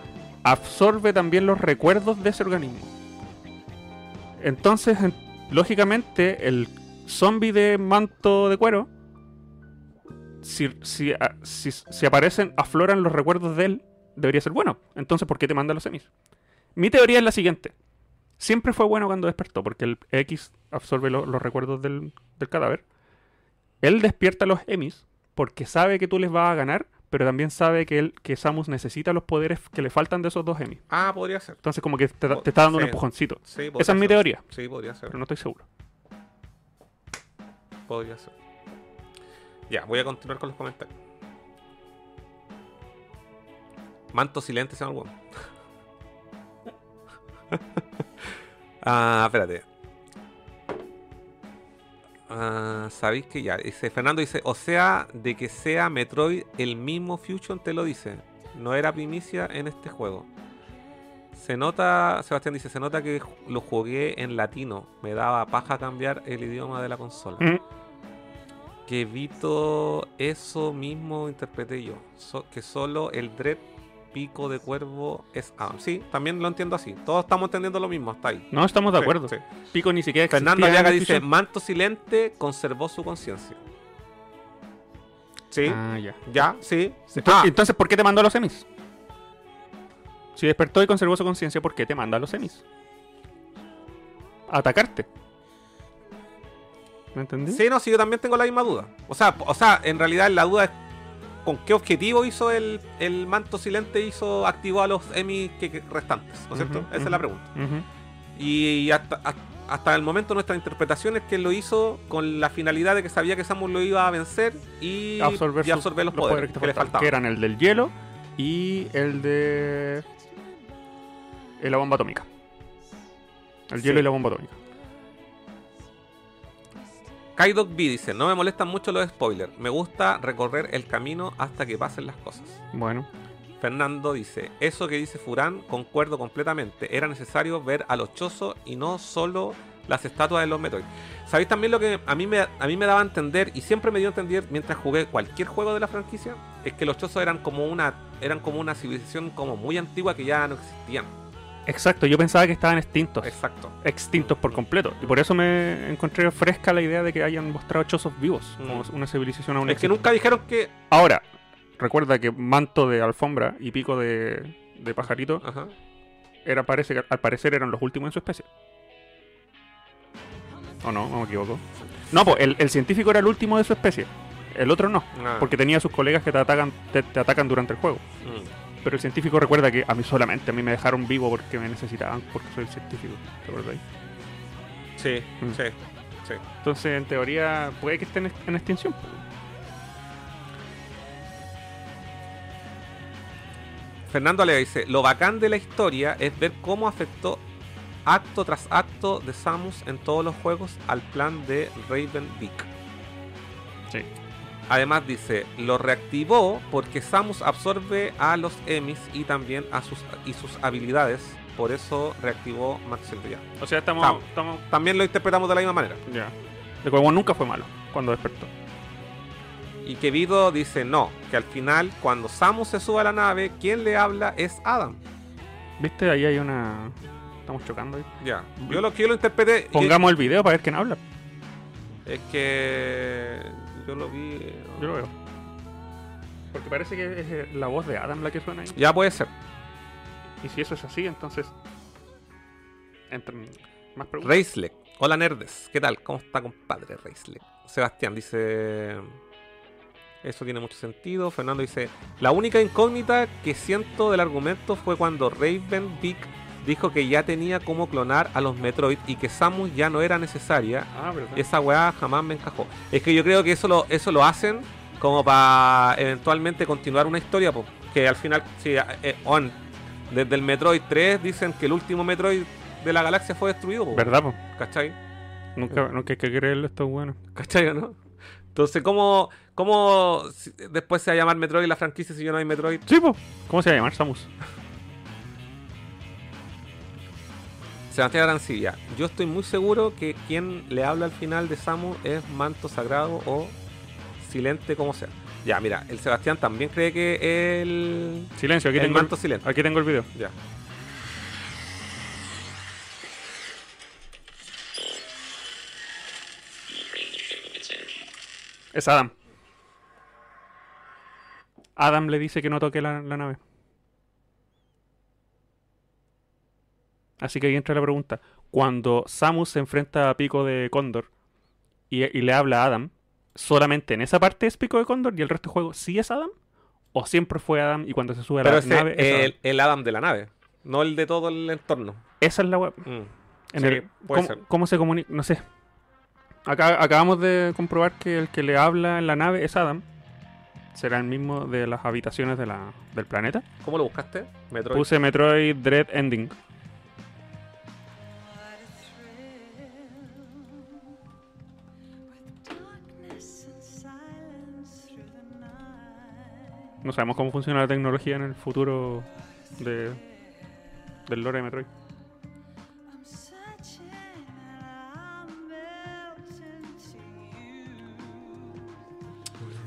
Speaker 3: absorbe también los recuerdos de ese organismo. Entonces, en- lógicamente, el zombie de manto de cuero, si, si, a- si- si aparecen, afloran los recuerdos de él, debería ser bueno. Entonces, ¿por qué te manda los semis? Mi teoría es la siguiente. Siempre fue bueno cuando despertó, porque el X absorbe lo- los recuerdos del, del cadáver. Él despierta a los Emis porque sabe que tú les vas a ganar, pero también sabe que, él, que Samus necesita los poderes que le faltan de esos dos Emis.
Speaker 2: Ah, podría ser.
Speaker 3: Entonces como que te, te está dando un
Speaker 2: Sí.
Speaker 3: empujoncito.
Speaker 2: Sí, podría
Speaker 3: Esa es mi
Speaker 2: ser.
Speaker 3: teoría,
Speaker 2: Sí, podría ser.
Speaker 3: pero no estoy seguro.
Speaker 2: Podría ser. Ya, voy a continuar con los comentarios. Manto silente se llama el weón. ah, espérate. Ah, Sabéis que ya, dice Fernando dice, o sea, de que sea Metroid el mismo Fusion te lo dice. No era primicia en este juego. Se nota, Sebastián dice, se nota que ju- lo jugué en latino. Me daba paja cambiar el idioma de la consola.
Speaker 3: Mm.
Speaker 2: Que Vito, eso mismo interpreté yo. So- que solo el Dread Pico de Cuervo es Adam. Sí, también lo entiendo así. Todos estamos entendiendo lo mismo, hasta ahí.
Speaker 3: No estamos de
Speaker 2: Sí,
Speaker 3: acuerdo.
Speaker 2: sí.
Speaker 3: Pico ni siquiera existía
Speaker 2: Fernando
Speaker 3: en este la
Speaker 2: Llaga dice:
Speaker 3: Fusion.
Speaker 2: Manto Silente conservó su conciencia. Sí,
Speaker 3: Ah, ya.
Speaker 2: ya, sí. sí.
Speaker 3: Entonces,
Speaker 2: Ah,
Speaker 3: entonces, ¿por qué te mandó a los semis? Si despertó y conservó su conciencia, ¿por qué te manda a los semis? A atacarte. ¿Me entendí?
Speaker 2: sí, no, sí, yo también tengo la misma duda. O sea, po- o sea en realidad la duda es: ¿con qué objetivo hizo el, el Manto Silente? hizo Activó a los Emi que, que- restantes, ¿no es
Speaker 3: Ujú,
Speaker 2: cierto? Esa es
Speaker 3: ujú.
Speaker 2: la pregunta.
Speaker 3: Ujú.
Speaker 2: Y hasta, hasta- hasta el momento nuestra interpretación es que él lo hizo con la finalidad de que sabía que Samus lo iba a vencer y
Speaker 3: absorber,
Speaker 2: y
Speaker 3: sus-
Speaker 2: absorber los, poderes,
Speaker 3: te
Speaker 2: que le faltaban.
Speaker 3: que eran el del hielo y el de eh, la bomba atómica. El hielo
Speaker 2: Sí.
Speaker 3: y la bomba atómica.
Speaker 2: Kaidok B dice, no me molestan mucho los spoilers, me gusta recorrer el camino hasta que pasen las cosas.
Speaker 3: Bueno,
Speaker 2: Fernando dice, eso que dice Furán, concuerdo completamente, era necesario ver a los chozos y no solo las estatuas de los Metroid. ¿Sabéis también lo que a mí, me, a mí me daba a entender y siempre me dio a entender mientras jugué cualquier juego de la franquicia? Es que los chozos eran como una, eran como una civilización como muy antigua que ya no existían.
Speaker 3: exacto, yo pensaba que estaban extintos,
Speaker 2: Exacto.
Speaker 3: extintos por completo. Y por eso me encontré fresca la idea de que hayan mostrado chozos vivos,
Speaker 2: Mm.
Speaker 3: como una civilización aún
Speaker 2: Es que
Speaker 3: existe.
Speaker 2: nunca dijeron que...
Speaker 3: Ahora, recuerda que manto de alfombra y pico de, de pajarito
Speaker 2: Ajá.
Speaker 3: era, parece, que al parecer eran los últimos en su especie. ¿O no? ¿O me equivoco? No, pues el, el científico era el último de su especie. El otro no,
Speaker 2: Ah,
Speaker 3: porque tenía sus colegas que te atacan, te, te atacan durante el juego.
Speaker 2: mm.
Speaker 3: Pero el científico recuerda que a mí solamente, a mí me dejaron vivo porque me necesitaban, porque soy el científico. ¿te acordáis?
Speaker 2: Sí,
Speaker 3: Mm.
Speaker 2: sí.
Speaker 3: Entonces, en teoría, puede que estén en extinción.
Speaker 2: Fernando Alega dice, lo bacán de la historia es ver cómo afectó acto tras acto de Samus en todos los juegos al plan de Raven Beak.
Speaker 3: Sí.
Speaker 2: Además dice, lo reactivó porque Samus absorbe a los Emis y también a sus, y sus habilidades, por eso reactivó Maxel Real.
Speaker 3: O sea, estamos.
Speaker 2: Estamos.
Speaker 3: estamos
Speaker 2: También lo interpretamos de la misma manera.
Speaker 3: ya. El juego nunca fue malo cuando despertó.
Speaker 2: Y que Vido dice no, que al final cuando Samus se sube a la nave, quien le habla es Adam.
Speaker 3: ¿Viste? Ahí hay una. Estamos chocando ahí.
Speaker 2: Ya, yo lo que yo lo interpreté... yo-
Speaker 3: Pongamos el video para ver quién habla.
Speaker 2: Es que yo lo vi. eh,
Speaker 3: Yo lo veo. Porque parece que es eh, la voz de Adam la que suena ahí.
Speaker 2: Ya puede ser.
Speaker 3: Y si eso es así, entonces Entre- Más preguntas.
Speaker 2: Reislek. Hola nerdes. ¿Qué tal? ¿Cómo está, compadre Reislek? Sebastián dice. Eso tiene mucho sentido. Fernando dice. La única incógnita que siento del argumento fue cuando Raven Vic dijo que ya tenía cómo clonar a los Metroid y que Samus ya no era necesaria.
Speaker 3: Ah, verdad.
Speaker 2: Esa weá jamás me encajó. Es que yo creo que eso lo, eso lo hacen como para eventualmente continuar una historia, po. que al final, si eh, on, desde el Metroid 3 dicen que el último Metroid de la galaxia fue destruido, po.
Speaker 3: ¿Verdad, po? Eh.
Speaker 2: ¿cachai?
Speaker 3: Nunca, nunca hay que creerlo, esto es bueno.
Speaker 2: ¿Cachai o no? Entonces, ¿cómo, cómo si- después se va a llamar Metroid la franquicia si yo no hay Metroid?
Speaker 3: Sí, po. ¿Cómo se va a llamar Samus?
Speaker 2: Sebastián Arancibia, yo estoy muy seguro que quien le habla al final de Samu es manto sagrado o silente como sea. Ya, mira, el Sebastián también cree que el,
Speaker 3: Silencio, aquí
Speaker 2: el
Speaker 3: tengo, el-
Speaker 2: manto silente.
Speaker 3: aquí tengo el video.
Speaker 2: Ya.
Speaker 3: Es Adam. Adam le dice que no toque la, la nave. Así que ahí entra la pregunta. Cuando Samus se enfrenta a Pico de Cóndor y, y le habla a Adam, ¿solamente en esa parte es Pico de Cóndor y el resto del juego sí es Adam? ¿O siempre fue Adam y cuando se sube a la
Speaker 2: Pero ese,
Speaker 3: nave es Adam?
Speaker 2: el, el Adam de la nave, no el de todo el entorno.
Speaker 3: Esa es la web.
Speaker 2: Mm.
Speaker 3: En
Speaker 2: Sí,
Speaker 3: el-
Speaker 2: puede
Speaker 3: ¿cómo,
Speaker 2: ser.
Speaker 3: cómo se comunica? No sé. Acá, acabamos de comprobar que el que le habla en la nave es Adam. ¿Será el mismo de las habitaciones de la- del planeta?
Speaker 2: ¿Cómo lo buscaste? Metroid.
Speaker 3: Puse Metroid Dread Ending. No sabemos cómo funciona la tecnología en el futuro de, del lore de Metroid.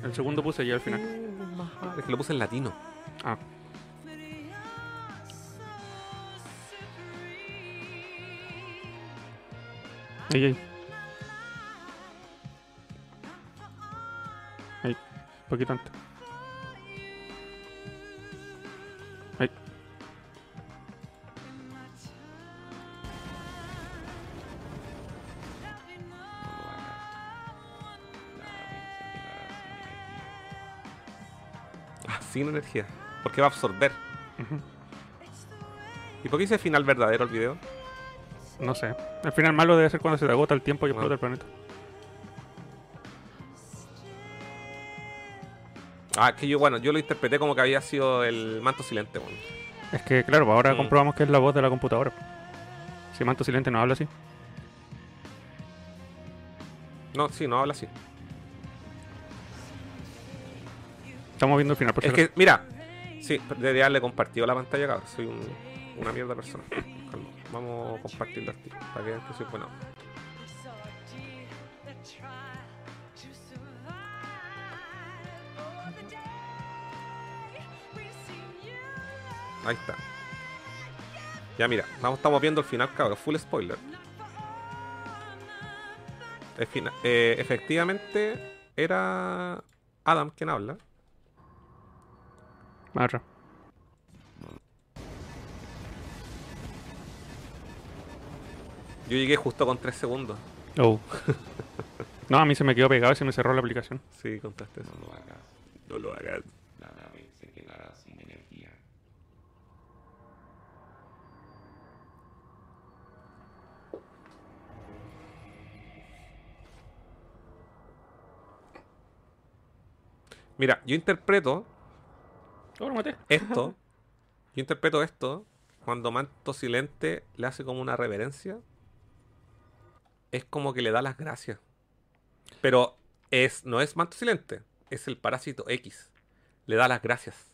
Speaker 3: El segundo puse ya al final.
Speaker 2: Es que lo puse en latino.
Speaker 3: Ah. Ahí, ahí. Ahí, un poquito antes. Ahí.
Speaker 2: Ah, sin energía. Porque va a absorber.
Speaker 3: Ujú.
Speaker 2: ¿Y por qué hice final verdadero el video?
Speaker 3: No sé. Al final malo debe ser cuando se te agota el tiempo y explota el planeta.
Speaker 2: Ah, que yo, bueno, yo lo interpreté como que había sido el manto silente, bueno.
Speaker 3: Es que, claro, pues ahora
Speaker 2: Mm.
Speaker 3: comprobamos que es la voz de la computadora. Si Manto Silente no habla así.
Speaker 2: No, sí, no habla así.
Speaker 3: Estamos viendo el final, por
Speaker 2: Es
Speaker 3: si
Speaker 2: que, mira, sí, debería haberle compartido la pantalla, cabrón. Soy un- una mierda de persona. Calma, Vamos a compartirla al tiro, para que vean que soy bueno. Ahí está. Ya, mira, vamos, estamos viendo el final, cabrón. Full spoiler. El fina- eh, efectivamente, era Adam quien habla.
Speaker 3: acaso. Ah, Más atrás.
Speaker 2: Yo llegué justo con 3 segundos.
Speaker 3: Oh. no, a mí se me quedó pegado y se me cerró la aplicación.
Speaker 2: Sí, contaste eso. No lo hagas. No lo hagas.
Speaker 1: La nave se quedará sin energía.
Speaker 2: Mira, yo interpreto
Speaker 3: Oh, lo maté.
Speaker 2: esto. yo interpreto esto cuando Manto Silente le hace como una reverencia. Es como que le da las gracias. Pero es, no es Manto Silente, es el parásito X. Le da las gracias.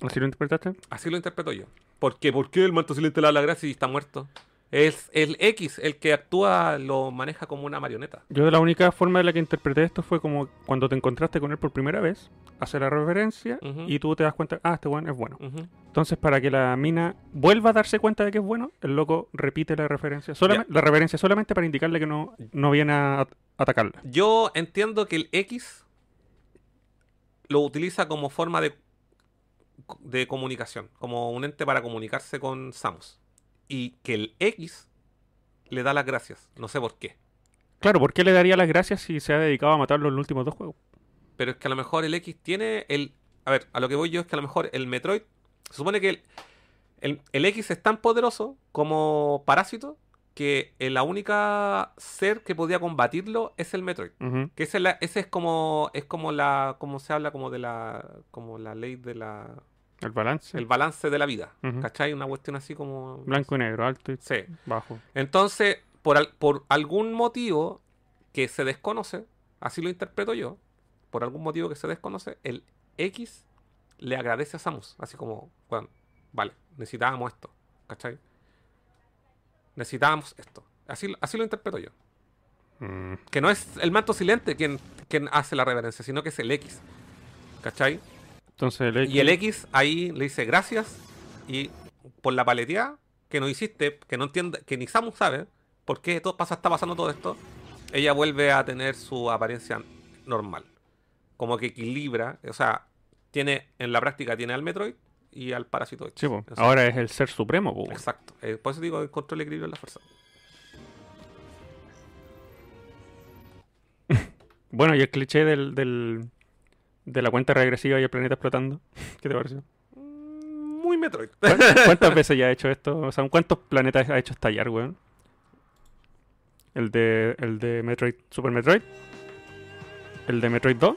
Speaker 3: ¿Así lo interpretaste?
Speaker 2: Así lo interpreto yo. ¿Por qué? ¿Por qué el manto silente le da la gracia y está muerto? Es el X, el que actúa, lo maneja como una marioneta.
Speaker 3: Yo de la única forma de la que interpreté esto fue como cuando te encontraste con él por primera vez, hace la reverencia
Speaker 2: Ujú.
Speaker 3: y tú te das cuenta, ah, este weón es bueno.
Speaker 2: Ujú.
Speaker 3: Entonces, para que la mina vuelva a darse cuenta de que es bueno, el loco repite la referencia. Solamente, La referencia solamente para indicarle que no, no viene a at- atacarla.
Speaker 2: Yo entiendo que el X lo utiliza como forma de, de comunicación, como un ente para comunicarse con Samus. y que el X le da las gracias. No sé por qué.
Speaker 3: Claro, ¿por qué le daría las gracias si se ha dedicado a matarlo en los últimos dos juegos?
Speaker 2: Pero es que a lo mejor el X tiene el. A ver, a lo que voy yo es que a lo mejor el Metroid. Se supone que el, el- el X es tan poderoso como parásito que eh, la única ser que podía combatirlo es el Metroid.
Speaker 3: Ujú.
Speaker 2: Que ese, es la- ese es como. Es como la. como se habla como de la. como la ley de la.
Speaker 3: El balance.
Speaker 2: el balance de la vida.
Speaker 3: Ujú.
Speaker 2: ¿Cachai? Una cuestión así como.
Speaker 3: Blanco y negro, alto y
Speaker 2: Sí.
Speaker 3: bajo.
Speaker 2: Entonces, por, al- por algún motivo que se desconoce, así lo interpreto yo, por algún motivo que se desconoce, el X le agradece a Samus. Así como, bueno, vale, necesitábamos esto, ¿cachai? Necesitábamos esto. Así, así lo interpreto yo.
Speaker 3: Mm.
Speaker 2: Que no es el manto silente quien, quien hace la reverencia, sino que es el X. ¿Cachai?
Speaker 3: Entonces el X.
Speaker 2: Y el X ahí le dice gracias y por la paleteada que no hiciste, que no entiende, que ni Samus sabe por qué todo pasa, está pasando todo esto, ella vuelve a tener su apariencia normal. Como que equilibra, o sea, tiene, en la práctica tiene al Metroid y al Parásito X.
Speaker 3: Sí, po.
Speaker 2: Exacto.
Speaker 3: Ahora es el ser supremo, po.
Speaker 2: Exacto. Eh, por eso digo que encontró el equilibrio en la fuerza.
Speaker 3: Bueno, y el cliché del, del- de la cuenta regresiva y el planeta explotando. ¿Qué te pareció?
Speaker 2: Mm, Muy Metroid.
Speaker 3: ¿Cuán- ¿Cuántas veces ya ha hecho esto? O sea, ¿cuántos planetas ha hecho estallar, weón? El de, el de Metroid, Super Metroid. El de Metroid 2.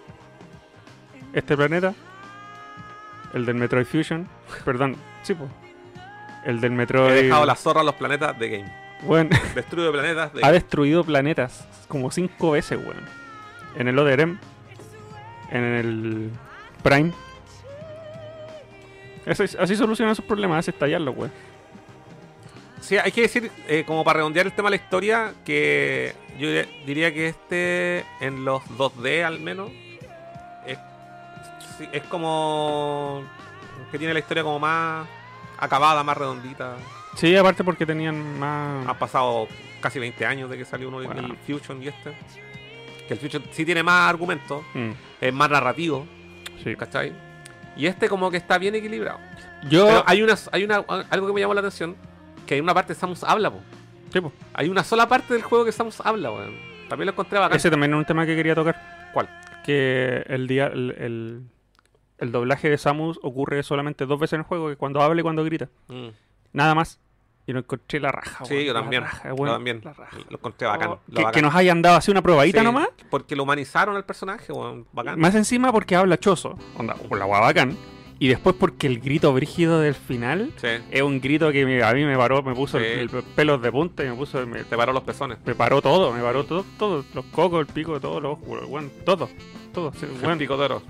Speaker 3: Este planeta. El del Metroid Fusion. Perdón, sí, po. El del Metroid.
Speaker 2: He dejado la zorra a los planetas de game.
Speaker 3: Weón,
Speaker 2: Destruido planetas de
Speaker 3: ha
Speaker 2: game.
Speaker 3: destruido planetas como cinco veces, weón. En el Oderem. En el Prime. Eso es- así solucionan sus problemas, hace estallarlos, weón.
Speaker 2: Sí, hay que decir, eh, como para redondear el tema de la historia, que yo dir- diría que este, en los 2D al menos, es, sí, es como que tiene la historia como más acabada, más redondita.
Speaker 3: Sí, aparte porque tenían más.
Speaker 2: Ha pasado casi 20 años de que salió uno
Speaker 3: Mm. Bueno.
Speaker 2: del Fusion y este. Que el Fusion sí tiene más argumentos,
Speaker 3: Mm,
Speaker 2: es más narrativo,
Speaker 3: sí.
Speaker 2: ¿cachai? Y este como que está bien equilibrado.
Speaker 3: Yo.
Speaker 2: Pero hay, unas, hay una, algo que me llamó la atención, que hay una parte de Samus habla, po.
Speaker 3: Sí, pues, po.
Speaker 2: Hay una sola parte del juego que Samus habla, weón. También lo encontré bacán.
Speaker 3: Ese también es un tema que quería tocar.
Speaker 2: ¿Cuál?
Speaker 3: Que el día. El, el- el doblaje de Samus ocurre solamente dos veces en el juego, que cuando habla y cuando grita.
Speaker 2: Mm.
Speaker 3: Nada más. Y lo encontré la raja,
Speaker 2: Sí,
Speaker 3: weón,
Speaker 2: yo
Speaker 3: Ah, la
Speaker 2: también.
Speaker 3: raja,
Speaker 2: yo
Speaker 3: weón,
Speaker 2: también.
Speaker 3: la raja.
Speaker 2: Lo encontré bacán.
Speaker 3: Oh,
Speaker 2: lo
Speaker 3: que,
Speaker 2: bacán.
Speaker 3: que nos hayan dado así una probadita
Speaker 2: Sí,
Speaker 3: nomás.
Speaker 2: Porque lo humanizaron al personaje, weón. Bacán.
Speaker 3: Más encima porque habla choso. Onda, por la guava bacán. Y después porque el grito brígido del final
Speaker 2: Sí.
Speaker 3: es un grito que me- a mí me paró, me puso el,
Speaker 2: Sí.
Speaker 3: el pelos de punta y me puso. me-
Speaker 2: Te paró los pezones.
Speaker 3: Me paró todo, me paró todo, todo, los cocos, el pico, todos los bueno, todo, todo, sí, weón,
Speaker 2: El pico de oro.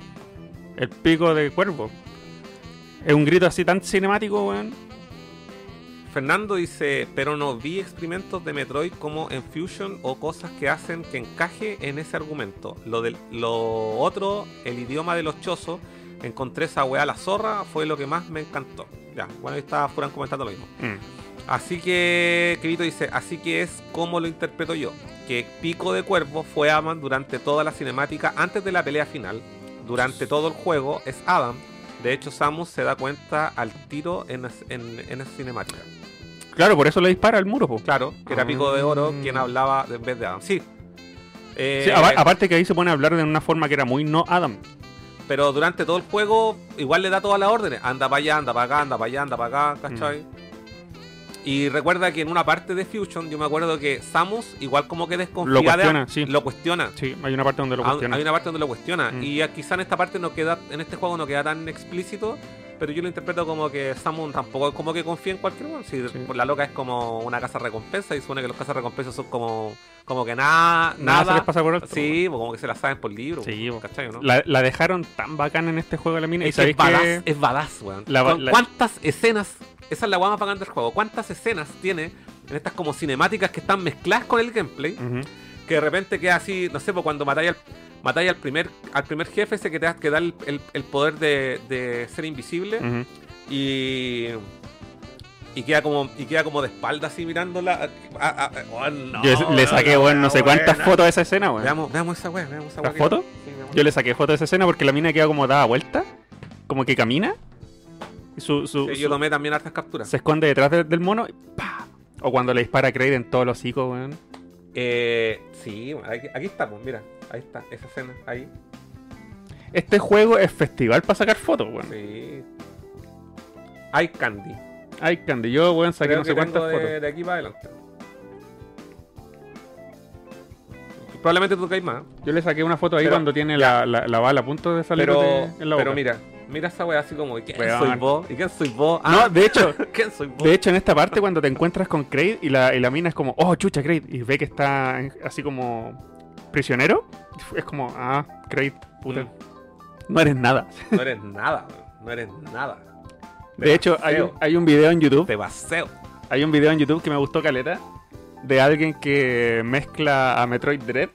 Speaker 3: el pico de cuervo. Es un grito así tan cinemático, weón.
Speaker 2: Fernando dice, pero no vi experimentos de Metroid como en Fusion o cosas que hacen que encaje en ese argumento. Lo del lo otro, el idioma de los chozos, encontré esa weá la zorra, fue lo que más me encantó. Ya, bueno, ahí está Furán comentando lo mismo. Así que, Kirito dice, así que es como lo interpreto yo, que Pico de Cuervo fue Adam durante toda la cinemática antes de la pelea final. Durante todo el juego es Adam. De hecho, Samus se da cuenta al tiro en, es- en, en esa cinemática.
Speaker 3: Claro, por eso le dispara al muro, po.
Speaker 2: Claro, que era Pico de Oro
Speaker 3: Mm.
Speaker 2: quien hablaba de- en vez de Adam. Sí. Eh,
Speaker 3: Sí, apa- aparte que ahí se pone a hablar de una forma que era muy no Adam.
Speaker 2: pero durante todo el juego, igual le da todas las órdenes. Anda para allá, anda para acá, anda para allá, anda para
Speaker 3: Mm.
Speaker 2: acá, ¿cachai? Y recuerda que en una parte de Fusion, yo me acuerdo que Samus, igual como que desconfía
Speaker 3: Lo
Speaker 2: de Adam,
Speaker 3: cuestiona, sí.
Speaker 2: Lo cuestiona.
Speaker 3: Sí, hay una parte donde lo
Speaker 2: Ah,
Speaker 3: cuestiona.
Speaker 2: Hay una parte donde lo cuestiona.
Speaker 3: Mm.
Speaker 2: Y ah, quizá en esta parte no queda, en este juego no queda tan explícito, pero yo lo interpreto como que Samus tampoco es como que confía en cualquier uno. Si
Speaker 3: Sí.
Speaker 2: por la loca es como una casa recompensa, y supone que los casas recompensas son como, como que nada,
Speaker 3: Nada,
Speaker 2: nada.
Speaker 3: se les pasa por alto.
Speaker 2: Sí, como que se la saben por libro.
Speaker 3: Sí, po.
Speaker 2: ¿cachai, o no?
Speaker 3: La, la dejaron tan bacana en este juego la mina.
Speaker 2: Es, que
Speaker 3: y sabéis
Speaker 2: es badass,
Speaker 3: que
Speaker 2: es badass, weón.
Speaker 3: La ba-
Speaker 2: Con-
Speaker 3: la-
Speaker 2: ¿Cuántas escenas? Esa es la guama pagando del juego. ¿Cuántas escenas tiene en estas como cinemáticas que están mezcladas con el gameplay?
Speaker 3: Ujú.
Speaker 2: Que de repente queda así, no sé, pues cuando matáis al, matáis al primer al primer jefe, ese que te, da- que da el, el- el poder de, de ser invisible
Speaker 3: Ujú.
Speaker 2: y. Y queda como y queda como de espalda así mirándola. Ah, ah, ah, oh, no,
Speaker 3: Yo le
Speaker 2: no,
Speaker 3: saqué,
Speaker 2: no,
Speaker 3: weón, no sé cuántas
Speaker 2: buena.
Speaker 3: fotos de esa escena, weón.
Speaker 2: Veamos, veamos esa weá, veamos esa
Speaker 3: ¿La
Speaker 2: weá que-
Speaker 3: foto?
Speaker 2: Sí, veamos.
Speaker 3: Yo le saqué foto de esa escena porque la mina queda como dada vuelta, como que camina. y Su, su,
Speaker 2: Sí,
Speaker 3: su-
Speaker 2: yo tomé también hartas capturas.
Speaker 3: se esconde detrás de- del mono y ¡pa! O cuando le dispara a Kraid en todos los hocico, weón.
Speaker 2: Eh, sí, aquí, aquí estamos, mira. Ahí está, esa escena, ahí.
Speaker 3: Este juego es festival para sacar fotos, weón.
Speaker 2: Sí. Hay candy.
Speaker 3: Ay, Candy, yo, weón, saqué
Speaker 2: Creo
Speaker 3: no
Speaker 2: que
Speaker 3: sé cuántas
Speaker 2: tengo
Speaker 3: fotos.
Speaker 2: de, de aquí para adelante. Probablemente tú caes más. ¿eh?
Speaker 3: Yo le saqué una foto ahí
Speaker 2: Pero-
Speaker 3: cuando tiene la, la, la bala a punto de salir
Speaker 2: Pero,
Speaker 3: de- en la boca.
Speaker 2: pero mira, mira esa wea así como, ¿y ¿quién
Speaker 3: Weón.
Speaker 2: soy vos? ¿Y quién soy vos? Ah,
Speaker 3: No, de hecho,
Speaker 2: ¿quién soy vos?
Speaker 3: De hecho, en esta parte, cuando te encuentras con Kraid y la, y la mina es como, oh, chucha, Kraid, y ve que está en- así como prisionero, es como, ah, Kraid, puta,
Speaker 2: Mm.
Speaker 3: no eres nada.
Speaker 2: No eres nada, weón. no eres nada.
Speaker 3: De hecho, hay un, hay un video en YouTube,
Speaker 2: Te baseo.
Speaker 3: hay un video en YouTube que me gustó caleta, de alguien que mezcla a Metroid Dread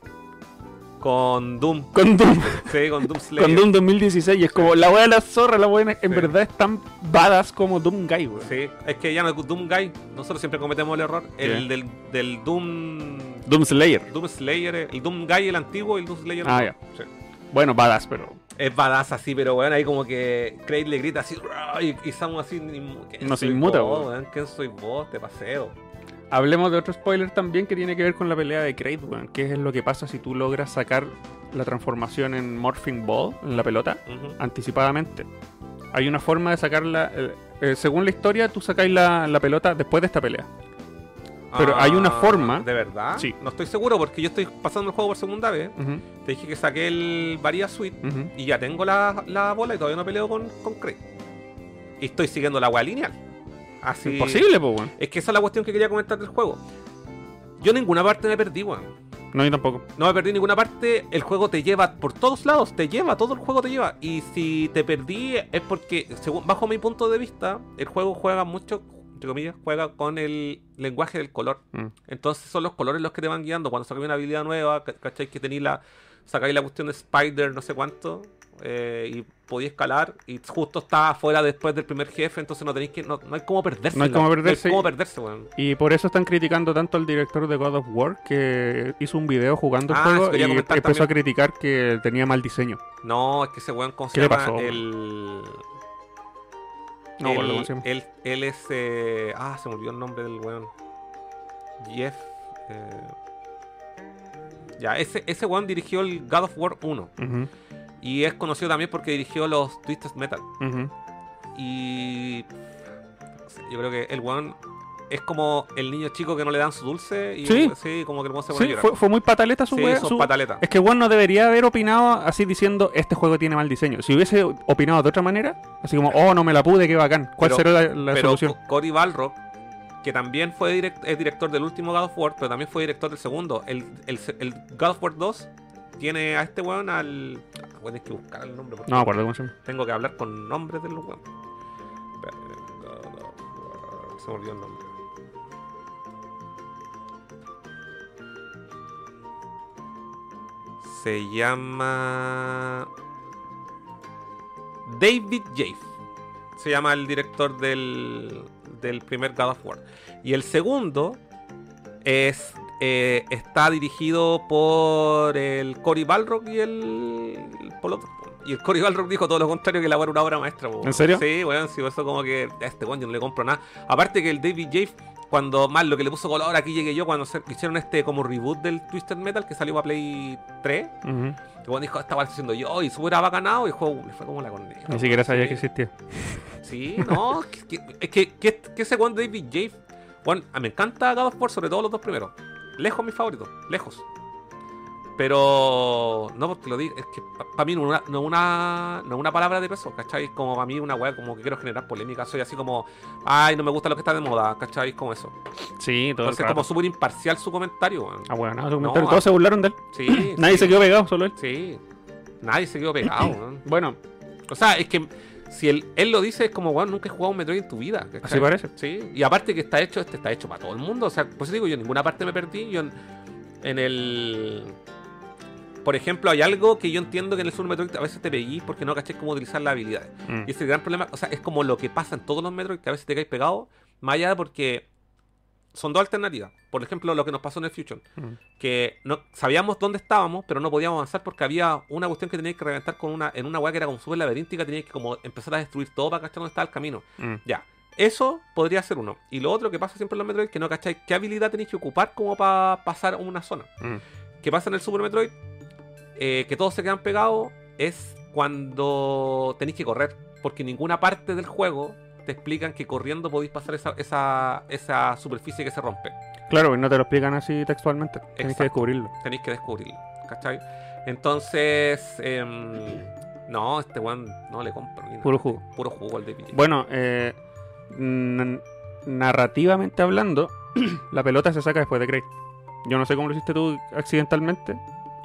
Speaker 2: Con Doom.
Speaker 3: con Doom,
Speaker 2: Sí, con Doom Slayer.
Speaker 3: con Doom 2016, y es como, la wea de la zorra, la wea en, en
Speaker 2: Sí.
Speaker 3: verdad es tan badass como Doom Guy, weón.
Speaker 2: Sí, es que ya no es Doom Guy. Nosotros siempre cometemos el error. El
Speaker 3: Bien.
Speaker 2: del, del Doom.
Speaker 3: Doom Slayer.
Speaker 2: Doom Slayer, eh, el Doom Guy el antiguo y el Doom Slayer el
Speaker 3: Ah,
Speaker 2: nuevo. Sí.
Speaker 3: Bueno, badass, pero
Speaker 2: Es badass así, pero weón, ahí como que Craig le grita así "Rah", y, y Samus así. "Ni- ¿quién
Speaker 3: No se
Speaker 2: soy
Speaker 3: inmuta,
Speaker 2: vos,
Speaker 3: weón.
Speaker 2: weón? ¿Quién soy vos? Te paseo.
Speaker 3: Hablemos de otro spoiler también que tiene que ver con la pelea de Kraid, weón. ¿Qué es lo que pasa si tú logras sacar la transformación en Morphing Ball, en la pelota,
Speaker 2: Ujú.
Speaker 3: anticipadamente? Hay una forma de sacarla. eh, eh, según la historia, tú sacáis la, la pelota después de esta pelea. Pero hay una forma-
Speaker 2: Ah, ¿De verdad?
Speaker 3: Sí.
Speaker 2: No estoy seguro porque yo estoy pasando el juego por segunda vez.
Speaker 3: Ujú,
Speaker 2: Te dije que saqué el Varia Suite
Speaker 3: ujú.
Speaker 2: y ya tengo la, la bola y todavía no peleo con, con Craig. Y estoy siguiendo la wea lineal. Así.
Speaker 3: Imposible, pues, weón.
Speaker 2: Es que esa es la cuestión que quería comentar del juego. Yo ninguna parte me perdí, weón.
Speaker 3: No, yo tampoco.
Speaker 2: No me perdí ninguna parte. El juego te lleva por todos lados, te lleva, todo el juego te lleva. Y si te perdí es porque, según bajo mi punto de vista, el juego juega mucho, entre comillas, juega con el lenguaje del color.
Speaker 3: Mm.
Speaker 2: Entonces son los colores los que te van guiando. Cuando sacáis una habilidad nueva, ca- ¿cachai? Que tenéis la. Sacáis la cuestión de Spider, no sé cuánto. eh, y podía escalar. Y justo está afuera después del primer jefe. Entonces no tenéis que. No, no hay cómo perderse.
Speaker 3: No hay cómo perderse.
Speaker 2: No hay cómo perderse, weón.
Speaker 3: Y por eso están criticando tanto al director de God of War que hizo un video jugando el
Speaker 2: Ah, eso
Speaker 3: juego y
Speaker 2: quería comentar
Speaker 3: empezó a criticar que tenía mal diseño.
Speaker 2: No, es que ese weón, ¿cómo se
Speaker 3: ¿Qué le
Speaker 2: llama?
Speaker 3: pasó, weón?
Speaker 2: el.
Speaker 3: No,
Speaker 2: él,
Speaker 3: me acuerdo cómo se llama.
Speaker 2: él- él es. eh, Ah, se me olvidó el nombre del weón. Jeff. eh, Ya, ese, ese weón dirigió el God of War 1.
Speaker 3: Ujú,
Speaker 2: Y es conocido también porque dirigió los Twisted Metal.
Speaker 3: ujú.
Speaker 2: Y. no sé, Yo creo que el weón es como el niño chico que no le dan su dulce. Y
Speaker 3: Sí.
Speaker 2: como que el weón se pone a
Speaker 3: Sí,
Speaker 2: llorar.
Speaker 3: fue, fue muy pataleta su
Speaker 2: Sí,
Speaker 3: wea-
Speaker 2: son
Speaker 3: su-
Speaker 2: pataletas.
Speaker 3: Es que Juan no debería haber opinado así diciendo este juego tiene mal diseño. Si hubiese opinado de otra manera, así como, oh, no me la pude, qué bacán. ¿Cuál
Speaker 2: Pero-
Speaker 3: será la, la
Speaker 2: pero
Speaker 3: solución?
Speaker 2: Co- Cory Balrock, que también fue direct- es director del último God of War, pero también fue director del segundo. El, el, se- el God of War 2 tiene a este weón al. Ah, weón, hay que buscar el nombre. porque
Speaker 3: No me acuerdo cómo se llama.
Speaker 2: Tengo que hablar con nombres de los weones. Espérate, God of War, Se me olvidó el nombre. Se llama. David Jafe. Se llama el director del, del primer God of War. Y el segundo es, eh, está dirigido por el Cory Balrog y el, por el otro. Y el Cory Balrog dijo todo lo contrario que la wea era una obra maestra. po.
Speaker 3: ¿En serio?
Speaker 2: Sí, weón, sí, eso como que a este weón yo no le compro nada. Aparte que el David Jafe, cuando más lo que le puso color, aquí llegué yo, cuando se- hicieron este como reboot del Twisted Metal que salió para Play 3,
Speaker 3: Ujú.
Speaker 2: el weón dijo, estaba haciendo yo y súper bacanado y el juego le fue como la corneja.
Speaker 3: Ni siquiera sabía
Speaker 2: Sí.
Speaker 3: que existía.
Speaker 2: Sí, no, que- que- es que, que, que ese One David Jave, bueno, me encanta God of War, sobre todo los dos primeros. Lejos mis favoritos, lejos. Pero no porque lo diga, es que para mí no es una, no es una, no es una palabra de peso, ¿cachai? Es Como para mí una weá como que quiero generar polémica, soy así como, ay, no me gusta lo que está de moda, ¿cachai? Es Como eso.
Speaker 3: Sí, todo el
Speaker 2: Entonces,
Speaker 3: rato.
Speaker 2: como súper imparcial su comentario, weón.
Speaker 3: Ah, bueno,
Speaker 2: No, ah.
Speaker 3: todos se burlaron de él.
Speaker 2: Sí,
Speaker 3: Nadie se quedó pegado, solo él.
Speaker 2: sí. Nadie se quedó pegado, weón.
Speaker 3: Bueno,
Speaker 2: O sea, es que si él, él lo dice, es como, weón, nunca he jugado un Metroid en tu vida. ¿cachai?
Speaker 3: así parece.
Speaker 2: Sí, y aparte que está hecho, este está hecho para todo el mundo. O sea, pues digo, yo en ninguna parte me perdí. Yo en, en el. Por ejemplo, hay algo que yo entiendo que en el Super Metroid a veces te peguís porque no caché cómo utilizar las habilidades.
Speaker 3: Mm.
Speaker 2: Y ese es el gran problema, o sea, es como lo que pasa en todos los Metroid que a veces te caes pegado, más allá de porque son dos alternativas. Por ejemplo, lo que nos pasó en el Fusion,
Speaker 3: Mm.
Speaker 2: que no sabíamos dónde estábamos, pero no podíamos avanzar porque había una cuestión que tenías que reventar con una, en una weá que era como súper laberíntica, tenías que como empezar a destruir todo para cachar dónde estaba el camino.
Speaker 3: Mm.
Speaker 2: Ya. Eso podría ser uno. Y lo otro que pasa siempre en los Metroid, que no cacháis qué habilidad tenéis que ocupar como para pasar a una zona.
Speaker 3: Mm.
Speaker 2: ¿Qué pasa en el Super Metroid? Eh, que todos se quedan pegados es cuando tenéis que correr. Porque en ninguna parte del juego te explican que corriendo podéis pasar esa, esa, esa superficie que se rompe.
Speaker 3: Claro, y no te lo explican así textualmente. Tienes
Speaker 2: Exacto.
Speaker 3: que descubrirlo.
Speaker 2: Tenéis que descubrirlo. ¿Cachai? Entonces... em, no, este weón no le compro. ni nada.
Speaker 3: Puro jugo.
Speaker 2: Puro jugo al de PJ.
Speaker 3: Bueno, eh, n- narrativamente hablando, la pelota se saca después de Craig. Yo no sé cómo lo hiciste tú accidentalmente.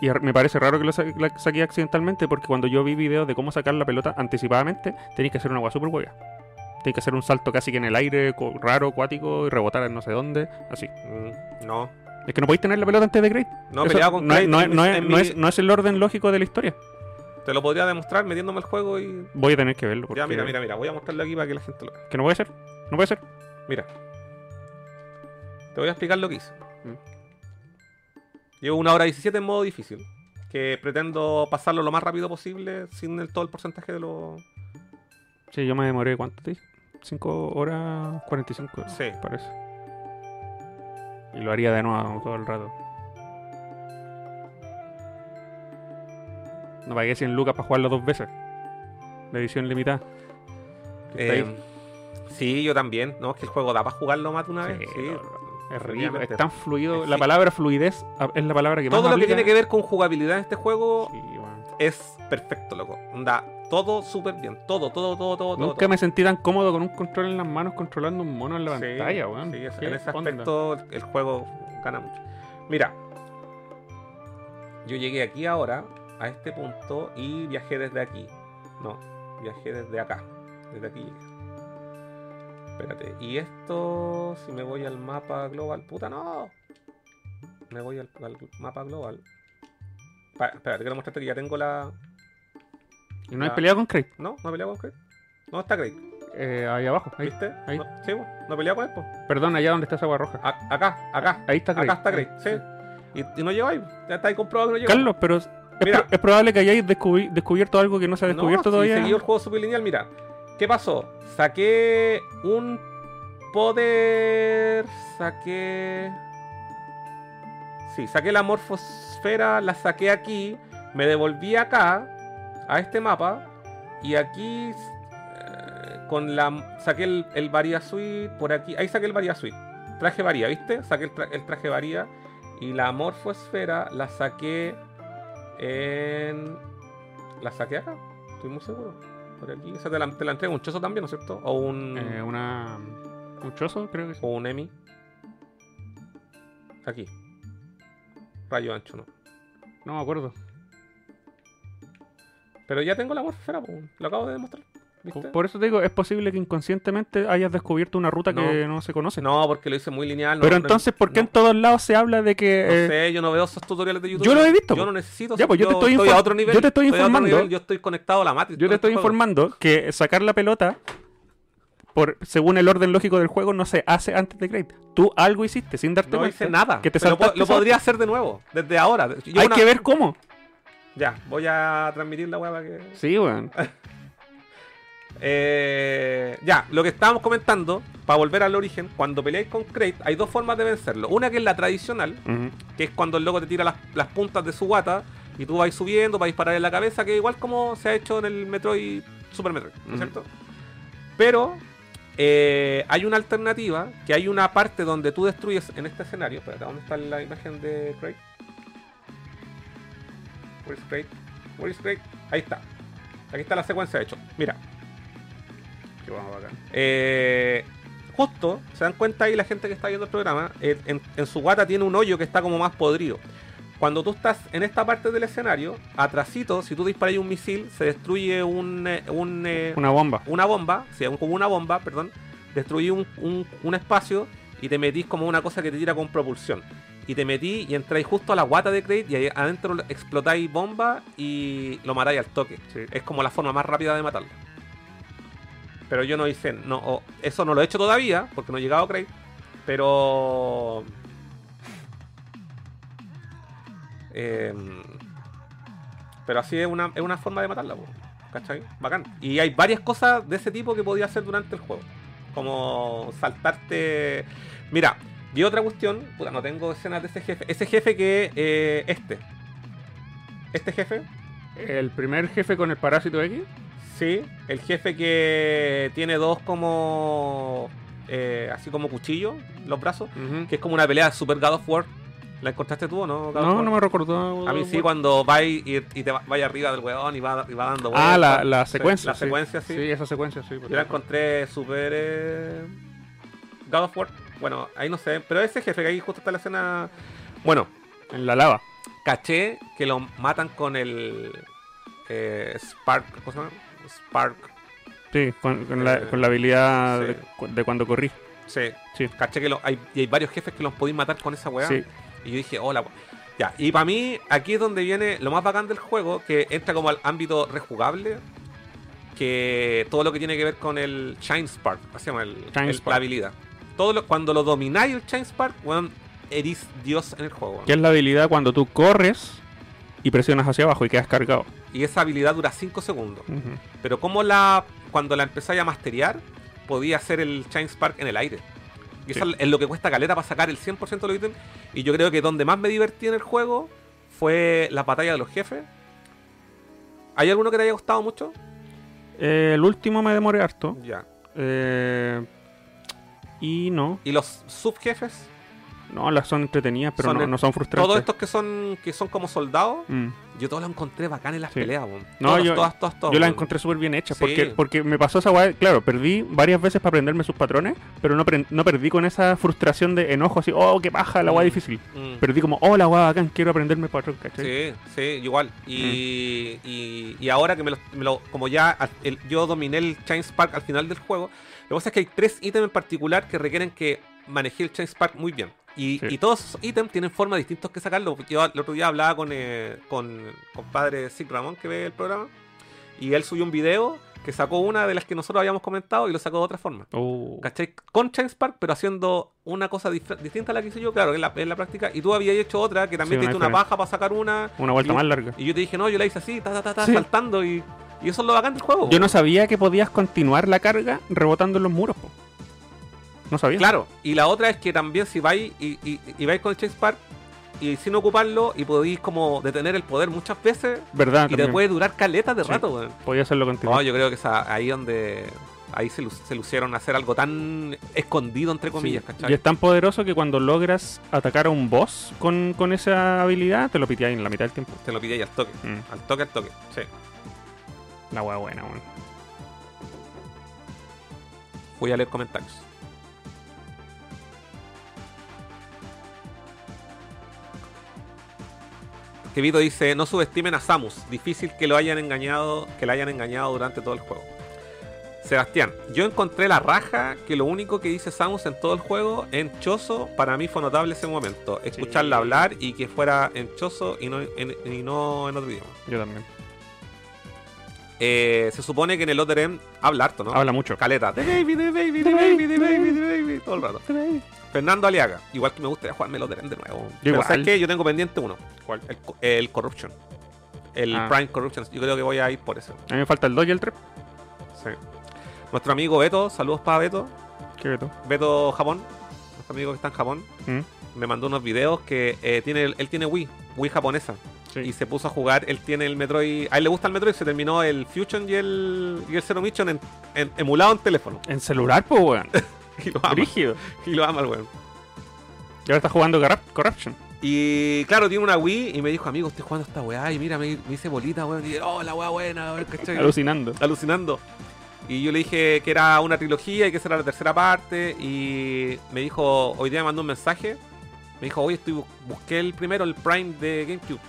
Speaker 3: Y ar- me parece raro que lo sa- la saqué accidentalmente porque cuando yo vi videos de cómo sacar la pelota anticipadamente, tenéis que hacer una agua super hueá. Tenéis que hacer un salto casi que en el aire, co- raro, acuático, y rebotar en no sé dónde, así.
Speaker 2: Mm, No.
Speaker 3: Es que no podéis tener la pelota antes de Great.
Speaker 2: No he
Speaker 3: Eso
Speaker 2: peleado con
Speaker 3: no, es-
Speaker 2: Kratos
Speaker 3: no es-
Speaker 2: en
Speaker 3: no
Speaker 2: mi-
Speaker 3: es-
Speaker 2: en
Speaker 3: no
Speaker 2: mi-
Speaker 3: es- no es el orden lógico de la historia.
Speaker 2: Te lo podría demostrar metiéndome al juego y.
Speaker 3: Voy a tener que verlo. Porque
Speaker 2: Ya, mira, mira, mira. Voy a mostrarlo aquí para que la gente lo vea.
Speaker 3: Que no puede ser. No puede ser.
Speaker 2: Mira. Te voy a explicar lo que hice.
Speaker 3: Mm.
Speaker 2: Llevo una hora 17 en modo difícil. Que pretendo pasarlo lo más rápido posible sin el, todo el porcentaje de los.
Speaker 3: Sí, yo me demoré, ¿cuánto te dije? 5 horas 45,
Speaker 2: Sí.
Speaker 3: parece. Y lo haría de nuevo todo el rato. No pagué 100 lucas para jugarlo dos veces. La edición limitada. Está
Speaker 2: Eh,
Speaker 3: ahí.
Speaker 2: sí, yo también. No, es que el juego da para jugarlo más de una
Speaker 3: Sí,
Speaker 2: vez. Ah, Sí.
Speaker 3: todo el es ridículo.
Speaker 2: Efectivamente.
Speaker 3: Es tan fluido.
Speaker 2: Sí.
Speaker 3: La palabra fluidez a- es la palabra que más
Speaker 2: Todo lo que
Speaker 3: aplica.
Speaker 2: tiene que ver con jugabilidad en este juego
Speaker 3: Sí, bueno.
Speaker 2: es perfecto, loco. Da todo súper bien. Todo, todo, todo, todo. todo,
Speaker 3: Nunca me sentí tan cómodo con un control en las manos controlando un mono en la
Speaker 2: Sí,
Speaker 3: pantalla, weón.
Speaker 2: sí, es-
Speaker 3: ¿Qué
Speaker 2: en ese
Speaker 3: onda?
Speaker 2: aspecto el- el juego gana mucho. Mira, yo llegué aquí ahora, a este punto, y viajé desde aquí. No, viajé desde acá. Desde aquí llegué. Espérate, y esto, si me voy al mapa global, puta no. Me voy al, al mapa global. Pa- espérate, quiero mostrarte que ya tengo la.
Speaker 3: Y no hay
Speaker 2: Ya.
Speaker 3: pelea con Craig.
Speaker 2: No, no he peleado con Craig. No está Craig,
Speaker 3: Eh, ahí abajo. Ahí.
Speaker 2: ¿viste?
Speaker 3: ahí.
Speaker 2: No, sí, bo, no he peleado con él. po.
Speaker 3: Perdón, allá donde está esa agua roja.
Speaker 2: A- acá, acá.
Speaker 3: Ahí está Craig.
Speaker 2: Acá está Grey, sí. Y, y no llegáis, ya está ahí comprobado que no llegáis.
Speaker 3: Carlos, pero es, es
Speaker 2: Mira.
Speaker 3: pro- es probable que hayáis descubri- descubierto algo que no se ha descubierto
Speaker 2: no, si
Speaker 3: todavía.
Speaker 2: seguí el juego super lineal, mira. ¿Qué pasó? Saqué un poder. Saqué. Sí, saqué la morfosfera, la saqué aquí. Me devolví acá, a este mapa. Y aquí. eh, Con la. Saqué el, el Varia Suite por aquí. Ahí saqué el Varia Suite. Traje Varia, ¿viste? Saqué el, tra- el traje Varia. Y la morfosfera la saqué. En. ¿La saqué acá? Estoy muy seguro. Por aquí. O sea, te la, te la entrego un chozo también, ¿no es cierto? O un.
Speaker 3: Eh, una. Un chozo, creo que sí.
Speaker 2: O un Emi. Aquí. Rayo ancho, no.
Speaker 3: No me acuerdo.
Speaker 2: Pero ya tengo la morfera, po, lo acabo de demostrar. ¿Viste?
Speaker 3: Por eso te digo, es posible que inconscientemente hayas descubierto una ruta que no se conoce.
Speaker 2: No, porque lo hice muy lineal. no-
Speaker 3: pero
Speaker 2: no-
Speaker 3: entonces, ¿por qué
Speaker 2: no,
Speaker 3: en todos lados se habla de que.
Speaker 2: no
Speaker 3: eh,
Speaker 2: sé, yo no veo esos tutoriales de YouTube.
Speaker 3: yo lo he visto,
Speaker 2: Yo
Speaker 3: po.
Speaker 2: no necesito.
Speaker 3: Ya, pues, yo te estoy
Speaker 2: a
Speaker 3: inform-
Speaker 2: otro nivel.
Speaker 3: yo te estoy
Speaker 2: a otro
Speaker 3: informando.
Speaker 2: nivel, yo estoy conectado a la matriz.
Speaker 3: yo
Speaker 2: con
Speaker 3: te estoy
Speaker 2: este juego.
Speaker 3: informando que sacar la pelota, por, según el orden lógico del juego, no se hace antes de Great. Tú algo hiciste sin darte
Speaker 2: No
Speaker 3: cuenta.
Speaker 2: hice nada.
Speaker 3: este Que te
Speaker 2: Pero po-
Speaker 3: saltaste
Speaker 2: lo
Speaker 3: esa-
Speaker 2: podría hacer de nuevo, desde ahora. Yo
Speaker 3: Hay
Speaker 2: una-
Speaker 3: que ver cómo.
Speaker 2: Ya, voy a transmitir la hueá que.
Speaker 3: Sí, weón.
Speaker 2: Eh, ya, lo que estábamos comentando, para volver al origen, cuando peleáis con Kraid, hay dos formas de vencerlo. Una que es la tradicional,
Speaker 3: Ujú.
Speaker 2: que es cuando el loco te tira las, las puntas de su guata y tú vais subiendo para disparar en la cabeza, que igual como se ha hecho en el Metroid Super Metroid, ¿no
Speaker 3: Ujú.
Speaker 2: es cierto? Pero eh, hay una alternativa, que hay una parte donde tú destruyes en este escenario. Espérate, ¿dónde está la imagen de Kraid? Where is Kraid? Where is Kraid? Ahí está. Aquí está la secuencia de hecho. Mira. Eh, justo, se dan cuenta ahí la gente que está viendo el programa, eh, en, en su guata tiene un hoyo que está como más podrido. Cuando tú estás en esta parte del escenario, atrasito, si tú disparas un misil, se destruye un, eh, un, eh,
Speaker 3: Una bomba.
Speaker 2: una bomba, si aún como una bomba, perdón, destruí un, un- un espacio y te metís como una cosa que te tira con propulsión. Y te metí y entráis justo a la guata de Kraid y ahí adentro explotáis bomba y lo matáis al toque.
Speaker 3: Sí.
Speaker 2: Es como la forma más rápida de matarlo. Pero yo no hice, no, o- eso no lo he hecho todavía, porque no he llegado a Kraid, pero... Em, pero así es una, es una forma de matarla, po, ¿cachai? Bacán. Y hay varias cosas de ese tipo que podía hacer durante el juego. como saltarte. Mira, vi otra cuestión. Puta, no tengo escenas de ese jefe. Ese jefe que. eh, este. Este jefe.
Speaker 3: El primer jefe con el parásito X.
Speaker 2: Sí, el jefe que tiene dos como. eh, así como cuchillo, los brazos. Que es como una pelea super God of War. ¿La encontraste tú o no? God of
Speaker 3: No,
Speaker 2: War?
Speaker 3: no me recordó.
Speaker 2: A mí sí, cuando vais y, y te va- vais arriba del weón y va, y va dando
Speaker 3: Ah,
Speaker 2: vueltas.
Speaker 3: la, la
Speaker 2: Sí,
Speaker 3: secuencia.
Speaker 2: La secuencia, sí.
Speaker 3: Sí, esa secuencia, sí. por
Speaker 2: Yo la
Speaker 3: supuesto.
Speaker 2: encontré super. eh, God of War. Bueno, ahí no sé. Pero ese jefe que ahí justo está la escena. Bueno,
Speaker 3: En la lava.
Speaker 2: caché que lo matan con el. eh, Spark. ¿Cómo se llama? Spark.
Speaker 3: Sí, con, con la,
Speaker 2: Eh,
Speaker 3: con la habilidad
Speaker 2: sí.
Speaker 3: de, cu- de cuando corrí.
Speaker 2: Sí.
Speaker 3: Sí.
Speaker 2: Caché que lo, hay, y hay varios jefes que los podéis matar con esa weá.
Speaker 3: Sí.
Speaker 2: Y yo dije, hola, weá. Ya, y para mí, aquí es donde viene lo más bacán del juego, que entra como al ámbito rejugable, que todo lo que tiene que ver con el Chain Spark, así se llama el,
Speaker 3: Chain
Speaker 2: el-
Speaker 3: Spark.
Speaker 2: la habilidad. Todo lo- cuando lo domináis el Chain Spark, weón, eres Dios en el juego. weón.
Speaker 3: Que es la habilidad cuando tú corres y presionas hacia abajo y quedas cargado.
Speaker 2: Y esa habilidad dura 5 segundos. Pero como la cuando la empezáis a masterear, podía hacer el Chain Spark en el aire. Y eso
Speaker 3: Sí.
Speaker 2: es lo que cuesta caleta para sacar el 100% de los ítems. Y yo creo que donde más me divertí en el juego fue la batalla de los jefes. ¿Hay alguno que te haya gustado mucho?
Speaker 3: Eh, el último me demoré harto.
Speaker 2: Ya.
Speaker 3: Eh, y no.
Speaker 2: ¿Y los subjefes?
Speaker 3: No, las son entretenidas, pero
Speaker 2: Son
Speaker 3: no,
Speaker 2: en-
Speaker 3: no son frustrantes.
Speaker 2: Todos estos que son que son como soldados,
Speaker 3: Mm.
Speaker 2: yo todos los encontré bacán en las
Speaker 3: Sí.
Speaker 2: peleas, weón.
Speaker 3: No,
Speaker 2: Todas,
Speaker 3: yo-
Speaker 2: todas, todas, todas,
Speaker 3: Yo las
Speaker 2: weón.
Speaker 3: encontré súper bien hechas
Speaker 2: Sí.
Speaker 3: porque, porque me pasó esa guay. Claro, perdí varias veces para aprenderme sus patrones, pero no, pre- no perdí con esa frustración de enojo así, oh, qué paja, la guay
Speaker 2: Mm.
Speaker 3: difícil.
Speaker 2: Mm.
Speaker 3: Perdí como, oh, la guay bacán, quiero aprenderme patrón, ¿cachai?
Speaker 2: Sí, sí, igual. Y,
Speaker 3: Mm.
Speaker 2: y- y ahora que me lo, me lo- como ya al- el- yo dominé el Chain Spark al final del juego, lo que pasa es que hay tres ítems en particular que requieren que maneje el Chain Spark muy bien. Y,
Speaker 3: Sí.
Speaker 2: y todos esos ítems tienen formas distintas que sacarlo. Yo el otro día hablaba con, eh, con compadre Sig Ramón que ve el programa y él subió un video que sacó una de las que nosotros habíamos comentado y lo sacó de otra forma.
Speaker 3: Oh.
Speaker 2: ¿Cachai? Con Chain Spark, pero haciendo una cosa dif- distinta a la que hice yo, claro, en la, en la práctica. Y tú habías hecho otra, que también te
Speaker 3: Sí, una
Speaker 2: hizo una
Speaker 3: diferente.
Speaker 2: paja para sacar una.
Speaker 3: Una vuelta
Speaker 2: Y-
Speaker 3: más larga.
Speaker 2: Y yo te dije, no, yo la hice así, ta, ta, ta, ta,
Speaker 3: Sí.
Speaker 2: saltando. Y, y eso es lo bacán del juego.
Speaker 3: Yo no sabía que podías continuar la carga rebotando en los muros. po. No sabía.
Speaker 2: Claro, y la otra es que también si vais y, y, y vais con el Chain Spark y sin ocuparlo y podéis como detener el poder muchas veces
Speaker 3: ¿Verdad?
Speaker 2: y te
Speaker 3: Ah, también.
Speaker 2: puede durar caletas de
Speaker 3: Sí.
Speaker 2: rato, weón.
Speaker 3: Podía hacerlo continuar.
Speaker 2: No, yo creo que esa, ahí donde. Ahí se, lu- se lucieron a hacer algo tan escondido, entre comillas,
Speaker 3: Sí.
Speaker 2: ¿cachai?
Speaker 3: Y es tan poderoso que cuando logras atacar a un boss con, con esa habilidad, te lo piteáis en la mitad del tiempo.
Speaker 2: Te lo pillé al toque.
Speaker 3: Mm,
Speaker 2: Al toque, al toque. Sí.
Speaker 3: la wea buena, weón.
Speaker 2: Voy a leer comentarios. Que Vito dice, no subestimen a Samus, difícil que lo hayan engañado, que la hayan engañado durante todo el juego. Sebastián, yo encontré la raja que lo único que dice Samus en todo el juego, enchoso, para mí fue notable ese momento, escucharla
Speaker 3: Sí.
Speaker 2: hablar y que fuera enchoso y no en, y no en otro idioma.
Speaker 3: Yo también.
Speaker 2: Eh, se supone que en el Other End habla harto, ¿no?
Speaker 3: Habla mucho.
Speaker 2: Caleta, the baby, the baby, the baby, the baby, the baby, todo el rato. Fernando Aliaga, igual que me gustaría jugar Meloteren de nuevo. Pero
Speaker 3: igual.
Speaker 2: ¿sabes qué? Yo tengo pendiente uno,
Speaker 3: ¿Cuál?
Speaker 2: el, co- el Corruption. El
Speaker 3: Ah.
Speaker 2: Prime Corruption. Yo creo que voy a ir por eso.
Speaker 3: A mí me falta el 2 y el 3.
Speaker 2: Sí. Nuestro amigo Beto, saludos para Beto.
Speaker 3: Qué beto.
Speaker 2: Beto Japón, nuestro amigo que está en Japón,
Speaker 3: Mm,
Speaker 2: me mandó unos videos que eh, tiene, él tiene Wii, Wii japonesa.
Speaker 3: sí.
Speaker 2: Y se puso a jugar, él tiene el Metroid. A él le gusta el Metroid, se terminó el Fusion y el, y el Zero Mission en, en- emulado en teléfono.
Speaker 3: En celular, pues, weón.
Speaker 2: Y lo ama,
Speaker 3: Rígido.
Speaker 2: y lo ama el weón.
Speaker 3: Y ahora está jugando Corrup- Corruption.
Speaker 2: Y claro, tiene una Wii y me dijo, amigo, estoy jugando esta weá. Y mira, me, me hice bolita, weón. Y oh, la weá buena, weón, ¿cachai?
Speaker 3: Alucinando.
Speaker 2: Alucinando. Y yo le dije que era una trilogía y que esa era la tercera parte. Y me dijo, hoy día me mandó un mensaje. Me dijo, hoy estoy bu- busqué el primero, el Prime de GameCube.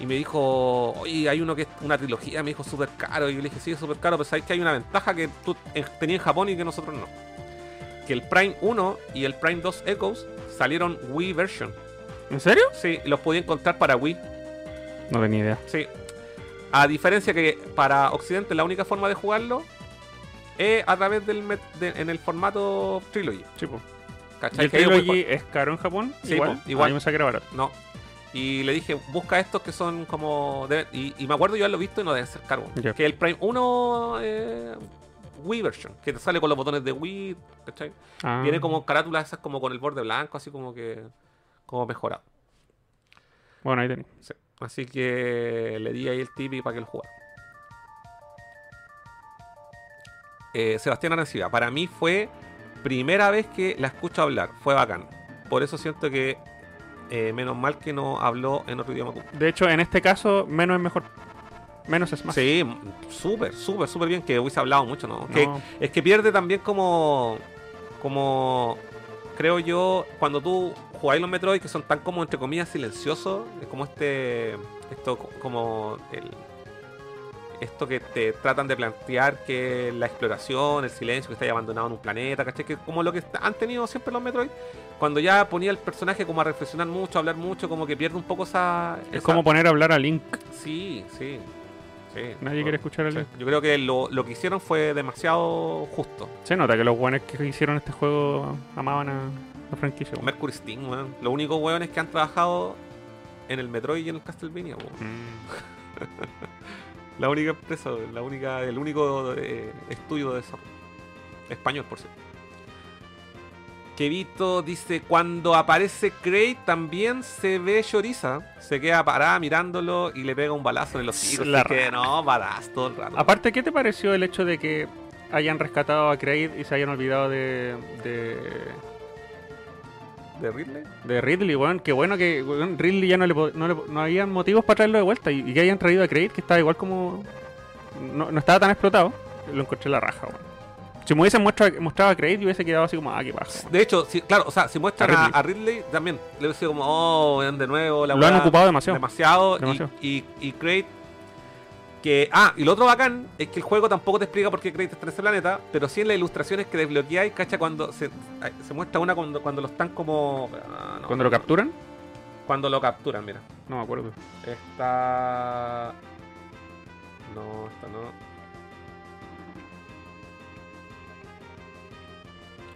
Speaker 2: Y me dijo, oye, hay uno que es una trilogía. Me dijo, súper caro. Y yo le dije, sí, es súper caro, pero sabes que hay una ventaja que tú en- tenías en Japón y que nosotros no. Que el Prime 1 y el Prime 2 Echoes salieron Wii version.
Speaker 3: ¿En serio?
Speaker 2: Sí, los podía encontrar para Wii.
Speaker 3: No tenía idea.
Speaker 2: Sí. A diferencia que para Occidente la única forma de jugarlo es a través del met- de- en el formato Trilogy.
Speaker 3: Sí, po. ¿Y
Speaker 2: ¿Cachai?
Speaker 3: el
Speaker 2: Que ellos
Speaker 3: Trilogy
Speaker 2: pueden
Speaker 3: es caro en Japón?
Speaker 2: Sí,
Speaker 3: igual.
Speaker 2: po, igual.
Speaker 3: A mí me saqué barato.
Speaker 2: jugar- No. Y le dije, busca estos que son como. debe- y, y me acuerdo yo haberlo visto y no deben ser caro.
Speaker 3: Ya.
Speaker 2: Que el Prime 1 eh, Wii version, que te sale con los botones de Wii, ¿cachai?
Speaker 3: Ah,
Speaker 2: Viene como carátulas esas como con el borde blanco, así como que. como mejorado.
Speaker 3: Bueno, ahí tenés.
Speaker 2: Sí. Así que le di ahí el tip y para que lo jugara. Eh, Sebastián Arancibia, para mí fue primera vez que la escucho hablar, fue bacán. Por eso siento que eh, menos mal que no habló en otro idioma.
Speaker 3: De hecho, en este caso, menos es mejor. Menos es más.
Speaker 2: Sí, m- súper, súper, súper bien que hubiese hablado mucho, ¿no?
Speaker 3: No,
Speaker 2: Que- es que pierde también como, como, creo yo, cuando tú jugáis los Metroid que son tan como, entre comillas, silenciosos, es como este, esto co- como el... Esto que te tratan de plantear que la exploración, el silencio, que estáis abandonado en un planeta, ¿cachai? Que como lo que est- han tenido siempre los Metroid, cuando ya ponía el personaje como a reflexionar mucho, a hablar mucho, como que pierde un poco esa...
Speaker 3: es
Speaker 2: esa-
Speaker 3: como poner a hablar a Link.
Speaker 2: Sí, sí. sí
Speaker 3: Nadie
Speaker 2: no.
Speaker 3: quiere escuchar a
Speaker 2: Sí,
Speaker 3: Link.
Speaker 2: Yo creo que lo, lo que hicieron fue demasiado justo.
Speaker 3: Se nota que los guanes que hicieron este juego amaban a la franquicia. weón.
Speaker 2: Mercury Steam, weón. Los únicos weones que han trabajado en el Metroid y en el Castlevania, weón.
Speaker 3: Mm.
Speaker 2: La única empresa, weón. la única, el único eh, estudio de eso. Español, por cierto. Kevito dice, cuando aparece Craig también se ve Choriza. Se queda parada mirándolo y le pega un balazo en los hocico.
Speaker 3: La
Speaker 2: Así que no, balazo todo el rato.
Speaker 3: Aparte, ¿qué te pareció el hecho de que hayan rescatado a Kraid y se hayan olvidado de, de,
Speaker 2: ¿De Ridley?
Speaker 3: de Ridley, weón? Qué bueno que weón, Ridley ya no le, po- no le po- no habían motivos para traerlo de vuelta y, y que hayan traído a Kraid que estaba igual como... No, no estaba tan explotado. Lo encontré la raja, weón. Si me hubiesen muestra- mostrado a Kraid, yo hubiese quedado así como, ah, qué paja. weón.
Speaker 2: De hecho, sí, claro, o sea, si muestran
Speaker 3: A
Speaker 2: a a
Speaker 3: Ridley.
Speaker 2: Ridley, también le hubiese sido como, oh, vean de nuevo, la
Speaker 3: Lo han
Speaker 2: weá,
Speaker 3: ocupado demasiado.
Speaker 2: demasiado. y-
Speaker 3: Demasiado.
Speaker 2: Y, y, Kraid, que. Ah, y lo otro bacán es que el juego tampoco te explica por qué Kraid está en ese planeta, pero sí en las ilustraciones que desbloqueáis, cacha, cuando se, ay, se muestra una cuando, cuando lo están como. ah, no.
Speaker 3: ¿Cuando lo capturan?
Speaker 2: Cuando lo capturan, mira.
Speaker 3: No me acuerdo.
Speaker 2: Esta. No, esta no.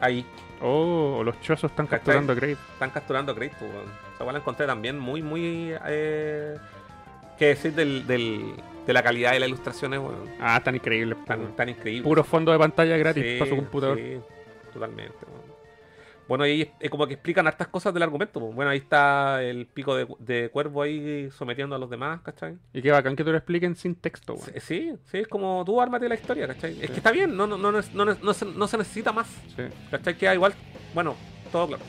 Speaker 2: Ahí.
Speaker 3: Oh, los chozos están
Speaker 2: ¿Cachai?
Speaker 3: capturando a Kraid.
Speaker 2: están capturando a Kratos, weón. Esa weá la encontré también muy, muy. Eh, que decir del, del- de la calidad de las ilustraciones, weón.
Speaker 3: Ah, tan increíble. po,
Speaker 2: Tan,
Speaker 3: weón.
Speaker 2: tan increíble.
Speaker 3: Puro fondo de pantalla gratis
Speaker 2: Sí,
Speaker 3: para su computador.
Speaker 2: sí, totalmente, weón. Bueno, ahí eh, como que explican hartas cosas del argumento. po. Bueno, ahí está el pico de, de cuervo ahí sometiendo a los demás, ¿cachai?
Speaker 3: Y qué bacán que te lo expliquen sin texto, weón.
Speaker 2: Sí, sí, sí, es como tú ármate la historia, ¿cachai? Es que está bien, no, no, no, no, no, no se, no se necesita más.
Speaker 3: Sí.
Speaker 2: ¿Cachai? Queda igual, bueno, todo claro.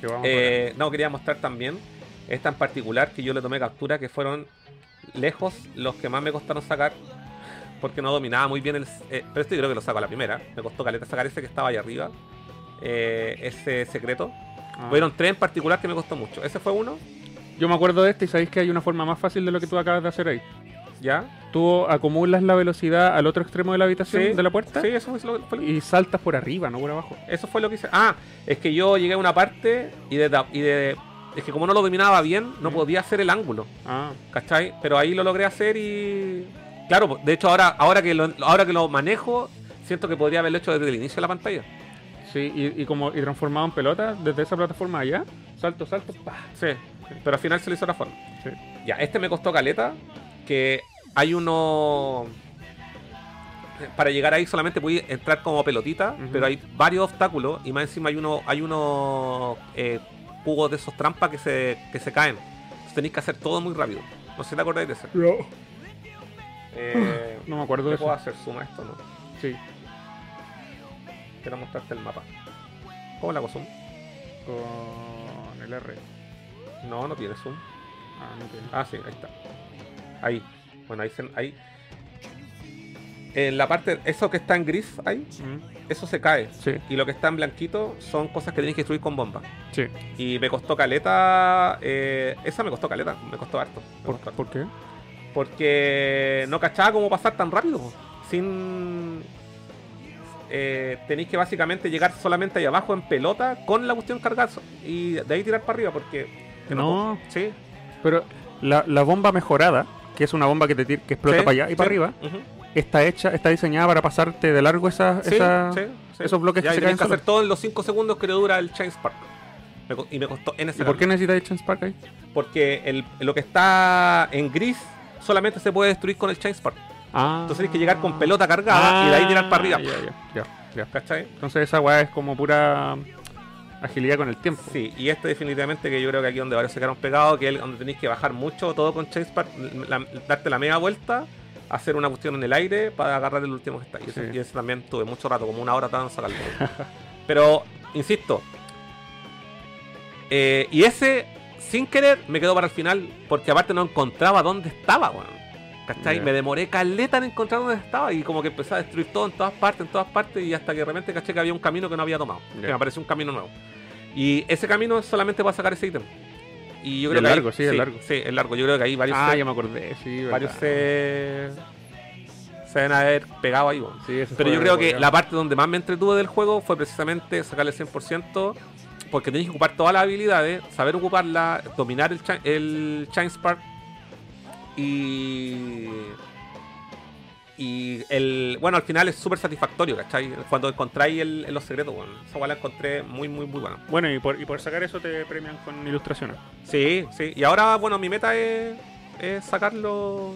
Speaker 3: que vamos a
Speaker 2: Eh, no, quería mostrar también esta en particular que yo le tomé captura, que fueron lejos los que más me costaron sacar, porque no dominaba muy bien el... eh, pero este yo creo que lo saco a la primera, me costó caleta sacar ese que estaba ahí arriba, eh, ese secreto.
Speaker 3: parar. Ah.
Speaker 2: Fueron tres en particular que me costó mucho. Ese fue uno,
Speaker 3: Yo me acuerdo de este y sabéis que hay una forma más fácil de lo que tú acabas de hacer ahí.
Speaker 2: ¿ya?
Speaker 3: Tú acumulas la velocidad al otro extremo de la habitación
Speaker 2: Sí,
Speaker 3: de la puerta
Speaker 2: Sí, eso fue lo, fue lo-
Speaker 3: y saltas por arriba, no por abajo.
Speaker 2: eso fue lo que hice. Ah, es que yo llegué a una parte y de... tap- Y de es que como no lo dominaba bien, no
Speaker 3: Mm.
Speaker 2: podía hacer el ángulo.
Speaker 3: Ah,
Speaker 2: ¿Cachai? Pero ahí lo logré hacer y. Claro, po, de hecho ahora, ahora que lo, ahora que lo manejo, siento que podría haberlo hecho desde el inicio de la pantalla.
Speaker 3: sí, y, y como y transformado en pelota desde esa plataforma allá, salto, salto, pa.
Speaker 2: Sí. Pero al final se lo hizo la forma.
Speaker 3: Sí.
Speaker 2: Ya, este me costó caleta. Que hay uno. Para llegar ahí solamente pude entrar como pelotita,
Speaker 3: Ujú.
Speaker 2: pero hay varios obstáculos y más encima hay uno, hay unos eh, cubos de esos trampas que se, que se caen. Entonces tenéis que hacer todo muy rápido. No sé si te acordáis de eso.
Speaker 3: No,
Speaker 2: Eh,
Speaker 3: me acuerdo de
Speaker 2: ¿Qué puedo
Speaker 3: eso.
Speaker 2: hacer? Suma esto, ¿no?
Speaker 3: Sí,
Speaker 2: Quiero mostrarte el mapa. ¿Cómo la hago zoom?
Speaker 3: con el R.
Speaker 2: No, no tiene zoom.
Speaker 3: Ah, no tiene.
Speaker 2: Ah, sí, ahí está. Ahí. Bueno, ahí. se- ahí. En la parte, eso que está en gris ahí,
Speaker 3: Mm,
Speaker 2: eso se cae.
Speaker 3: Sí,
Speaker 2: Y lo que está en blanquito son cosas que tienes que destruir con bombas.
Speaker 3: sí.
Speaker 2: Y me costó caleta. eh, esa me costó caleta, me costó harto. me
Speaker 3: ¿Por,
Speaker 2: costó harto.
Speaker 3: por qué?
Speaker 2: Porque no cachaba cómo pasar tan rápido. po. Sin. eh, tenéis que básicamente llegar solamente ahí abajo en pelota con la cuestión cargada y de ahí tirar para arriba porque.
Speaker 3: No,
Speaker 2: Sí.
Speaker 3: pero la, la bomba mejorada, que es una bomba que te tir- que explota
Speaker 2: sí,
Speaker 3: para allá y
Speaker 2: sí,
Speaker 3: para arriba,
Speaker 2: ujú.
Speaker 3: está hecha, está diseñada para pasarte de largo esa,
Speaker 2: Sí,
Speaker 3: esa-
Speaker 2: sí, sí.
Speaker 3: esos bloques
Speaker 2: Ya, y
Speaker 3: que se
Speaker 2: tenés
Speaker 3: caen
Speaker 2: que hacer
Speaker 3: solos.
Speaker 2: todo en los 5 segundos que le dura el Chain Spark. Me co- y me costó en ese
Speaker 3: ¿Y por qué necesitas Chance Park ahí?
Speaker 2: Porque el- lo que está en gris solamente se puede destruir con el Chain Spark.
Speaker 3: Ah.
Speaker 2: Entonces tienes que llegar con pelota cargada y de ahí tirar para arriba.
Speaker 3: Ya, ya, ya, Ah, ya.
Speaker 2: ¿Cachai?
Speaker 3: Entonces esa weá es como pura agilidad con el tiempo.
Speaker 2: Sí, y este definitivamente que yo creo que aquí donde varios se quedaron pegados, que es donde tenéis que bajar mucho todo con Chase Park, la- darte la media vuelta, hacer una cuestión en el aire para agarrar el último que está. Y, ese,
Speaker 3: Sí.
Speaker 2: y ese también tuve mucho rato, como una hora tan sacarlo. Pero, insisto, eh, y ese, sin querer, me quedó para el final, porque aparte no encontraba dónde estaba, weón. ¿Cachai?
Speaker 3: Ya.
Speaker 2: Me demoré caleta en encontrar dónde estaba y como que empecé a destruir todo en todas partes, en todas partes, y hasta que realmente caché que había un camino que no había tomado.
Speaker 3: Ya.
Speaker 2: Que me apareció un camino nuevo. Y ese camino es solamente para sacar ese ítem. Y yo creo
Speaker 3: Y es
Speaker 2: que ahí-
Speaker 3: largo, sí, es largo.
Speaker 2: Sí, es largo. Yo creo que ahí varios,
Speaker 3: Ah,
Speaker 2: se,
Speaker 3: ya me acordé, sí, verdad.
Speaker 2: varios se, se deben haber pegado ahí. weón.
Speaker 3: Sí, eso
Speaker 2: Pero
Speaker 3: fue
Speaker 2: yo creo que
Speaker 3: culiao.
Speaker 2: la parte donde más me entretuve del juego fue precisamente sacarle el 100%, porque tenés que ocupar todas las habilidades, saber ocuparla, dominar el, cha- el Chain Spark y. Y el. Bueno, al final es súper satisfactorio, ¿cachai? Cuando encontráis el- los secretos, bueno. Esa weá la encontré muy, muy, muy buena.
Speaker 3: Bueno, y por, y por sacar eso te premian con ilustraciones.
Speaker 2: Sí, sí. Y ahora, bueno, mi meta es, es sacarlo.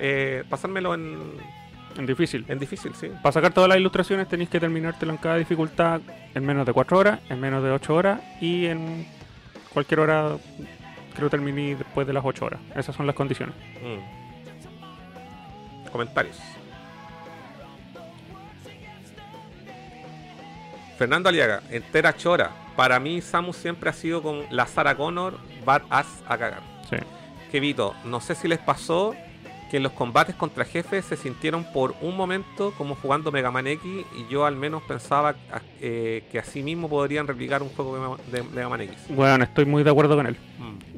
Speaker 2: eh, pasármelo en,
Speaker 3: En difícil.
Speaker 2: en difícil, sí.
Speaker 3: Para sacar todas las ilustraciones tenéis que terminártelo en cada dificultad en menos de 4 horas, en menos de 8 horas y en cualquier hora creo terminé después de las 8 horas. Esas son las condiciones.
Speaker 2: Mm. Comentarios. Fernando Aliaga, entera chora. Para mí, Samus siempre ha sido con la Sarah Connor, bad ass a cagar.
Speaker 3: Sí.
Speaker 2: Kevito, no sé si les pasó que en los combates contra jefes se sintieron por un momento como jugando Mega Man X y yo al menos pensaba a- eh, que así mismo podrían replicar un juego de Mega Man X. Mm,
Speaker 3: Bueno, estoy muy de acuerdo con él.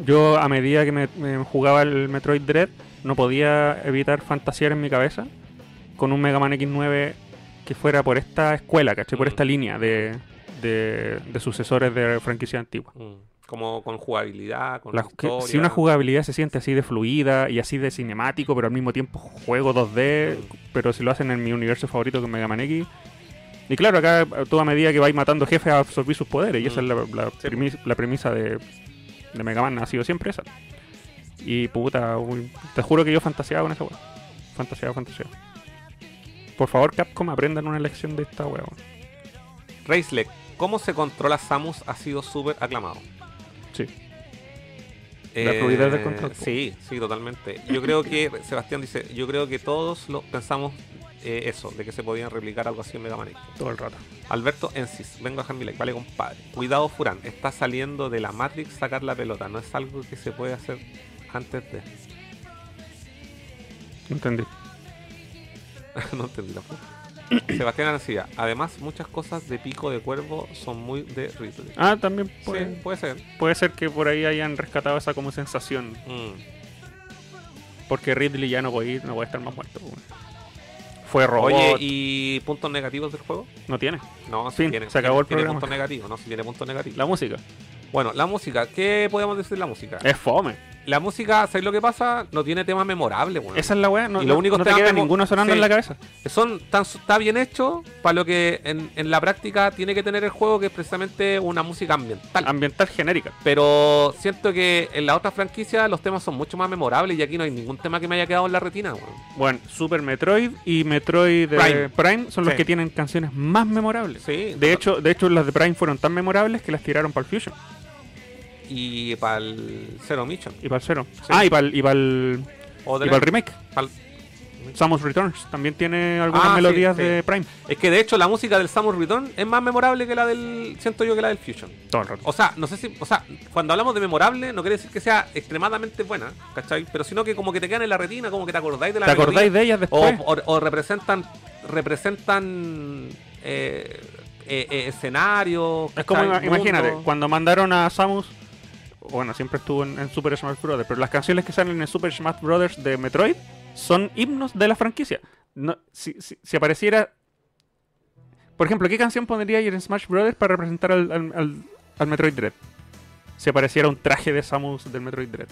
Speaker 3: Yo a medida que me, me jugaba el Metroid Dread no podía evitar fantasear en mi cabeza con un Mega Man X9 que fuera por esta escuela, ¿cachai? Por
Speaker 2: Mm.
Speaker 3: esta línea de, de- de sucesores de franquicia antigua.
Speaker 2: Mm. Como con jugabilidad, con
Speaker 3: La- que-
Speaker 2: historia.
Speaker 3: si una jugabilidad se siente así de fluida y así de cinemático, pero al mismo tiempo juego 2D,
Speaker 2: Mm.
Speaker 3: pero si lo hacen en mi universo favorito que es Mega Man X. Y claro, acá tú a medida que vais matando jefes absorbís sus poderes, y esa es
Speaker 2: Mm.
Speaker 3: la, la
Speaker 2: Sí.
Speaker 3: premis- la premisa de, de Mega Man, ha sido siempre esa. Y puta, uy, te juro que yo fantaseaba con esa weá. Fantaseaba, fantaseaba. Por favor, Capcom, aprendan una lección de esta weá. weón.
Speaker 2: Racelec, ¿cómo se controla Samus? Ha sido súper aclamado. Eh,
Speaker 3: Sí. La fluidez del control, po.
Speaker 2: Sí, sí, totalmente. Yo creo que, Sebastián dice, yo creo que todos lo pensamos eh, eso, de que se podían replicar algo así en Mega Man X.
Speaker 3: Todo el rato.
Speaker 2: Alberto Ensis, vengo a Jamilec, vale compadre. Cuidado Furán, está saliendo de la Matrix sacar la pelota, no es algo que se puede hacer antes de...
Speaker 3: Entendí.
Speaker 2: no entendí la puta. Sebastián Arancilla, además muchas cosas de pico de cuervo son muy de Ridley.
Speaker 3: Ah, también puede,
Speaker 2: Sí, puede ser.
Speaker 3: puede ser que por ahí hayan rescatado esa como sensación
Speaker 2: Mm.
Speaker 3: Porque Ridley ya no puede ir, no puede estar más muerto. weón. Fue robot.
Speaker 2: Oye, ¿y puntos negativos del juego?
Speaker 3: No tiene.
Speaker 2: No, sí
Speaker 3: Fin,
Speaker 2: tiene,
Speaker 3: se acabó el
Speaker 2: tiene
Speaker 3: programa.
Speaker 2: puntos negativos, no, si tiene puntos negativos.
Speaker 3: La música.
Speaker 2: Bueno, la música, ¿qué podemos decir de la música?
Speaker 3: Es fome.
Speaker 2: La música, ¿sabes lo que pasa? No tiene tema memorable, weón.
Speaker 3: Esa es la weá. No,
Speaker 2: Y lo único
Speaker 3: no te
Speaker 2: tema
Speaker 3: queda
Speaker 2: memo-
Speaker 3: ninguno sonando
Speaker 2: sí.
Speaker 3: en la cabeza.
Speaker 2: Son tan, está bien hecho para lo que en, en la práctica tiene que tener el juego, que es precisamente una música ambiental.
Speaker 3: Ambiental genérica.
Speaker 2: Pero siento que en la otra franquicia los temas son mucho más memorables y aquí no hay ningún tema que me haya quedado en la retina, weón.
Speaker 3: Bueno, Super Metroid y Metroid eh,
Speaker 2: Prime.
Speaker 3: Prime. son los
Speaker 2: Sí.
Speaker 3: que tienen canciones más memorables.
Speaker 2: Sí,
Speaker 3: De hecho, de hecho, las de Prime fueron tan memorables que las tiraron para el Fusion
Speaker 2: Y para el Zero Mission.
Speaker 3: y para el Zero.
Speaker 2: Sí.
Speaker 3: Ah, y para el, y para el,
Speaker 2: O
Speaker 3: y
Speaker 2: del-
Speaker 3: para el remake.
Speaker 2: pa'l-
Speaker 3: Samus Returns también tiene algunas
Speaker 2: Ah, sí,
Speaker 3: melodías
Speaker 2: sí.
Speaker 3: de Prime.
Speaker 2: Es que de hecho la música del Samus Return es más memorable que la del. Siento yo que la del Fusion.
Speaker 3: Todo el rato.
Speaker 2: O sea, no sé si. O sea, cuando hablamos de memorable, no quiere decir que sea extremadamente buena, ¿cachai? Pero sino que como que te quedan en la retina, como que te acordáis de la
Speaker 3: ¿Te
Speaker 2: melodía,
Speaker 3: acordáis de ellas
Speaker 2: o,
Speaker 3: después?
Speaker 2: o- o representan. Representan. eh, eh, eh, escenarios.
Speaker 3: Es como,
Speaker 2: ¿cachai?
Speaker 3: ima- imagínate,
Speaker 2: Mundos.
Speaker 3: cuando mandaron a Samus, bueno, siempre estuvo en, en Super Smash Bros., pero las canciones que salen en Super Smash Bros. de Metroid son himnos de la franquicia. No, si, si- si apareciera... Por ejemplo, ¿qué canción pondría ayer en Smash Bros. para representar al, al- al- al Metroid Dread? Si apareciera un traje de Samus del Metroid Dread.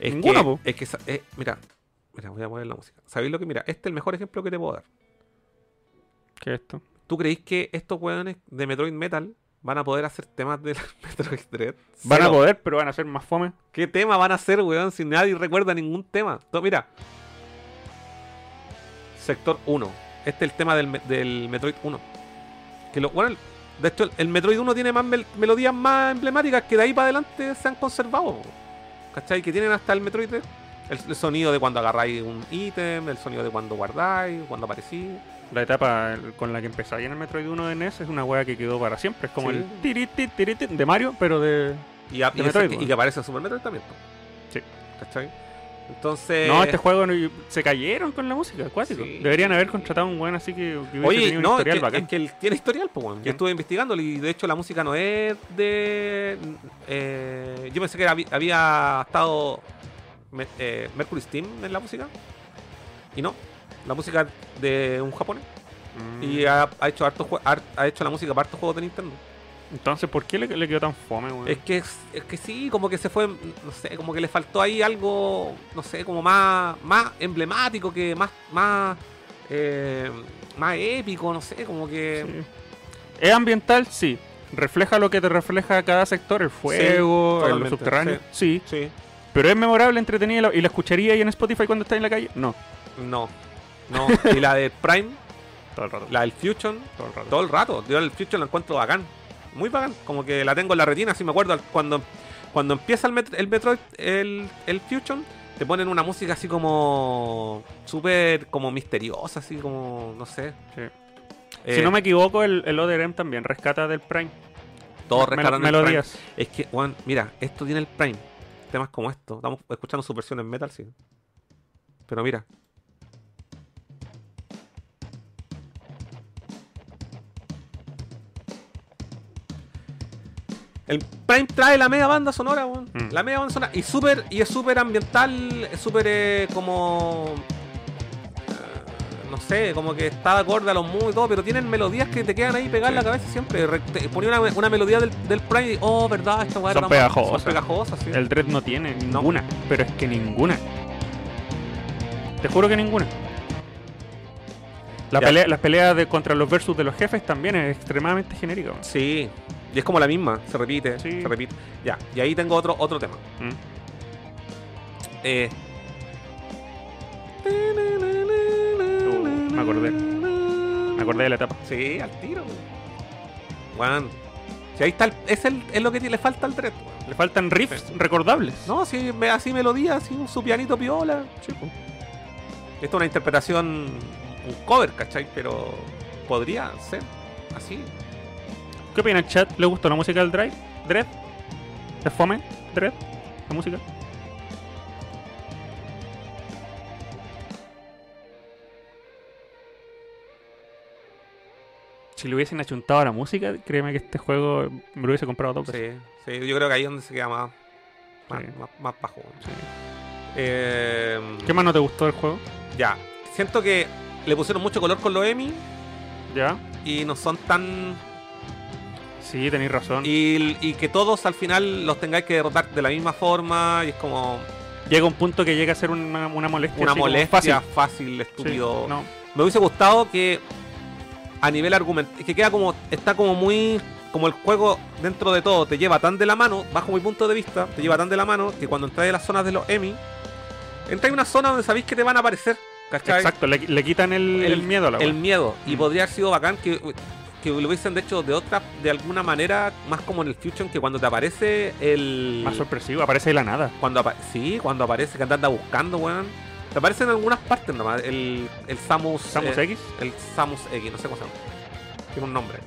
Speaker 2: Es
Speaker 3: Ninguno,
Speaker 2: que-
Speaker 3: po.
Speaker 2: es que sa- eh, mira, mira, voy a poner la música. ¿Sabéis lo que? Mira, este es el mejor ejemplo que te puedo dar.
Speaker 3: ¿Qué es esto?
Speaker 2: ¿Tú creéis que estos weones de Metroid Metal van a poder hacer temas de Metroid Dread?
Speaker 3: Van a
Speaker 2: Cero.
Speaker 3: poder, pero van a ser más fome.
Speaker 2: ¿Qué tema van a hacer, weón? Si nadie recuerda ningún tema. To- mira, Sector 1. Este es el tema del, me- del Metroid 1. Que lo, bueno, el- de hecho, el, el Metroid 1 tiene más mel- melodías más emblemáticas que de ahí para adelante se han conservado. ¿Cachai? Que tienen hasta el Metroid. tres. El, el sonido de cuando agarráis un ítem, el sonido de cuando guardáis, cuando aparecís.
Speaker 3: La etapa el- con la que empezáis en el Metroid 1 de NES es una weá que quedó para siempre. Es como
Speaker 2: Sí.
Speaker 3: el tiriti tiriti de Mario, pero de.
Speaker 2: Y, a-
Speaker 3: De
Speaker 2: y, ese
Speaker 3: Metroid,
Speaker 2: que, y
Speaker 3: bueno.
Speaker 2: que aparece en Super Metroid también. po.
Speaker 3: Sí.
Speaker 2: ¿Cachai? Entonces.
Speaker 3: No, este juego no- se cayeron con la música, acuático.
Speaker 2: Eh. Sí.
Speaker 3: Deberían haber contratado a un weón así que, que hubiese
Speaker 2: Oye,
Speaker 3: tenido un
Speaker 2: no, es
Speaker 3: historial
Speaker 2: que,
Speaker 3: bacán.
Speaker 2: es que él tiene historial, pues, weón. Yo
Speaker 3: ¿Quién?
Speaker 2: estuve investigándolo y de hecho la música no es de. eh, yo pensé que había, había estado me- eh, Mercury Steam en la música. Y no. La música de un japonés.
Speaker 3: Mm.
Speaker 2: Y ha, ha hecho harto jue- har- ha hecho la música para hartos juegos de Nintendo.
Speaker 3: Entonces, ¿por qué le, le quedó tan fome, weón?
Speaker 2: Es que es, es que sí, como que se fue, no sé, como que le faltó ahí algo, no sé, como más, más emblemático, que más, más, eh, más épico, no sé, como que.
Speaker 3: Sí. ¿Es ambiental? Sí. ¿Refleja lo que te refleja cada sector? ¿El fuego, el
Speaker 2: totalmente,
Speaker 3: subterráneo? Sí.
Speaker 2: Sí.
Speaker 3: ¿Pero es memorable, entretenida y la- y la escucharía ahí en Spotify cuando está en la calle? No.
Speaker 2: No. No. y la de Prime,
Speaker 3: Todo el rato.
Speaker 2: la del Fusion,
Speaker 3: Todo el rato.
Speaker 2: todo el rato. Yo el Fusion la encuentro bacán. Muy bacán. Como que la tengo en la retina, si me acuerdo. al- Cuando, cuando empieza el, Met- el Metroid, el, el Fusion, te ponen una música así como. súper como misteriosa, así como. no sé.
Speaker 3: Sí.
Speaker 2: Eh,
Speaker 3: Si no me equivoco, el, el Other M también rescata del Prime.
Speaker 2: Todos
Speaker 3: Me-
Speaker 2: rescatan el Prime.
Speaker 3: melodías.
Speaker 2: Es que, Juan, mira, esto tiene el Prime. Temas como esto. Estamos escuchando su versión en metal, sí. Pero mira. El Prime trae la media banda sonora, weón.
Speaker 3: Mm.
Speaker 2: La media banda sonora. Y súper, y es súper ambiental, es súper eh, como. eh, No sé, como que está de acorde a los moods y todo, pero tienen melodías que te quedan ahí pegadas en la cabeza siempre. Re- te ponía una, una melodía del, del Prime y, oh, verdad, esta weá
Speaker 3: Son
Speaker 2: era más-
Speaker 3: pegajosas.
Speaker 2: Son pegajosas, sí.
Speaker 3: El Dread no tiene ninguna, pero es que ninguna. Te juro que ninguna. La
Speaker 2: Ya.
Speaker 3: pelea- las peleas de, contra los versus de los jefes también es extremadamente genérica. weón.
Speaker 2: Sí, y es como la misma, se repite,
Speaker 3: Sí.
Speaker 2: se repite. Ya, y ahí tengo otro, otro tema.
Speaker 3: Mm.
Speaker 2: Eh.
Speaker 3: Uh, me acordé. Me acordé de la etapa.
Speaker 2: Sí, al tiro. Juan. Si ahí está, el- es, el, es lo que le falta al Dread. weón.
Speaker 3: Le faltan riffs recordables.
Speaker 2: No, sí, me- así melodía, así un su pianito piola.
Speaker 3: Sí, po.
Speaker 2: Esto es una interpretación, un cover, ¿cachai? Pero podría ser así.
Speaker 3: ¿Qué opinan, chat? ¿Le gustó la música del Drive? ¿Dread? ¿Es fome? ¿Dread? ¿La música? Si le hubiesen achuntado a la música, créeme que este juego me lo hubiese comprado todo.
Speaker 2: Sí, sí, yo creo que ahí es donde se queda más, más,
Speaker 3: Sí.
Speaker 2: más, más bajo. weón. Eh,
Speaker 3: ¿Qué más no te gustó del juego?
Speaker 2: Ya, siento que le pusieron mucho color con los Emmy
Speaker 3: ¿Ya?
Speaker 2: y no son tan.
Speaker 3: Sí, tenéis razón.
Speaker 2: Y, y que todos al final los tengáis que derrotar de la misma forma y es como
Speaker 3: Llega un punto que llega a ser una, una molestia.
Speaker 2: una
Speaker 3: así como
Speaker 2: molestia
Speaker 3: fácil.
Speaker 2: fácil,
Speaker 3: Sí,
Speaker 2: estúpido.
Speaker 3: no.
Speaker 2: Me hubiese gustado que a nivel argumental, que queda como, está como muy, como el juego dentro de todo, te lleva tan de la mano, bajo mi punto de vista, te lleva tan de la mano que cuando entráis a las zonas de los Emmy, entráis a una zona donde sabéis que te van a aparecer, ¿cachai?
Speaker 3: Exacto, le, le quitan el, el miedo a la
Speaker 2: El
Speaker 3: wea.
Speaker 2: miedo. Y
Speaker 3: Mm.
Speaker 2: podría haber sido bacán que, que lo hubiesen hecho de otra, de alguna manera, más como en el Fusion, que cuando te aparece el.
Speaker 3: Más sorpresivo, aparece de la nada.
Speaker 2: cuando apa- sí, cuando aparece que anda buscando, weón. Te aparece en algunas partes nomás. El, el Samus.
Speaker 3: ¿Samus
Speaker 2: eh,
Speaker 3: X?
Speaker 2: El Samus X, no sé cómo se llama. Tiene un nombre.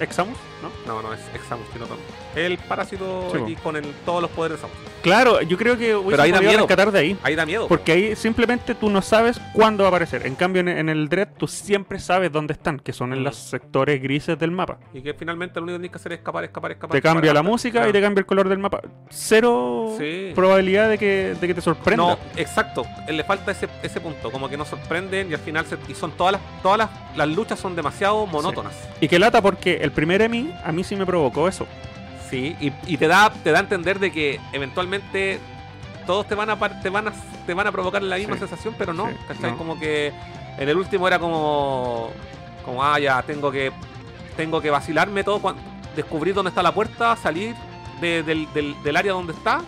Speaker 3: ¿Ex Samus? ¿No?
Speaker 2: No, no, es, es Samus, tiene otro nombre. El parásito
Speaker 3: Sí,
Speaker 2: X con el, todos los poderes de Samus.
Speaker 3: Claro, yo creo que hubiese
Speaker 2: Pero ahí da
Speaker 3: podido
Speaker 2: miedo.
Speaker 3: rescatar de ahí.
Speaker 2: Ahí da miedo.
Speaker 3: Porque ahí simplemente tú no sabes cuándo va a aparecer. En cambio, en, en el Dread tú siempre sabes dónde están, que son en
Speaker 2: Mm.
Speaker 3: los sectores grises del mapa.
Speaker 2: Y que finalmente lo único que tienes que hacer es escapar, escapar, escapar.
Speaker 3: Te cambia la
Speaker 2: escapar.
Speaker 3: música
Speaker 2: Claro.
Speaker 3: y te cambia el color del mapa. Cero
Speaker 2: Sí.
Speaker 3: probabilidad de que, de que te sorprenda.
Speaker 2: No, exacto. eh, Le falta ese, ese punto. Como que no sorprenden y al final se- y son todas las, todas las, las luchas son demasiado monótonas.
Speaker 3: Y que lata porque el primer Emi a mí sí me provocó eso.
Speaker 2: Sí, y, y te da te da a entender de que eventualmente todos te van a par- te van a te van a provocar la misma
Speaker 3: Sí.
Speaker 2: sensación, pero no,
Speaker 3: Sí,
Speaker 2: ¿cachai?
Speaker 3: no.
Speaker 2: Como que en el último era como como ah ya tengo que tengo que vacilarme todo cuan- descubrir dónde está la puerta, salir de- del, del- del área donde está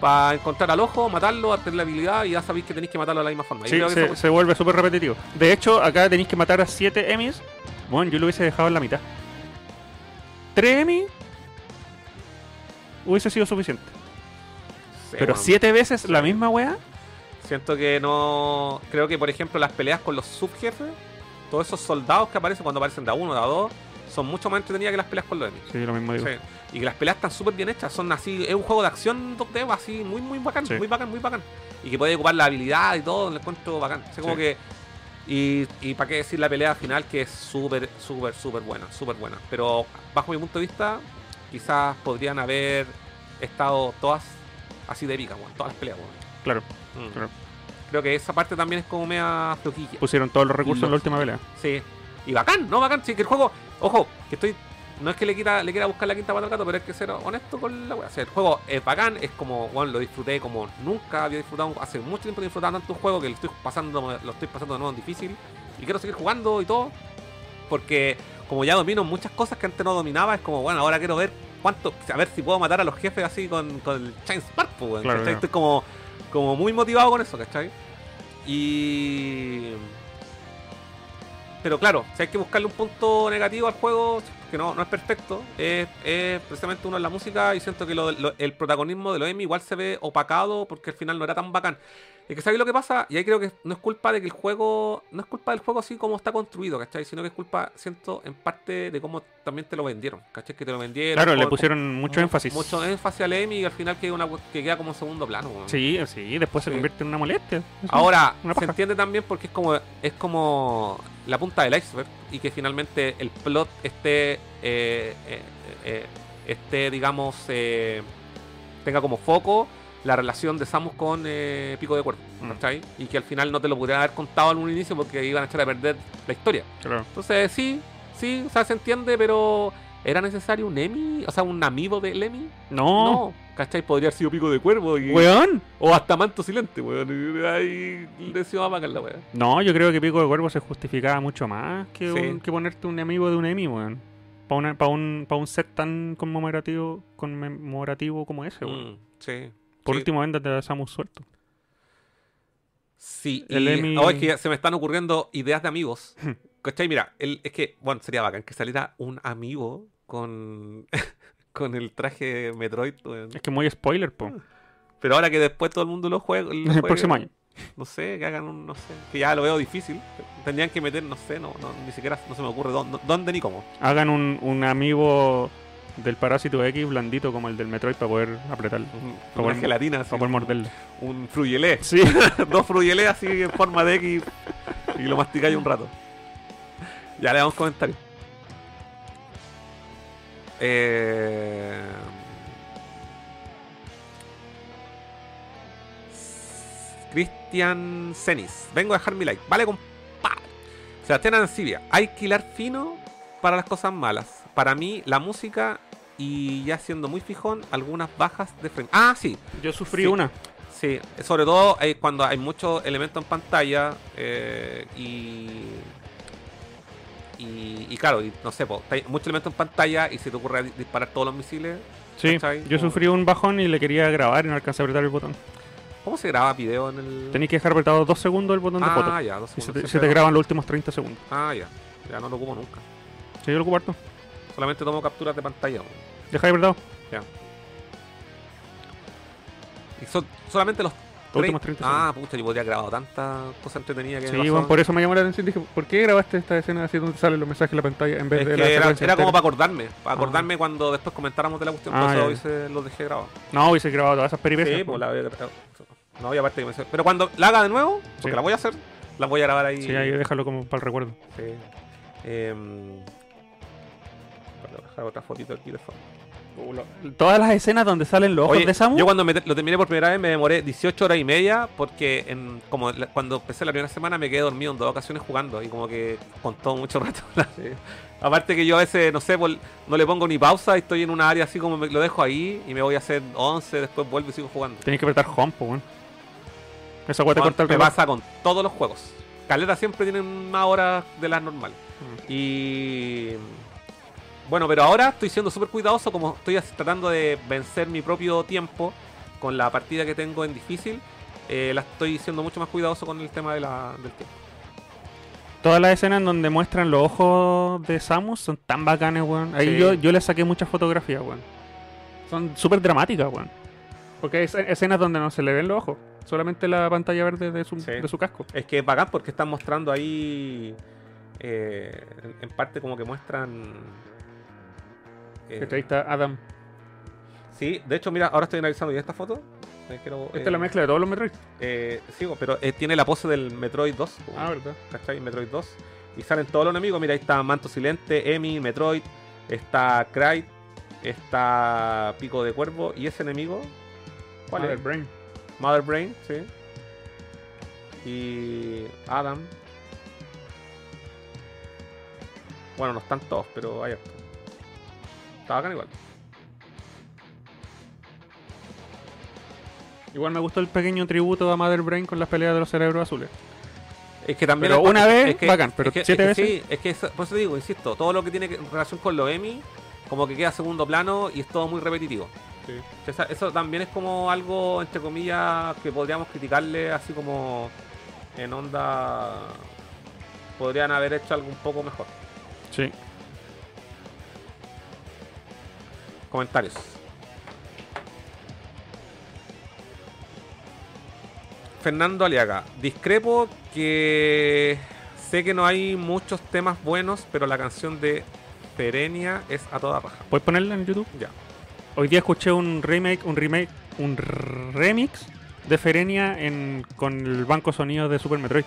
Speaker 2: para encontrar al ojo, matarlo, hacer la habilidad y ya sabéis que tenéis que matarlo de la misma forma. Yo
Speaker 3: Sí,
Speaker 2: creo que
Speaker 3: se,
Speaker 2: eso-
Speaker 3: se vuelve súper repetitivo. De hecho, acá tenéis que matar a 7 Emmys. Bueno, yo lo hubiese dejado en la mitad. 3 Emmys hubiese sido suficiente.
Speaker 2: sí,
Speaker 3: Pero
Speaker 2: bueno,
Speaker 3: 7 veces la misma weá.
Speaker 2: Siento que no. Creo que, por ejemplo, las peleas con los subjefes, todos esos soldados que aparecen cuando aparecen de a uno, de a dos, son mucho más entretenidas que las peleas con los enemigos.
Speaker 3: Sí, lo mismo digo.
Speaker 2: Sí. Y que las peleas están súper bien hechas, son así, es un juego de acción 2D así, muy, muy bacán,
Speaker 3: Sí.
Speaker 2: muy bacán, muy bacán. Y que puede ocupar la habilidad y todo, lo encuentro bacán. Así como
Speaker 3: Sí.
Speaker 2: que. Y, y para qué decir la pelea final, que es súper, súper, súper buena, súper buena. Pero bajo mi punto de vista, quizás podrían haber estado todas así de pica, weón, todas las peleas, weón.
Speaker 3: Claro,
Speaker 2: Mm.
Speaker 3: Claro. Pues
Speaker 2: Creo que esa parte también es como media floquilla.
Speaker 3: pusieron todos los recursos
Speaker 2: Lo-
Speaker 3: en la última pelea.
Speaker 2: Sí. Y bacán, ¿no? Bacán. Sí, que el juego. Ojo, que estoy. No es que le quiera, le quiera buscar la quinta pata al gato, pero es que ser honesto con la wea. O sea, el juego es bacán, es como, bueno, lo disfruté como nunca había disfrutado. Hace mucho tiempo que disfrutaba tanto un juego que lo estoy pasando, lo estoy pasando de nuevo en difícil. Y quiero seguir jugando y todo. Porque como ya domino muchas cosas que antes no dominaba, es como, bueno, ahora quiero ver cuánto. A ver si puedo matar a los jefes así con, con el Chainspark, pues, weón,
Speaker 3: Claro,
Speaker 2: ¿cachai?
Speaker 3: claro.
Speaker 2: Estoy como, como muy motivado con eso, ¿cachai? Y. Pero claro, si hay que buscarle un punto negativo al juego, que no, no es perfecto, es, es precisamente uno en la música y siento que lo- lo- el protagonismo de los Emmy igual se ve opacado porque al final no era tan bacán. Es que sabéis lo que pasa, y ahí creo que no es culpa de que el juego, no es culpa del juego así como está construido, ¿cachai? Sino que es culpa, siento, en parte de cómo también te lo vendieron, ¿cachai? Que te lo vendieron.
Speaker 3: Claro, le
Speaker 2: con-
Speaker 3: pusieron
Speaker 2: con-
Speaker 3: mucho énfasis.
Speaker 2: Mucho énfasis al Emmy y al final queda, una, cu- que queda como en segundo plano, weón.
Speaker 3: Sí, sí, después se
Speaker 2: Sí.
Speaker 3: convierte en una molestia. Eso.
Speaker 2: Ahora,
Speaker 3: Una
Speaker 2: se
Speaker 3: paja.
Speaker 2: entiende también porque es como es como la punta del iceberg y que finalmente el plot esté, eh, eh, eh, esté digamos, eh, tenga como foco la relación de Samus con eh, Pico de Cuervo,
Speaker 3: Mm.
Speaker 2: ¿cachai? Y que al final no te lo pudieran haber contado en un inicio porque iban a echar a perder la historia.
Speaker 3: Claro.
Speaker 2: Entonces, sí, sí, o sea, se entiende, pero ¿era necesario un Emmy? O sea, un amigo del Emmy?
Speaker 3: No,
Speaker 2: No, ¿cachai? Podría haber sido Pico de Cuervo y...
Speaker 3: weón.
Speaker 2: O hasta manto silente, weón. Ahí decidió apagar la weá.
Speaker 3: No, yo creo que Pico de Cuervo se justificaba mucho más que,
Speaker 2: Sí.
Speaker 3: un- que ponerte un enemigo de un enemy, weón. Para un, pa un set tan conmemorativo, conmemorativo como ese, weón.
Speaker 2: sí.
Speaker 3: Por
Speaker 2: Mm, Sí.
Speaker 3: último, véndate a Samus suelto.
Speaker 2: Sí,
Speaker 3: El
Speaker 2: y
Speaker 3: Emmy-
Speaker 2: ahora es que se me están ocurriendo ideas de amigos. ¿Cachai? Mira, el- es que, bueno, sería bacán que saliera un amigo con, con el traje Metroid, weón.
Speaker 3: Es que muy spoiler,
Speaker 2: Ah,
Speaker 3: po.
Speaker 2: Pero ahora que después todo el mundo lo juega. lo
Speaker 3: el
Speaker 2: juegue,
Speaker 3: próximo año.
Speaker 2: No sé, que hagan un, no sé. Que ya lo veo difícil. Tendrían que meter, no sé, no, no, ni siquiera, no se me ocurre dónde, dónde ni cómo.
Speaker 3: Hagan un, un amigo del parásito X blandito como el del Metroid para poder apretarlo.
Speaker 2: Con una
Speaker 3: poder-
Speaker 2: gelatina, así,
Speaker 3: Para poder morderlo.
Speaker 2: un fruyelé.
Speaker 3: Sí.
Speaker 2: dos frugelés así en forma de X y lo masticáis un rato. Ya le damos comentario. Eh... Cristian Cenis. Vengo a dejar mi like. Vale, compadre. Sebastián Ancibia. Hay que hilar fino para las cosas malas. Para mí, la música y ya siendo muy fijón, algunas bajas de frame. Ah, sí.
Speaker 3: Yo sufrí
Speaker 2: Sí.
Speaker 3: una.
Speaker 2: Sí, sobre todo eh, cuando hay muchos elementos en pantalla eh, y, y. y claro, y no sé, po, hay muchos elementos en pantalla y se te ocurre di- disparar todos los misiles.
Speaker 3: Sí.
Speaker 2: ¿Cachai?
Speaker 3: Yo sufrí un bajón y le quería grabar y no alcancé a apretar el botón.
Speaker 2: ¿Cómo se graba video en el.?
Speaker 3: Tenéis que dejar apretado dos segundos el botón de foto.
Speaker 2: ah, ya, dos
Speaker 3: Y se
Speaker 2: segundos,
Speaker 3: te, se
Speaker 2: siempre
Speaker 3: te
Speaker 2: lo-
Speaker 3: graban los últimos 30 segundos.
Speaker 2: Ah, ya, ya no lo ocupo nunca.
Speaker 3: Sí, yo lo cuarto.
Speaker 2: Solamente tomo capturas de pantalla. po.
Speaker 3: Dejáis apretado.
Speaker 2: Y son solamente los.
Speaker 3: Los últimos 30
Speaker 2: Ah, pucha, yo podría haber grabado tantas cosas entretenidas que
Speaker 3: Sí,
Speaker 2: me pasó.
Speaker 3: bueno, por eso me llamó la atención. Dije, ¿por qué grabaste esta escena así donde salen los mensajes en la pantalla en vez
Speaker 2: Es
Speaker 3: de
Speaker 2: que
Speaker 3: la
Speaker 2: era,
Speaker 3: secuencia
Speaker 2: era como para
Speaker 3: entera?
Speaker 2: acordarme, para acordarme cuando después comentáramos de la cuestión,
Speaker 3: Ah,
Speaker 2: por
Speaker 3: ya,
Speaker 2: eso
Speaker 3: ya.
Speaker 2: hice- los dejé grabados.
Speaker 3: No, hubiese grabado todas esas peripecias.
Speaker 2: Sí,
Speaker 3: po.
Speaker 2: pues la voy a grabar. No, y aparte que me- Pero cuando la haga de nuevo, porque
Speaker 3: Sí.
Speaker 2: la voy a hacer, la voy a grabar ahí.
Speaker 3: Sí, ahí déjalo como para el recuerdo.
Speaker 2: Sí. Em, para dejar otra fotito aquí de fondo.
Speaker 3: Todas las escenas donde salen los ojos
Speaker 2: Oye,
Speaker 3: de Samu.
Speaker 2: Yo cuando me te- lo terminé por primera vez me demoré 18 horas y media porque en, como la- cuando empecé la primera semana me quedé dormido en dos ocasiones jugando y como que contó mucho rato. la- Aparte que yo a veces, no sé, por- no le pongo ni pausa y estoy en una área así como me- lo dejo ahí y me voy a hacer 11, después vuelvo y sigo jugando.
Speaker 3: Tienes que apretar home, po, weón. Esa weá te
Speaker 2: Juan,
Speaker 3: corta el
Speaker 2: me
Speaker 3: reloj.
Speaker 2: pasa con todos los juegos. Caleta siempre tienen más horas de las normales.
Speaker 3: Mm.
Speaker 2: Y. Bueno, pero ahora estoy siendo súper cuidadoso, como estoy as- tratando de vencer mi propio tiempo. con la partida que tengo en difícil, eh, la estoy siendo mucho más cuidadoso con el tema de la, del tiempo.
Speaker 3: Todas las escenas en donde muestran los ojos de Samus son tan bacanes, weón. Ahí
Speaker 2: Sí.
Speaker 3: yo, yo le saqué muchas fotografías, weón. Son súper dramáticas, weón. Porque hay escen- escenas donde no se le ven los ojos. Solamente la pantalla verde de su,
Speaker 2: Sí.
Speaker 3: de su casco.
Speaker 2: Es que es bacán porque están mostrando ahí. eh, en- en parte, como que muestran. eh,
Speaker 3: Ahí está Adam.
Speaker 2: sí, de hecho, mira, ahora estoy analizando ya esta foto. Eh, quiero,
Speaker 3: Esta es
Speaker 2: eh,
Speaker 3: la mezcla de todos los Metroid.
Speaker 2: eh, sigo, pero eh, tiene la pose del Metroid 2. como-
Speaker 3: Ah, verdad.
Speaker 2: ¿cachai? Metroid 2. Y salen todos los enemigos. Mira, ahí está Manto Silente, Emi, Metroid, está Krait, está Pico de Cuervo. ¿Y ese enemigo? ¿Cuál
Speaker 3: Mother
Speaker 2: es?
Speaker 3: Brain.
Speaker 2: Mother Brain, sí. Y Adam. Bueno, no están todos, pero hay harto. Está bacán igual.
Speaker 3: Igual me gustó el pequeño tributo a Mother Brain con las peleas de los cerebros azules.
Speaker 2: Es que también.
Speaker 3: Pero
Speaker 2: es
Speaker 3: una
Speaker 2: parte-
Speaker 3: vez, bacán, pero siete
Speaker 2: que Sí, es que eso- por eso digo, insisto, todo lo que tiene que- relación con los Emmy, como que queda segundo plano y es todo muy repetitivo.
Speaker 3: Sí.
Speaker 2: Esa- eso también es como algo, entre comillas, que podríamos criticarle, así como en onda. Podrían haber hecho algo un poco mejor.
Speaker 3: Sí.
Speaker 2: Comentarios. Fernando Aliaga, discrepo que sé que no hay muchos temas buenos, pero la canción de Perenia es a toda raja.
Speaker 3: ¿Puedes ponerla en YouTube?
Speaker 2: Ya.
Speaker 3: Hoy día escuché un remake, un remake, un remix de Ferenia en, con el banco sonido de Super Metroid.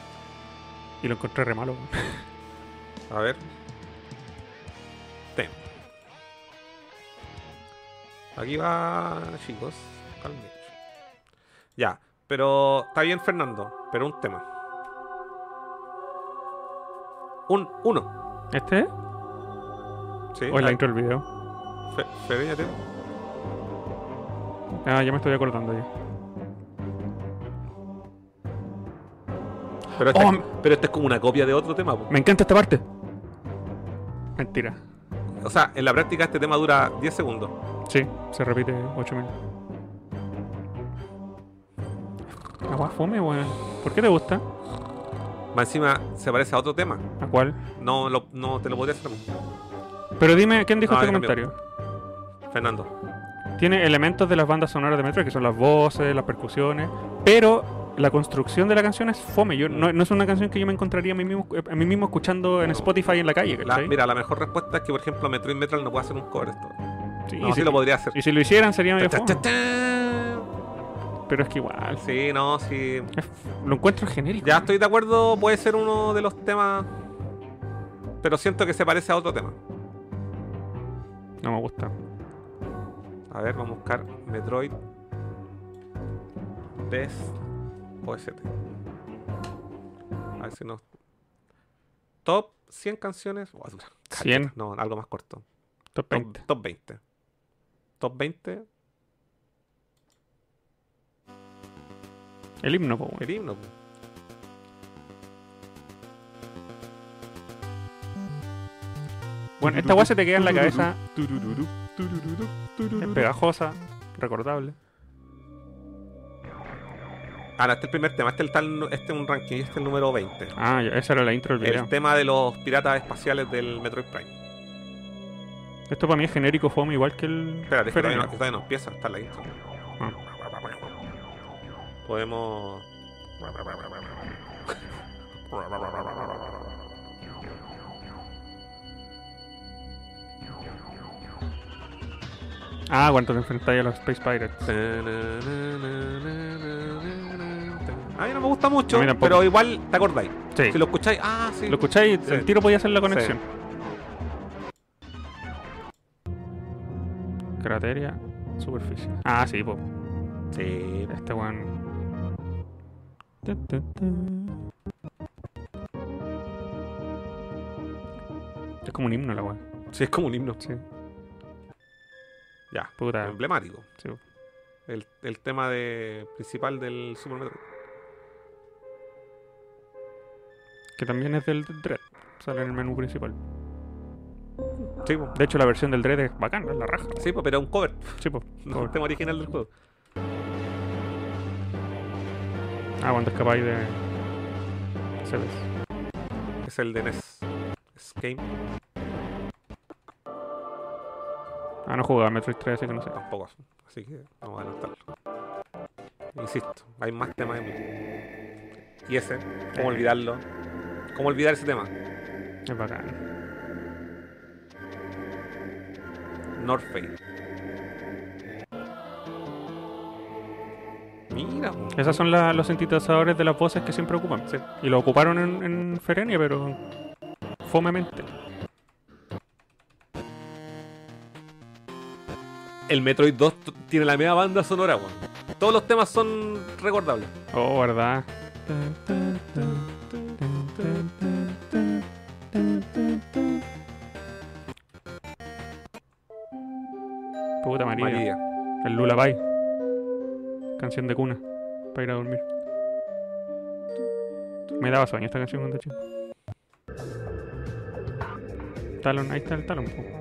Speaker 3: Y lo encontré re malo. weón.
Speaker 2: A ver. Tem. Aquí va, chicos. Calmate. Ya, pero está bien Fernando, pero un tema. Un, uno.
Speaker 3: ¿Este?
Speaker 2: Sí,
Speaker 3: ¿O es la
Speaker 2: ahí.
Speaker 3: intro del video?
Speaker 2: Fe- Fereña Teo.
Speaker 3: Ah, ya me estoy acordando ya.
Speaker 2: Pero esta,
Speaker 3: Oh,
Speaker 2: es, pero esta es como una copia de otro tema. po.
Speaker 3: Me encanta esta parte. Mentira.
Speaker 2: O sea, en la práctica este tema dura 10 segundos.
Speaker 3: Sí, se repite 8 minutos. Agua fome, weón. ¿Por qué te gusta?
Speaker 2: Más encima se parece a otro tema.
Speaker 3: ¿A cuál?
Speaker 2: No, lo- no te lo podría hacer.
Speaker 3: Pero dime, ¿quién dijo
Speaker 2: No,
Speaker 3: este
Speaker 2: ya cambió.
Speaker 3: comentario?
Speaker 2: Fernando.
Speaker 3: Tiene elementos de las bandas sonoras de Metroid, que son las voces, las percusiones, pero la construcción de la canción es fome. Yo, no, no es una canción que yo me encontraría a mí mismo, a mí mismo escuchando en
Speaker 2: No.
Speaker 3: Spotify en la calle,
Speaker 2: La-
Speaker 3: ¿cachai?
Speaker 2: mira, la mejor respuesta es que, por ejemplo, Metroid Metal no puede hacer un cover de esto.
Speaker 3: Sí,
Speaker 2: No,
Speaker 3: y,
Speaker 2: sí,
Speaker 3: si,
Speaker 2: lo podría hacer.
Speaker 3: y si lo hicieran sería medio
Speaker 2: Ta, ta,
Speaker 3: fome,
Speaker 2: ta, ta.
Speaker 3: pero es que igual,
Speaker 2: Sí, no, sí.
Speaker 3: es- lo encuentro genérico.
Speaker 2: Ya estoy de acuerdo, puede ser uno de los temas. Pero siento que se parece a otro tema.
Speaker 3: No me gusta.
Speaker 2: A ver, vamos a buscar Metroid Best OST. A ver si no. Top 100 canciones. Oh, Buah, dura.
Speaker 3: 100,
Speaker 2: No, algo más corto. Top
Speaker 3: top 20.
Speaker 2: top 20. Top 20.
Speaker 3: El himno, po, weón.
Speaker 2: El himno. po.
Speaker 3: Bueno, esta weá se te queda en la cabeza. Es pegajosa, recordable.
Speaker 2: Ahora, este es el primer tema. Este es el tal, nu- este es un ranking. Este es el número 20.
Speaker 3: Ah, ya, esa era la intro del video.
Speaker 2: El tema de los piratas espaciales del Metroid Prime.
Speaker 3: Esto para mí es genérico fome, igual que el.
Speaker 2: Espérate, es que todavía no,
Speaker 3: Ferenia.
Speaker 2: todavía no empieza. Está la intro.
Speaker 3: Ah.
Speaker 2: Podemos.
Speaker 3: Ah, cuando te enfrentáis a los Space Pirates.
Speaker 2: A mí no me gusta mucho,
Speaker 3: A mí tampoco.
Speaker 2: pero igual te acordáis.
Speaker 3: Sí.
Speaker 2: Si lo escucháis, ah, sí.
Speaker 3: Lo escucháis,
Speaker 2: Sí.
Speaker 3: el tiro podía hacer la conexión. Crateria, superficie. Ah, sí, po.
Speaker 2: Sí.
Speaker 3: Este weón. Ta, ta, ta. Es como un himno la weón.
Speaker 2: Sí, es como un himno.
Speaker 3: Sí,
Speaker 2: Ya,
Speaker 3: puta.
Speaker 2: emblemático.
Speaker 3: Sí, po.
Speaker 2: El, el tema de, principal del Super Metroid.
Speaker 3: Que también es del Dread. Sale en el menú principal.
Speaker 2: Sí, po.
Speaker 3: De hecho, la versión del Dread es bacana, es la raja.
Speaker 2: sí po, pero es un cover.
Speaker 3: Sí, po.
Speaker 2: No este es
Speaker 3: Cover.
Speaker 2: el tema original del juego.
Speaker 3: Ah, cuando es capaz de. Se ve.
Speaker 2: Es el de NES. Es Game.
Speaker 3: Ah, no jugaba Metroid 3, así que no sé.
Speaker 2: Tampoco. Así que vamos a adelantarlo. Insisto, hay más temas de Metroid. Y ese, ¿cómo olvidarlo? ¿Cómo olvidar ese tema?
Speaker 3: Es bacán.
Speaker 2: North Face. Mira, po.
Speaker 3: Esos son la- los sintetizadores de las voces que siempre ocupan. Y lo ocuparon en, en Ferenia, pero. Fomemente.
Speaker 2: el Metroid 2 t- tiene la misma banda sonora, weón. Todos los temas son recordables.
Speaker 3: Oh, verdad. Puta María.
Speaker 2: María.
Speaker 3: El Lullaby. Canción de cuna. Para ir a dormir. Me daba sueño esta canción cuando chico. Talon, ahí está el talon. po.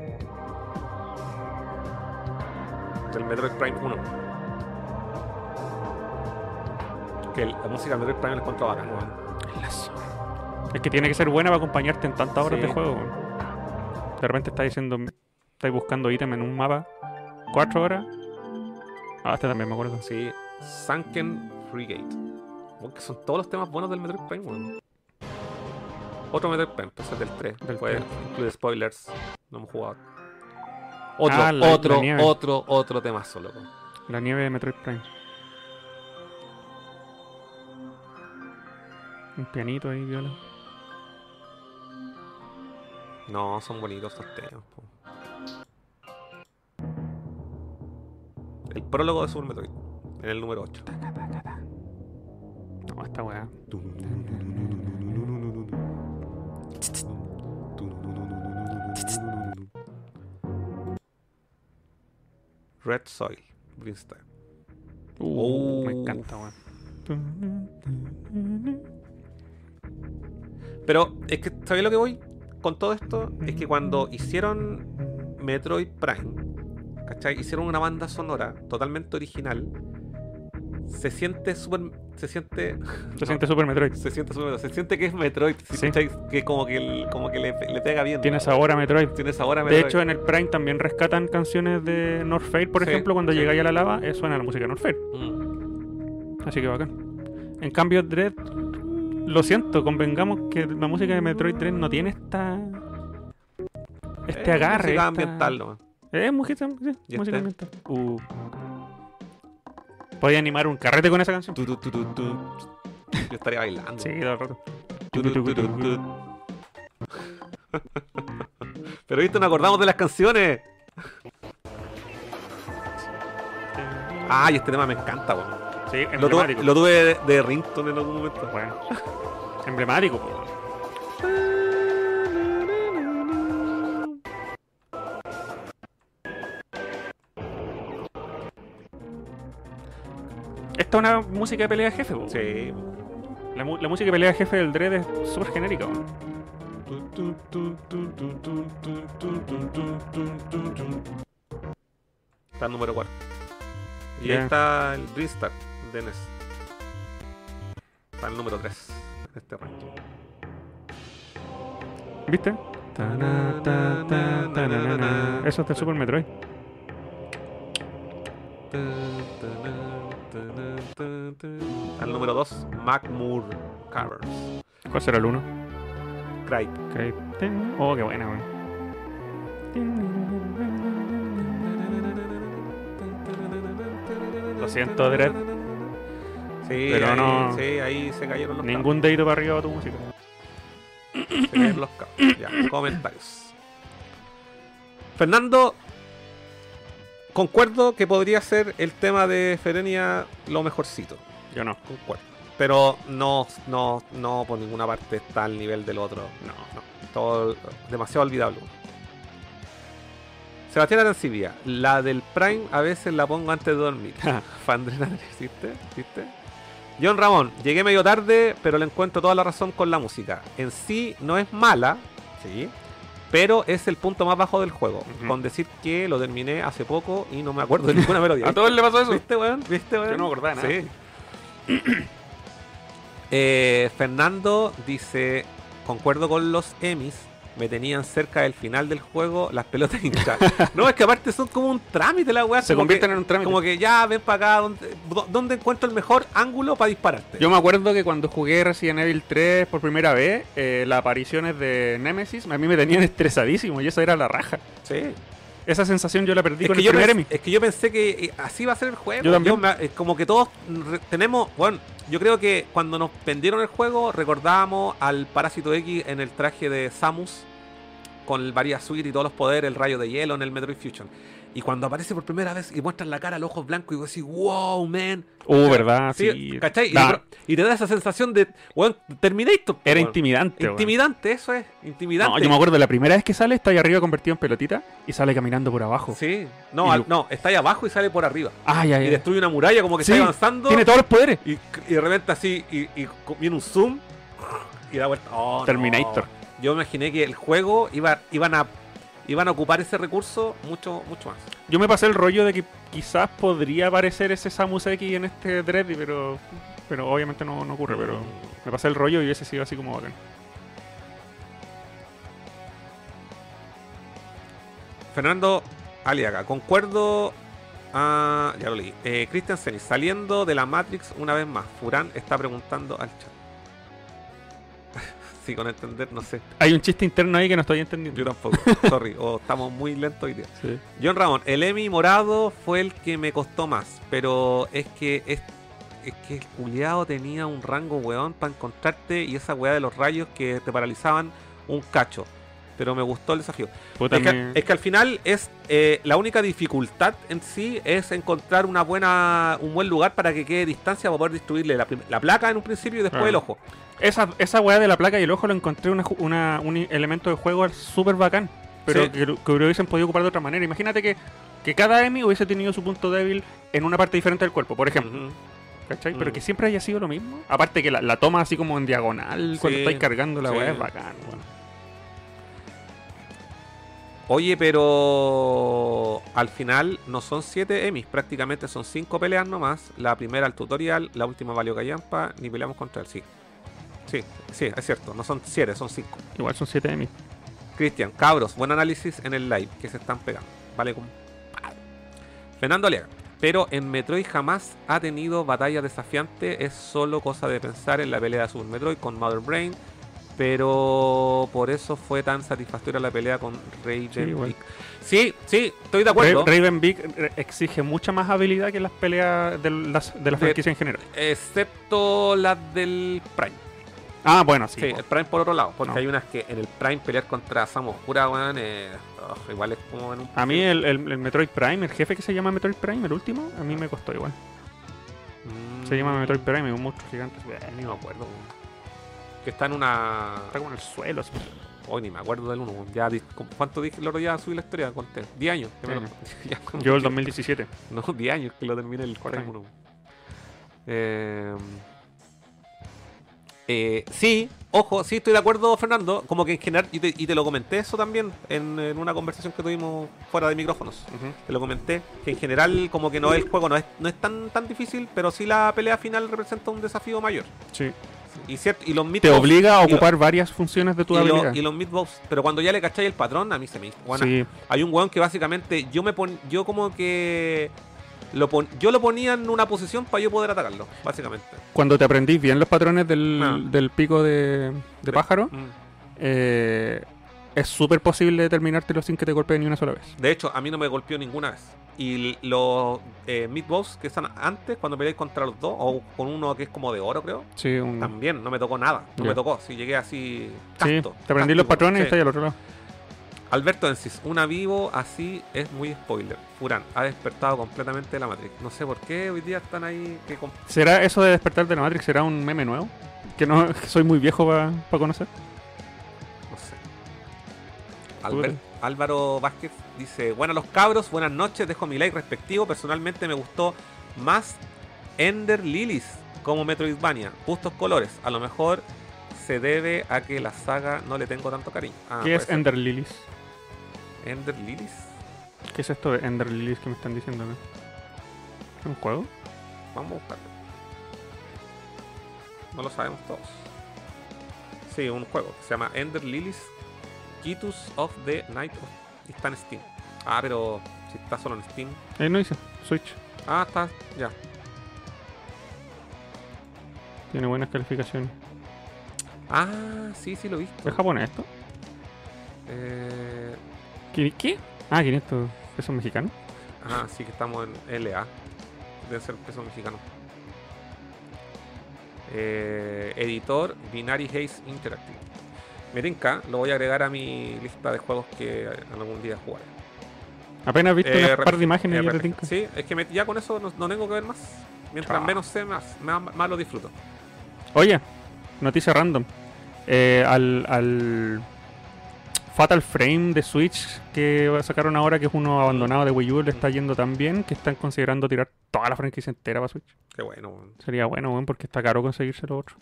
Speaker 2: del Metroid Prime 1. Que el- la música de Metroid Prime la encuentro bacán, weón.
Speaker 3: Es que tiene que ser buena para acompañarte en tantas horas
Speaker 2: Sí.
Speaker 3: de juego. weón. De repente estás diciendo, estáis buscando ítem en un mapa. Cuatro horas. Ah, este también me acuerdo.
Speaker 2: Sí, Sunken Frigate. Weón, que son todos los temas buenos del Metroid Prime 1. Otro Metroid Prime, pues el del 3.
Speaker 3: Del
Speaker 2: Fue-
Speaker 3: 3.
Speaker 2: incluye spoilers. No hemos jugado. Otro,
Speaker 3: Ah, la- la
Speaker 2: otro,
Speaker 3: nieve.
Speaker 2: otro, otro tema solo.
Speaker 3: La nieve de Metroid Prime. Un pianito ahí, viola.
Speaker 2: No, son bonitos estos temas. po. El prólogo de Super Metroid, en el número 8.
Speaker 3: No, esta weá.
Speaker 2: Red Soil, Brinstein.
Speaker 3: Uh, me
Speaker 2: Oh.
Speaker 3: encanta, weón.
Speaker 2: Pero es que, ¿sabéis lo que voy con todo esto? Es que cuando hicieron Metroid Prime, ¿cachai? Hicieron una banda sonora totalmente original. Se siente súper. Se siente.
Speaker 3: Se siente Super Metroid.
Speaker 2: Se siente súper. Se siente que es Metroid. ¿sí,
Speaker 3: Sí.
Speaker 2: cachai? Que como que, el- como que le, le pega bien.
Speaker 3: Tiene sabor a Metroid.
Speaker 2: Tiene sabor a
Speaker 3: De
Speaker 2: Metroid.
Speaker 3: hecho, en el Prime también rescatan canciones de North Face, por
Speaker 2: Sí,
Speaker 3: ejemplo, cuando
Speaker 2: sí.
Speaker 3: llegáis a la lava, eh, suena la música de North Face.
Speaker 2: Mm.
Speaker 3: Así que bacán. En cambio, Dread, lo siento, convengamos que la música de Metroid 3 no tiene esta. Este
Speaker 2: Eh,
Speaker 3: agarre.
Speaker 2: música
Speaker 3: esta-
Speaker 2: ambiental este? nomás.
Speaker 3: Eh, música, sí,
Speaker 2: Ya
Speaker 3: música
Speaker 2: está.
Speaker 3: ambiental. Uh. Podía animar un carrete con esa canción.
Speaker 2: Tu, tu, tu, tu, tu. Yo estaría bailando.
Speaker 3: Sí, todo el rato.
Speaker 2: Tu, tu, tu, tu, tu. Pero viste, nos acordamos de las canciones. Ay, este tema me encanta, weón.
Speaker 3: Sí,
Speaker 2: Lo tuve,
Speaker 3: emblemático.
Speaker 2: lo tuve de, de ringtone en algún momento.
Speaker 3: Bueno. Emblemático, po. Esta es una música de pelea de jefe, po.
Speaker 2: Sí.
Speaker 3: La, mu- la música de pelea de jefe del Dread es súper genérica, po.
Speaker 2: Está el número 4. Y
Speaker 3: Ya.
Speaker 2: ahí está el Dreamstar de NES. Está el número 3 en este ranking.
Speaker 3: ¿Viste? Eso es de Super Metroid.
Speaker 2: Al número 2, Macmoor Caverns.
Speaker 3: ¿Cuál será el 1?
Speaker 2: Cry.
Speaker 3: Oh, qué buena, weón. Lo siento, Dredd.
Speaker 2: Sí,
Speaker 3: Pero
Speaker 2: ahí,
Speaker 3: no-
Speaker 2: sí, ahí se cayeron los
Speaker 3: Ningún dedito para arriba de tu música.
Speaker 2: cabos, se cayeron los cabos. Ya, comentarios. Fernando, concuerdo que podría ser el tema de Ferenia lo mejorcito.
Speaker 3: Yo no.
Speaker 2: Concuerdo. Pero no, no, no por ninguna parte está al nivel del otro. No, no. Todo demasiado olvidable. Sebastián Arancibia, la del Prime a veces la pongo antes de dormir. Fandrena, ¿existe? ¿Existe? John Ramón, llegué medio tarde, pero le encuentro toda la razón con la música. En sí no es mala, sí, pero es el punto más bajo del juego.
Speaker 3: Ujú.
Speaker 2: Con decir que lo terminé hace poco y no me acuerdo de ninguna melodía.
Speaker 3: le pasó
Speaker 2: ¿Viste, weón? ¿Viste, weón?
Speaker 3: Yo no me acordaba de nada.
Speaker 2: Sí. Eh, Fernando dice, concuerdo con los Emis, me tenían cerca del final del juego las pelotas hinchas. no, es que aparte son como un trámite la weá.
Speaker 3: Se
Speaker 2: como
Speaker 3: convierten
Speaker 2: que-
Speaker 3: en un trámite.
Speaker 2: Como que ya ven para acá, ¿dónde, dó- dónde encuentro el mejor ángulo para dispararte?
Speaker 3: Yo me acuerdo que cuando jugué Resident Evil 3 por primera vez, eh, las apariciones de Nemesis a mí me tenían estresadísimo y eso era la raja.
Speaker 2: sí.
Speaker 3: Esa sensación yo la perdí
Speaker 2: Es
Speaker 3: con
Speaker 2: que,
Speaker 3: el
Speaker 2: yo
Speaker 3: primer
Speaker 2: pens-
Speaker 3: Emi.
Speaker 2: es que yo pensé que eh, así iba a ser el juego.
Speaker 3: Yo también.
Speaker 2: me- eh, como que todos re- tenemos. Bueno, yo creo que cuando nos vendieron el juego, recordábamos al Parásito X en el traje de Samus, con el Varia Suite y todos los poderes, el rayo de hielo en el Metroid Fusion. Y cuando aparece por primera vez y muestran la cara, los ojos blancos, y vos decís, wow, man.
Speaker 3: Uh, verdad, sí.
Speaker 2: ¿Cachai? Y,
Speaker 3: Nah,
Speaker 2: yo creo- y te da esa sensación de, weón, Terminator.
Speaker 3: era
Speaker 2: weón.
Speaker 3: intimidante. weón.
Speaker 2: Intimidante, eso es. Intimidante.
Speaker 3: No, yo me acuerdo, la primera vez que sale está ahí arriba convertido en pelotita y sale caminando por abajo.
Speaker 2: Sí,
Speaker 3: Y
Speaker 2: no, al-
Speaker 3: lo-
Speaker 2: no, está ahí abajo y sale por arriba.
Speaker 3: Ay, ay,
Speaker 2: y
Speaker 3: ay.
Speaker 2: destruye una muralla como que
Speaker 3: Sí,
Speaker 2: está avanzando
Speaker 3: Tiene todos los poderes.
Speaker 2: y, y de repente así y, y co- viene un zoom y da vuelta Oh, no.
Speaker 3: Terminator.
Speaker 2: yo me imaginé que el juego iba iban a iban a ocupar ese recurso mucho mucho más
Speaker 3: Yo me pasé el rollo de que quizás podría aparecer ese Samus X en este Dready, pero, pero obviamente no, no ocurre. Pero
Speaker 2: Mm.
Speaker 3: me pasé el rollo y hubiese sido así como bacán.
Speaker 2: Fernando Aliaga concuerdo a ya lo leí eh, Christian Senis saliendo de la Matrix una vez más Furán está preguntando al chat sí con entender no sé
Speaker 3: Hay un chiste interno ahí que no estoy entendiendo.
Speaker 2: yo tampoco sorry o estamos muy lentos hoy día
Speaker 3: Sí.
Speaker 2: John Ramón, el Emmy morado fue el que me costó más, pero es que es, es que el culiado tenía un rango weón para encontrarte y esa weá de los rayos que te paralizaban un cacho. Pero me gustó el desafío.
Speaker 3: Puta,
Speaker 2: Es que,
Speaker 3: me-
Speaker 2: es que al final es eh, la única dificultad en sí es encontrar una buena un buen lugar para que quede distancia para poder destruirle la, prim- la placa en un principio y después
Speaker 3: Claro.
Speaker 2: el ojo.
Speaker 3: Esa, esa weá de la placa y el ojo lo encontré una ju- una- un elemento de juego súper bacán. Pero
Speaker 2: Sí.
Speaker 3: que, lo- que lo hubiesen podido ocupar de otra manera. Imagínate que, que cada Emi hubiese tenido su punto débil en una parte diferente del cuerpo, por ejemplo.
Speaker 2: Ujú.
Speaker 3: ¿Cachai?
Speaker 2: Mm.
Speaker 3: Pero que siempre haya sido lo mismo. Aparte que la, la toma así como en diagonal cuando
Speaker 2: Sí,
Speaker 3: estáis cargando la
Speaker 2: sí.
Speaker 3: weá es bacán, weón.
Speaker 2: Oye, pero al final no son 7 emis, prácticamente son 5 peleas nomás. La primera al tutorial, la última valió callampa, ni peleamos contra él, sí. Sí, sí, es cierto, no son 7, son 5.
Speaker 3: Igual son 7 Emi.
Speaker 2: Cristian, cabros, buen análisis en el live que se están pegando. Vale, compadre. Fernando Aliaga. Pero en Metroid jamás ha tenido batalla desafiante. Es solo cosa de pensar en la pelea de Super Metroid con Mother Brain. Pero por eso fue tan satisfactoria la pelea con Raven.
Speaker 3: Sí, igual.
Speaker 2: Peak. sí, sí, estoy de acuerdo.
Speaker 3: Ra- Raven Big eh, exige mucha más habilidad que las peleas de las, de la
Speaker 2: De-
Speaker 3: franquicia en general.
Speaker 2: Excepto la del Prime.
Speaker 3: Ah, bueno, sí.
Speaker 2: Sí, el Prime por otro lado. Porque
Speaker 3: No.
Speaker 2: hay unas que en el Prime pelear contra Sam Oscura, weón, eh, oh, igual es como en un.
Speaker 3: A mí el, el- el Metroid Prime, el jefe que se llama Metroid Prime, el último, a mí me costó igual. Se llama
Speaker 2: Mm.
Speaker 3: Metroid Prime, un monstruo gigante.
Speaker 2: Eh, ni me acuerdo. weón. Que está en una.
Speaker 3: Está como en el suelo. así.
Speaker 2: Hoy ni me acuerdo del 1. Ya, di- ¿con- ¿Cuánto dije el otro día? Subí la historia, conté. 10 años. que me lo- Ya, como
Speaker 3: Yo el
Speaker 2: que-
Speaker 3: 2017.
Speaker 2: No, 10 años que lo terminé el
Speaker 3: Cuatro
Speaker 2: 1. Eh, eh, sí, ojo, sí estoy de acuerdo, Fernando. Como que en general, y te, y te lo comenté eso también en, en una conversación que tuvimos fuera de micrófonos. Te lo comenté, que en general, como que no el juego no es, no es tan, tan difícil, pero sí la pelea final representa un desafío mayor.
Speaker 3: Sí.
Speaker 2: Y, cierto, y los mitos.
Speaker 3: Te obliga a
Speaker 2: y lo-
Speaker 3: ocupar varias funciones de tu
Speaker 2: y, lo-
Speaker 3: habilidad.
Speaker 2: y los midbox. Pero cuando ya le cacháis el patrón, a mí se me hizo. Bueno,
Speaker 3: Sí.
Speaker 2: Hay un weón que básicamente yo me pon, yo como que lo pon- yo lo ponía en una posición para yo poder atacarlo, básicamente.
Speaker 3: Cuando te aprendís bien los patrones del,
Speaker 2: Ah.
Speaker 3: del pico de, de pájaro,
Speaker 2: Mm.
Speaker 3: eh, es súper posible terminártelo sin que te golpeen ni una sola vez.
Speaker 2: De hecho, a mí no me golpeó ninguna vez. Y l- los eh, midbox que están antes, cuando peleáis contra los dos, o con uno que es como de oro, creo,
Speaker 3: Sí, un-
Speaker 2: también no me tocó nada. No
Speaker 3: Mm. Ya.
Speaker 2: me tocó. Si llegué así.
Speaker 3: sí,
Speaker 2: casto,
Speaker 3: te aprendí los
Speaker 2: cástico,
Speaker 3: patrones y
Speaker 2: sí.
Speaker 3: estás al otro lado.
Speaker 2: Alberto Ensis, una vivo así es muy spoiler. Furán ha despertado completamente de la Matrix. No sé por qué hoy día están ahí. Que com-
Speaker 3: ¿Será eso de despertar de la Matrix? ¿Será un meme nuevo? Que no que soy muy viejo para conocer.
Speaker 2: no sé. Albert- Álvaro Vázquez dice: Buenas los cabros, buenas noches. Dejo mi like respectivo. Personalmente me gustó más Ender Lilies como Metroidvania. Gustos colores. A lo mejor se debe a que la saga no le tengo tanto cariño. Ah,
Speaker 3: ¿Qué
Speaker 2: puede
Speaker 3: es
Speaker 2: ser.
Speaker 3: Ender Lilies?
Speaker 2: Ender Lilies?
Speaker 3: ¿Qué es esto de Ender Lilies que me están diciendo? acá? ¿Un juego?
Speaker 2: Vamos a buscarlo. No lo sabemos todos. Sí, un juego que se llama Ender Lilies Kitus of the Night. of- y está en Steam. Ah, pero si está solo en Steam.
Speaker 3: Ahí Eh, no dice, Switch.
Speaker 2: Ah, está, ya.
Speaker 3: Tiene buenas calificaciones.
Speaker 2: Ah, sí, sí, lo he visto.
Speaker 3: ¿Es japonés esto?
Speaker 2: Eh,
Speaker 3: ¿Qui- ¿Qué? Ah, 500 pesos mexicanos.
Speaker 2: ah, sí, que estamos en LA. Debe ser peso mexicano. Eh, editor Binary Haze Interactive. Me tinca, lo voy a agregar a mi lista de juegos que algún día jugaré.
Speaker 3: Apenas viste
Speaker 2: Eh,
Speaker 3: unas par de
Speaker 2: RPG,
Speaker 3: imágenes y ya te
Speaker 2: RPG.
Speaker 3: tinca.
Speaker 2: Sí, es que me- ya con eso no, no tengo que ver más. Mientras
Speaker 3: Chao.
Speaker 2: menos sé, más, más, más lo disfruto.
Speaker 3: Oye, noticia random. Eh, al, al Fatal Frame de Switch que sacaron ahora, que es uno abandonado de Wii U, le está yendo tan bien que están considerando tirar toda la franquicia entera para Switch.
Speaker 2: Qué bueno. weón.
Speaker 3: Sería bueno, weón, porque está caro conseguirse lo otro.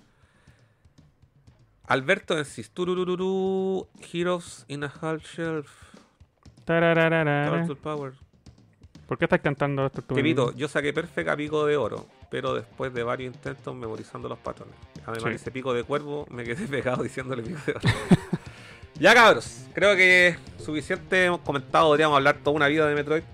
Speaker 2: Alberto Ensis. Turururu, Heroes in a Half Shelf.
Speaker 3: Tarararara.
Speaker 2: Turtle Power.
Speaker 3: ¿Por qué estás cantando esto? tú?
Speaker 2: Tepito, yo saqué perfect a pico de oro, pero después de varios intentos memorizando los patrones. Además
Speaker 3: Sí.
Speaker 2: de ese pico de cuervo, me quedé pegado diciéndole pico de oro. ya cabros, creo que suficiente hemos comentado, podríamos hablar toda una vida de Metroid.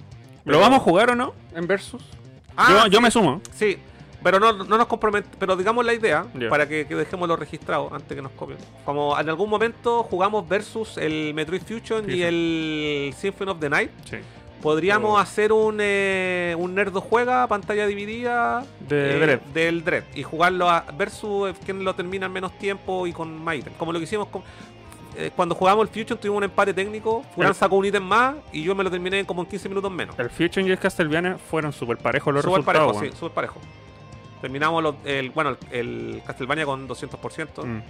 Speaker 3: ¿Lo vamos a jugar o no? En Versus. yo,
Speaker 2: Ah,
Speaker 3: yo me sumo.
Speaker 2: sí, pero no, no nos comprometemos, pero digamos la idea,
Speaker 3: Ya.
Speaker 2: para que, que dejémoslo registrado antes que nos copien. Como en algún momento jugamos versus el Metroid Fusion y
Speaker 3: Fusion.
Speaker 2: el Symphony of the Night,
Speaker 3: Sí.
Speaker 2: podríamos
Speaker 3: Oh.
Speaker 2: hacer un, eh, un Nerdo Juega, pantalla dividida...
Speaker 3: De
Speaker 2: eh,
Speaker 3: Dread.
Speaker 2: del Dread y jugarlo a versus eh, quien lo termina en menos tiempo y con más ítems. Como lo que hicimos con- eh, cuando jugamos el Fusion, tuvimos un empate técnico. Furán
Speaker 3: El-
Speaker 2: sacó un ítem más y yo me lo terminé como en 15 minutos menos.
Speaker 3: El Future y el Castlevania fueron súper parejos los
Speaker 2: Súper parejo,
Speaker 3: resultados.
Speaker 2: sí, súper parejo. Terminamos los- el, bueno, el, el Castlevania con 200%.
Speaker 3: weón. Mm.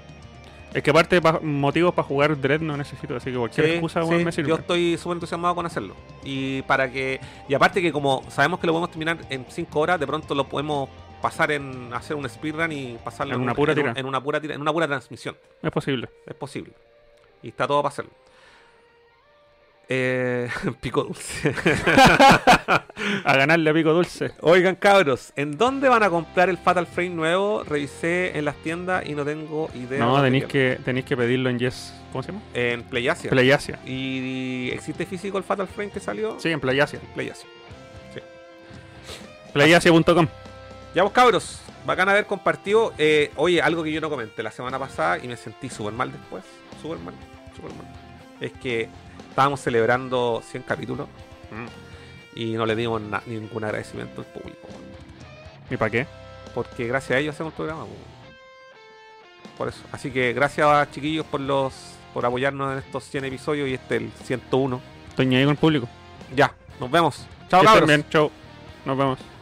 Speaker 3: Es que aparte pa- motivos para jugar Dread no necesito, así que cualquier
Speaker 2: Sí,
Speaker 3: excusa
Speaker 2: sí,
Speaker 3: weón, me sirve.
Speaker 2: Yo estoy súper entusiasmado con hacerlo. Y para que. Y aparte que como sabemos que lo podemos terminar en 5 horas, de pronto lo podemos pasar en hacer un speedrun y pasarlo
Speaker 3: En
Speaker 2: un-
Speaker 3: una pura
Speaker 2: un-
Speaker 3: tira.
Speaker 2: en una pura tira, en una pura transmisión.
Speaker 3: Es posible.
Speaker 2: Es posible. Y está todo para hacerlo. Eh, pico dulce.
Speaker 3: A ganarle a Pico Dulce.
Speaker 2: Oigan, cabros, ¿en dónde van a comprar el Fatal Frame nuevo? Revisé en las tiendas y no tengo idea.
Speaker 3: No,
Speaker 2: dónde
Speaker 3: tenéis que, tenéis que pedirlo en Yes. ¿Cómo se llama?
Speaker 2: pillarlo. En Playasia.
Speaker 3: Playasia.
Speaker 2: ¿Y existe físico el Fatal Frame que salió?
Speaker 3: Sí, en Playasia.
Speaker 2: Playasia.
Speaker 3: Playasia.com.
Speaker 2: Ya vos, cabros, bacán haber compartido. Eh, oye, algo que yo no comenté la semana pasada y me sentí súper mal después. Súper mal, súper mal. Es que estábamos celebrando 100 capítulos y no le dimos na- ningún agradecimiento al público. weón.
Speaker 3: ¿Y para qué?
Speaker 2: porque gracias a ellos hacemos el programa. po. Por eso. Así que gracias a chiquillos por los por apoyarnos en estos 100 episodios y este el 101.
Speaker 3: Estoy ahí con el público.
Speaker 2: Ya, nos vemos. Chao,
Speaker 3: Que estén
Speaker 2: cabros.
Speaker 3: bien, Chau. Nos vemos.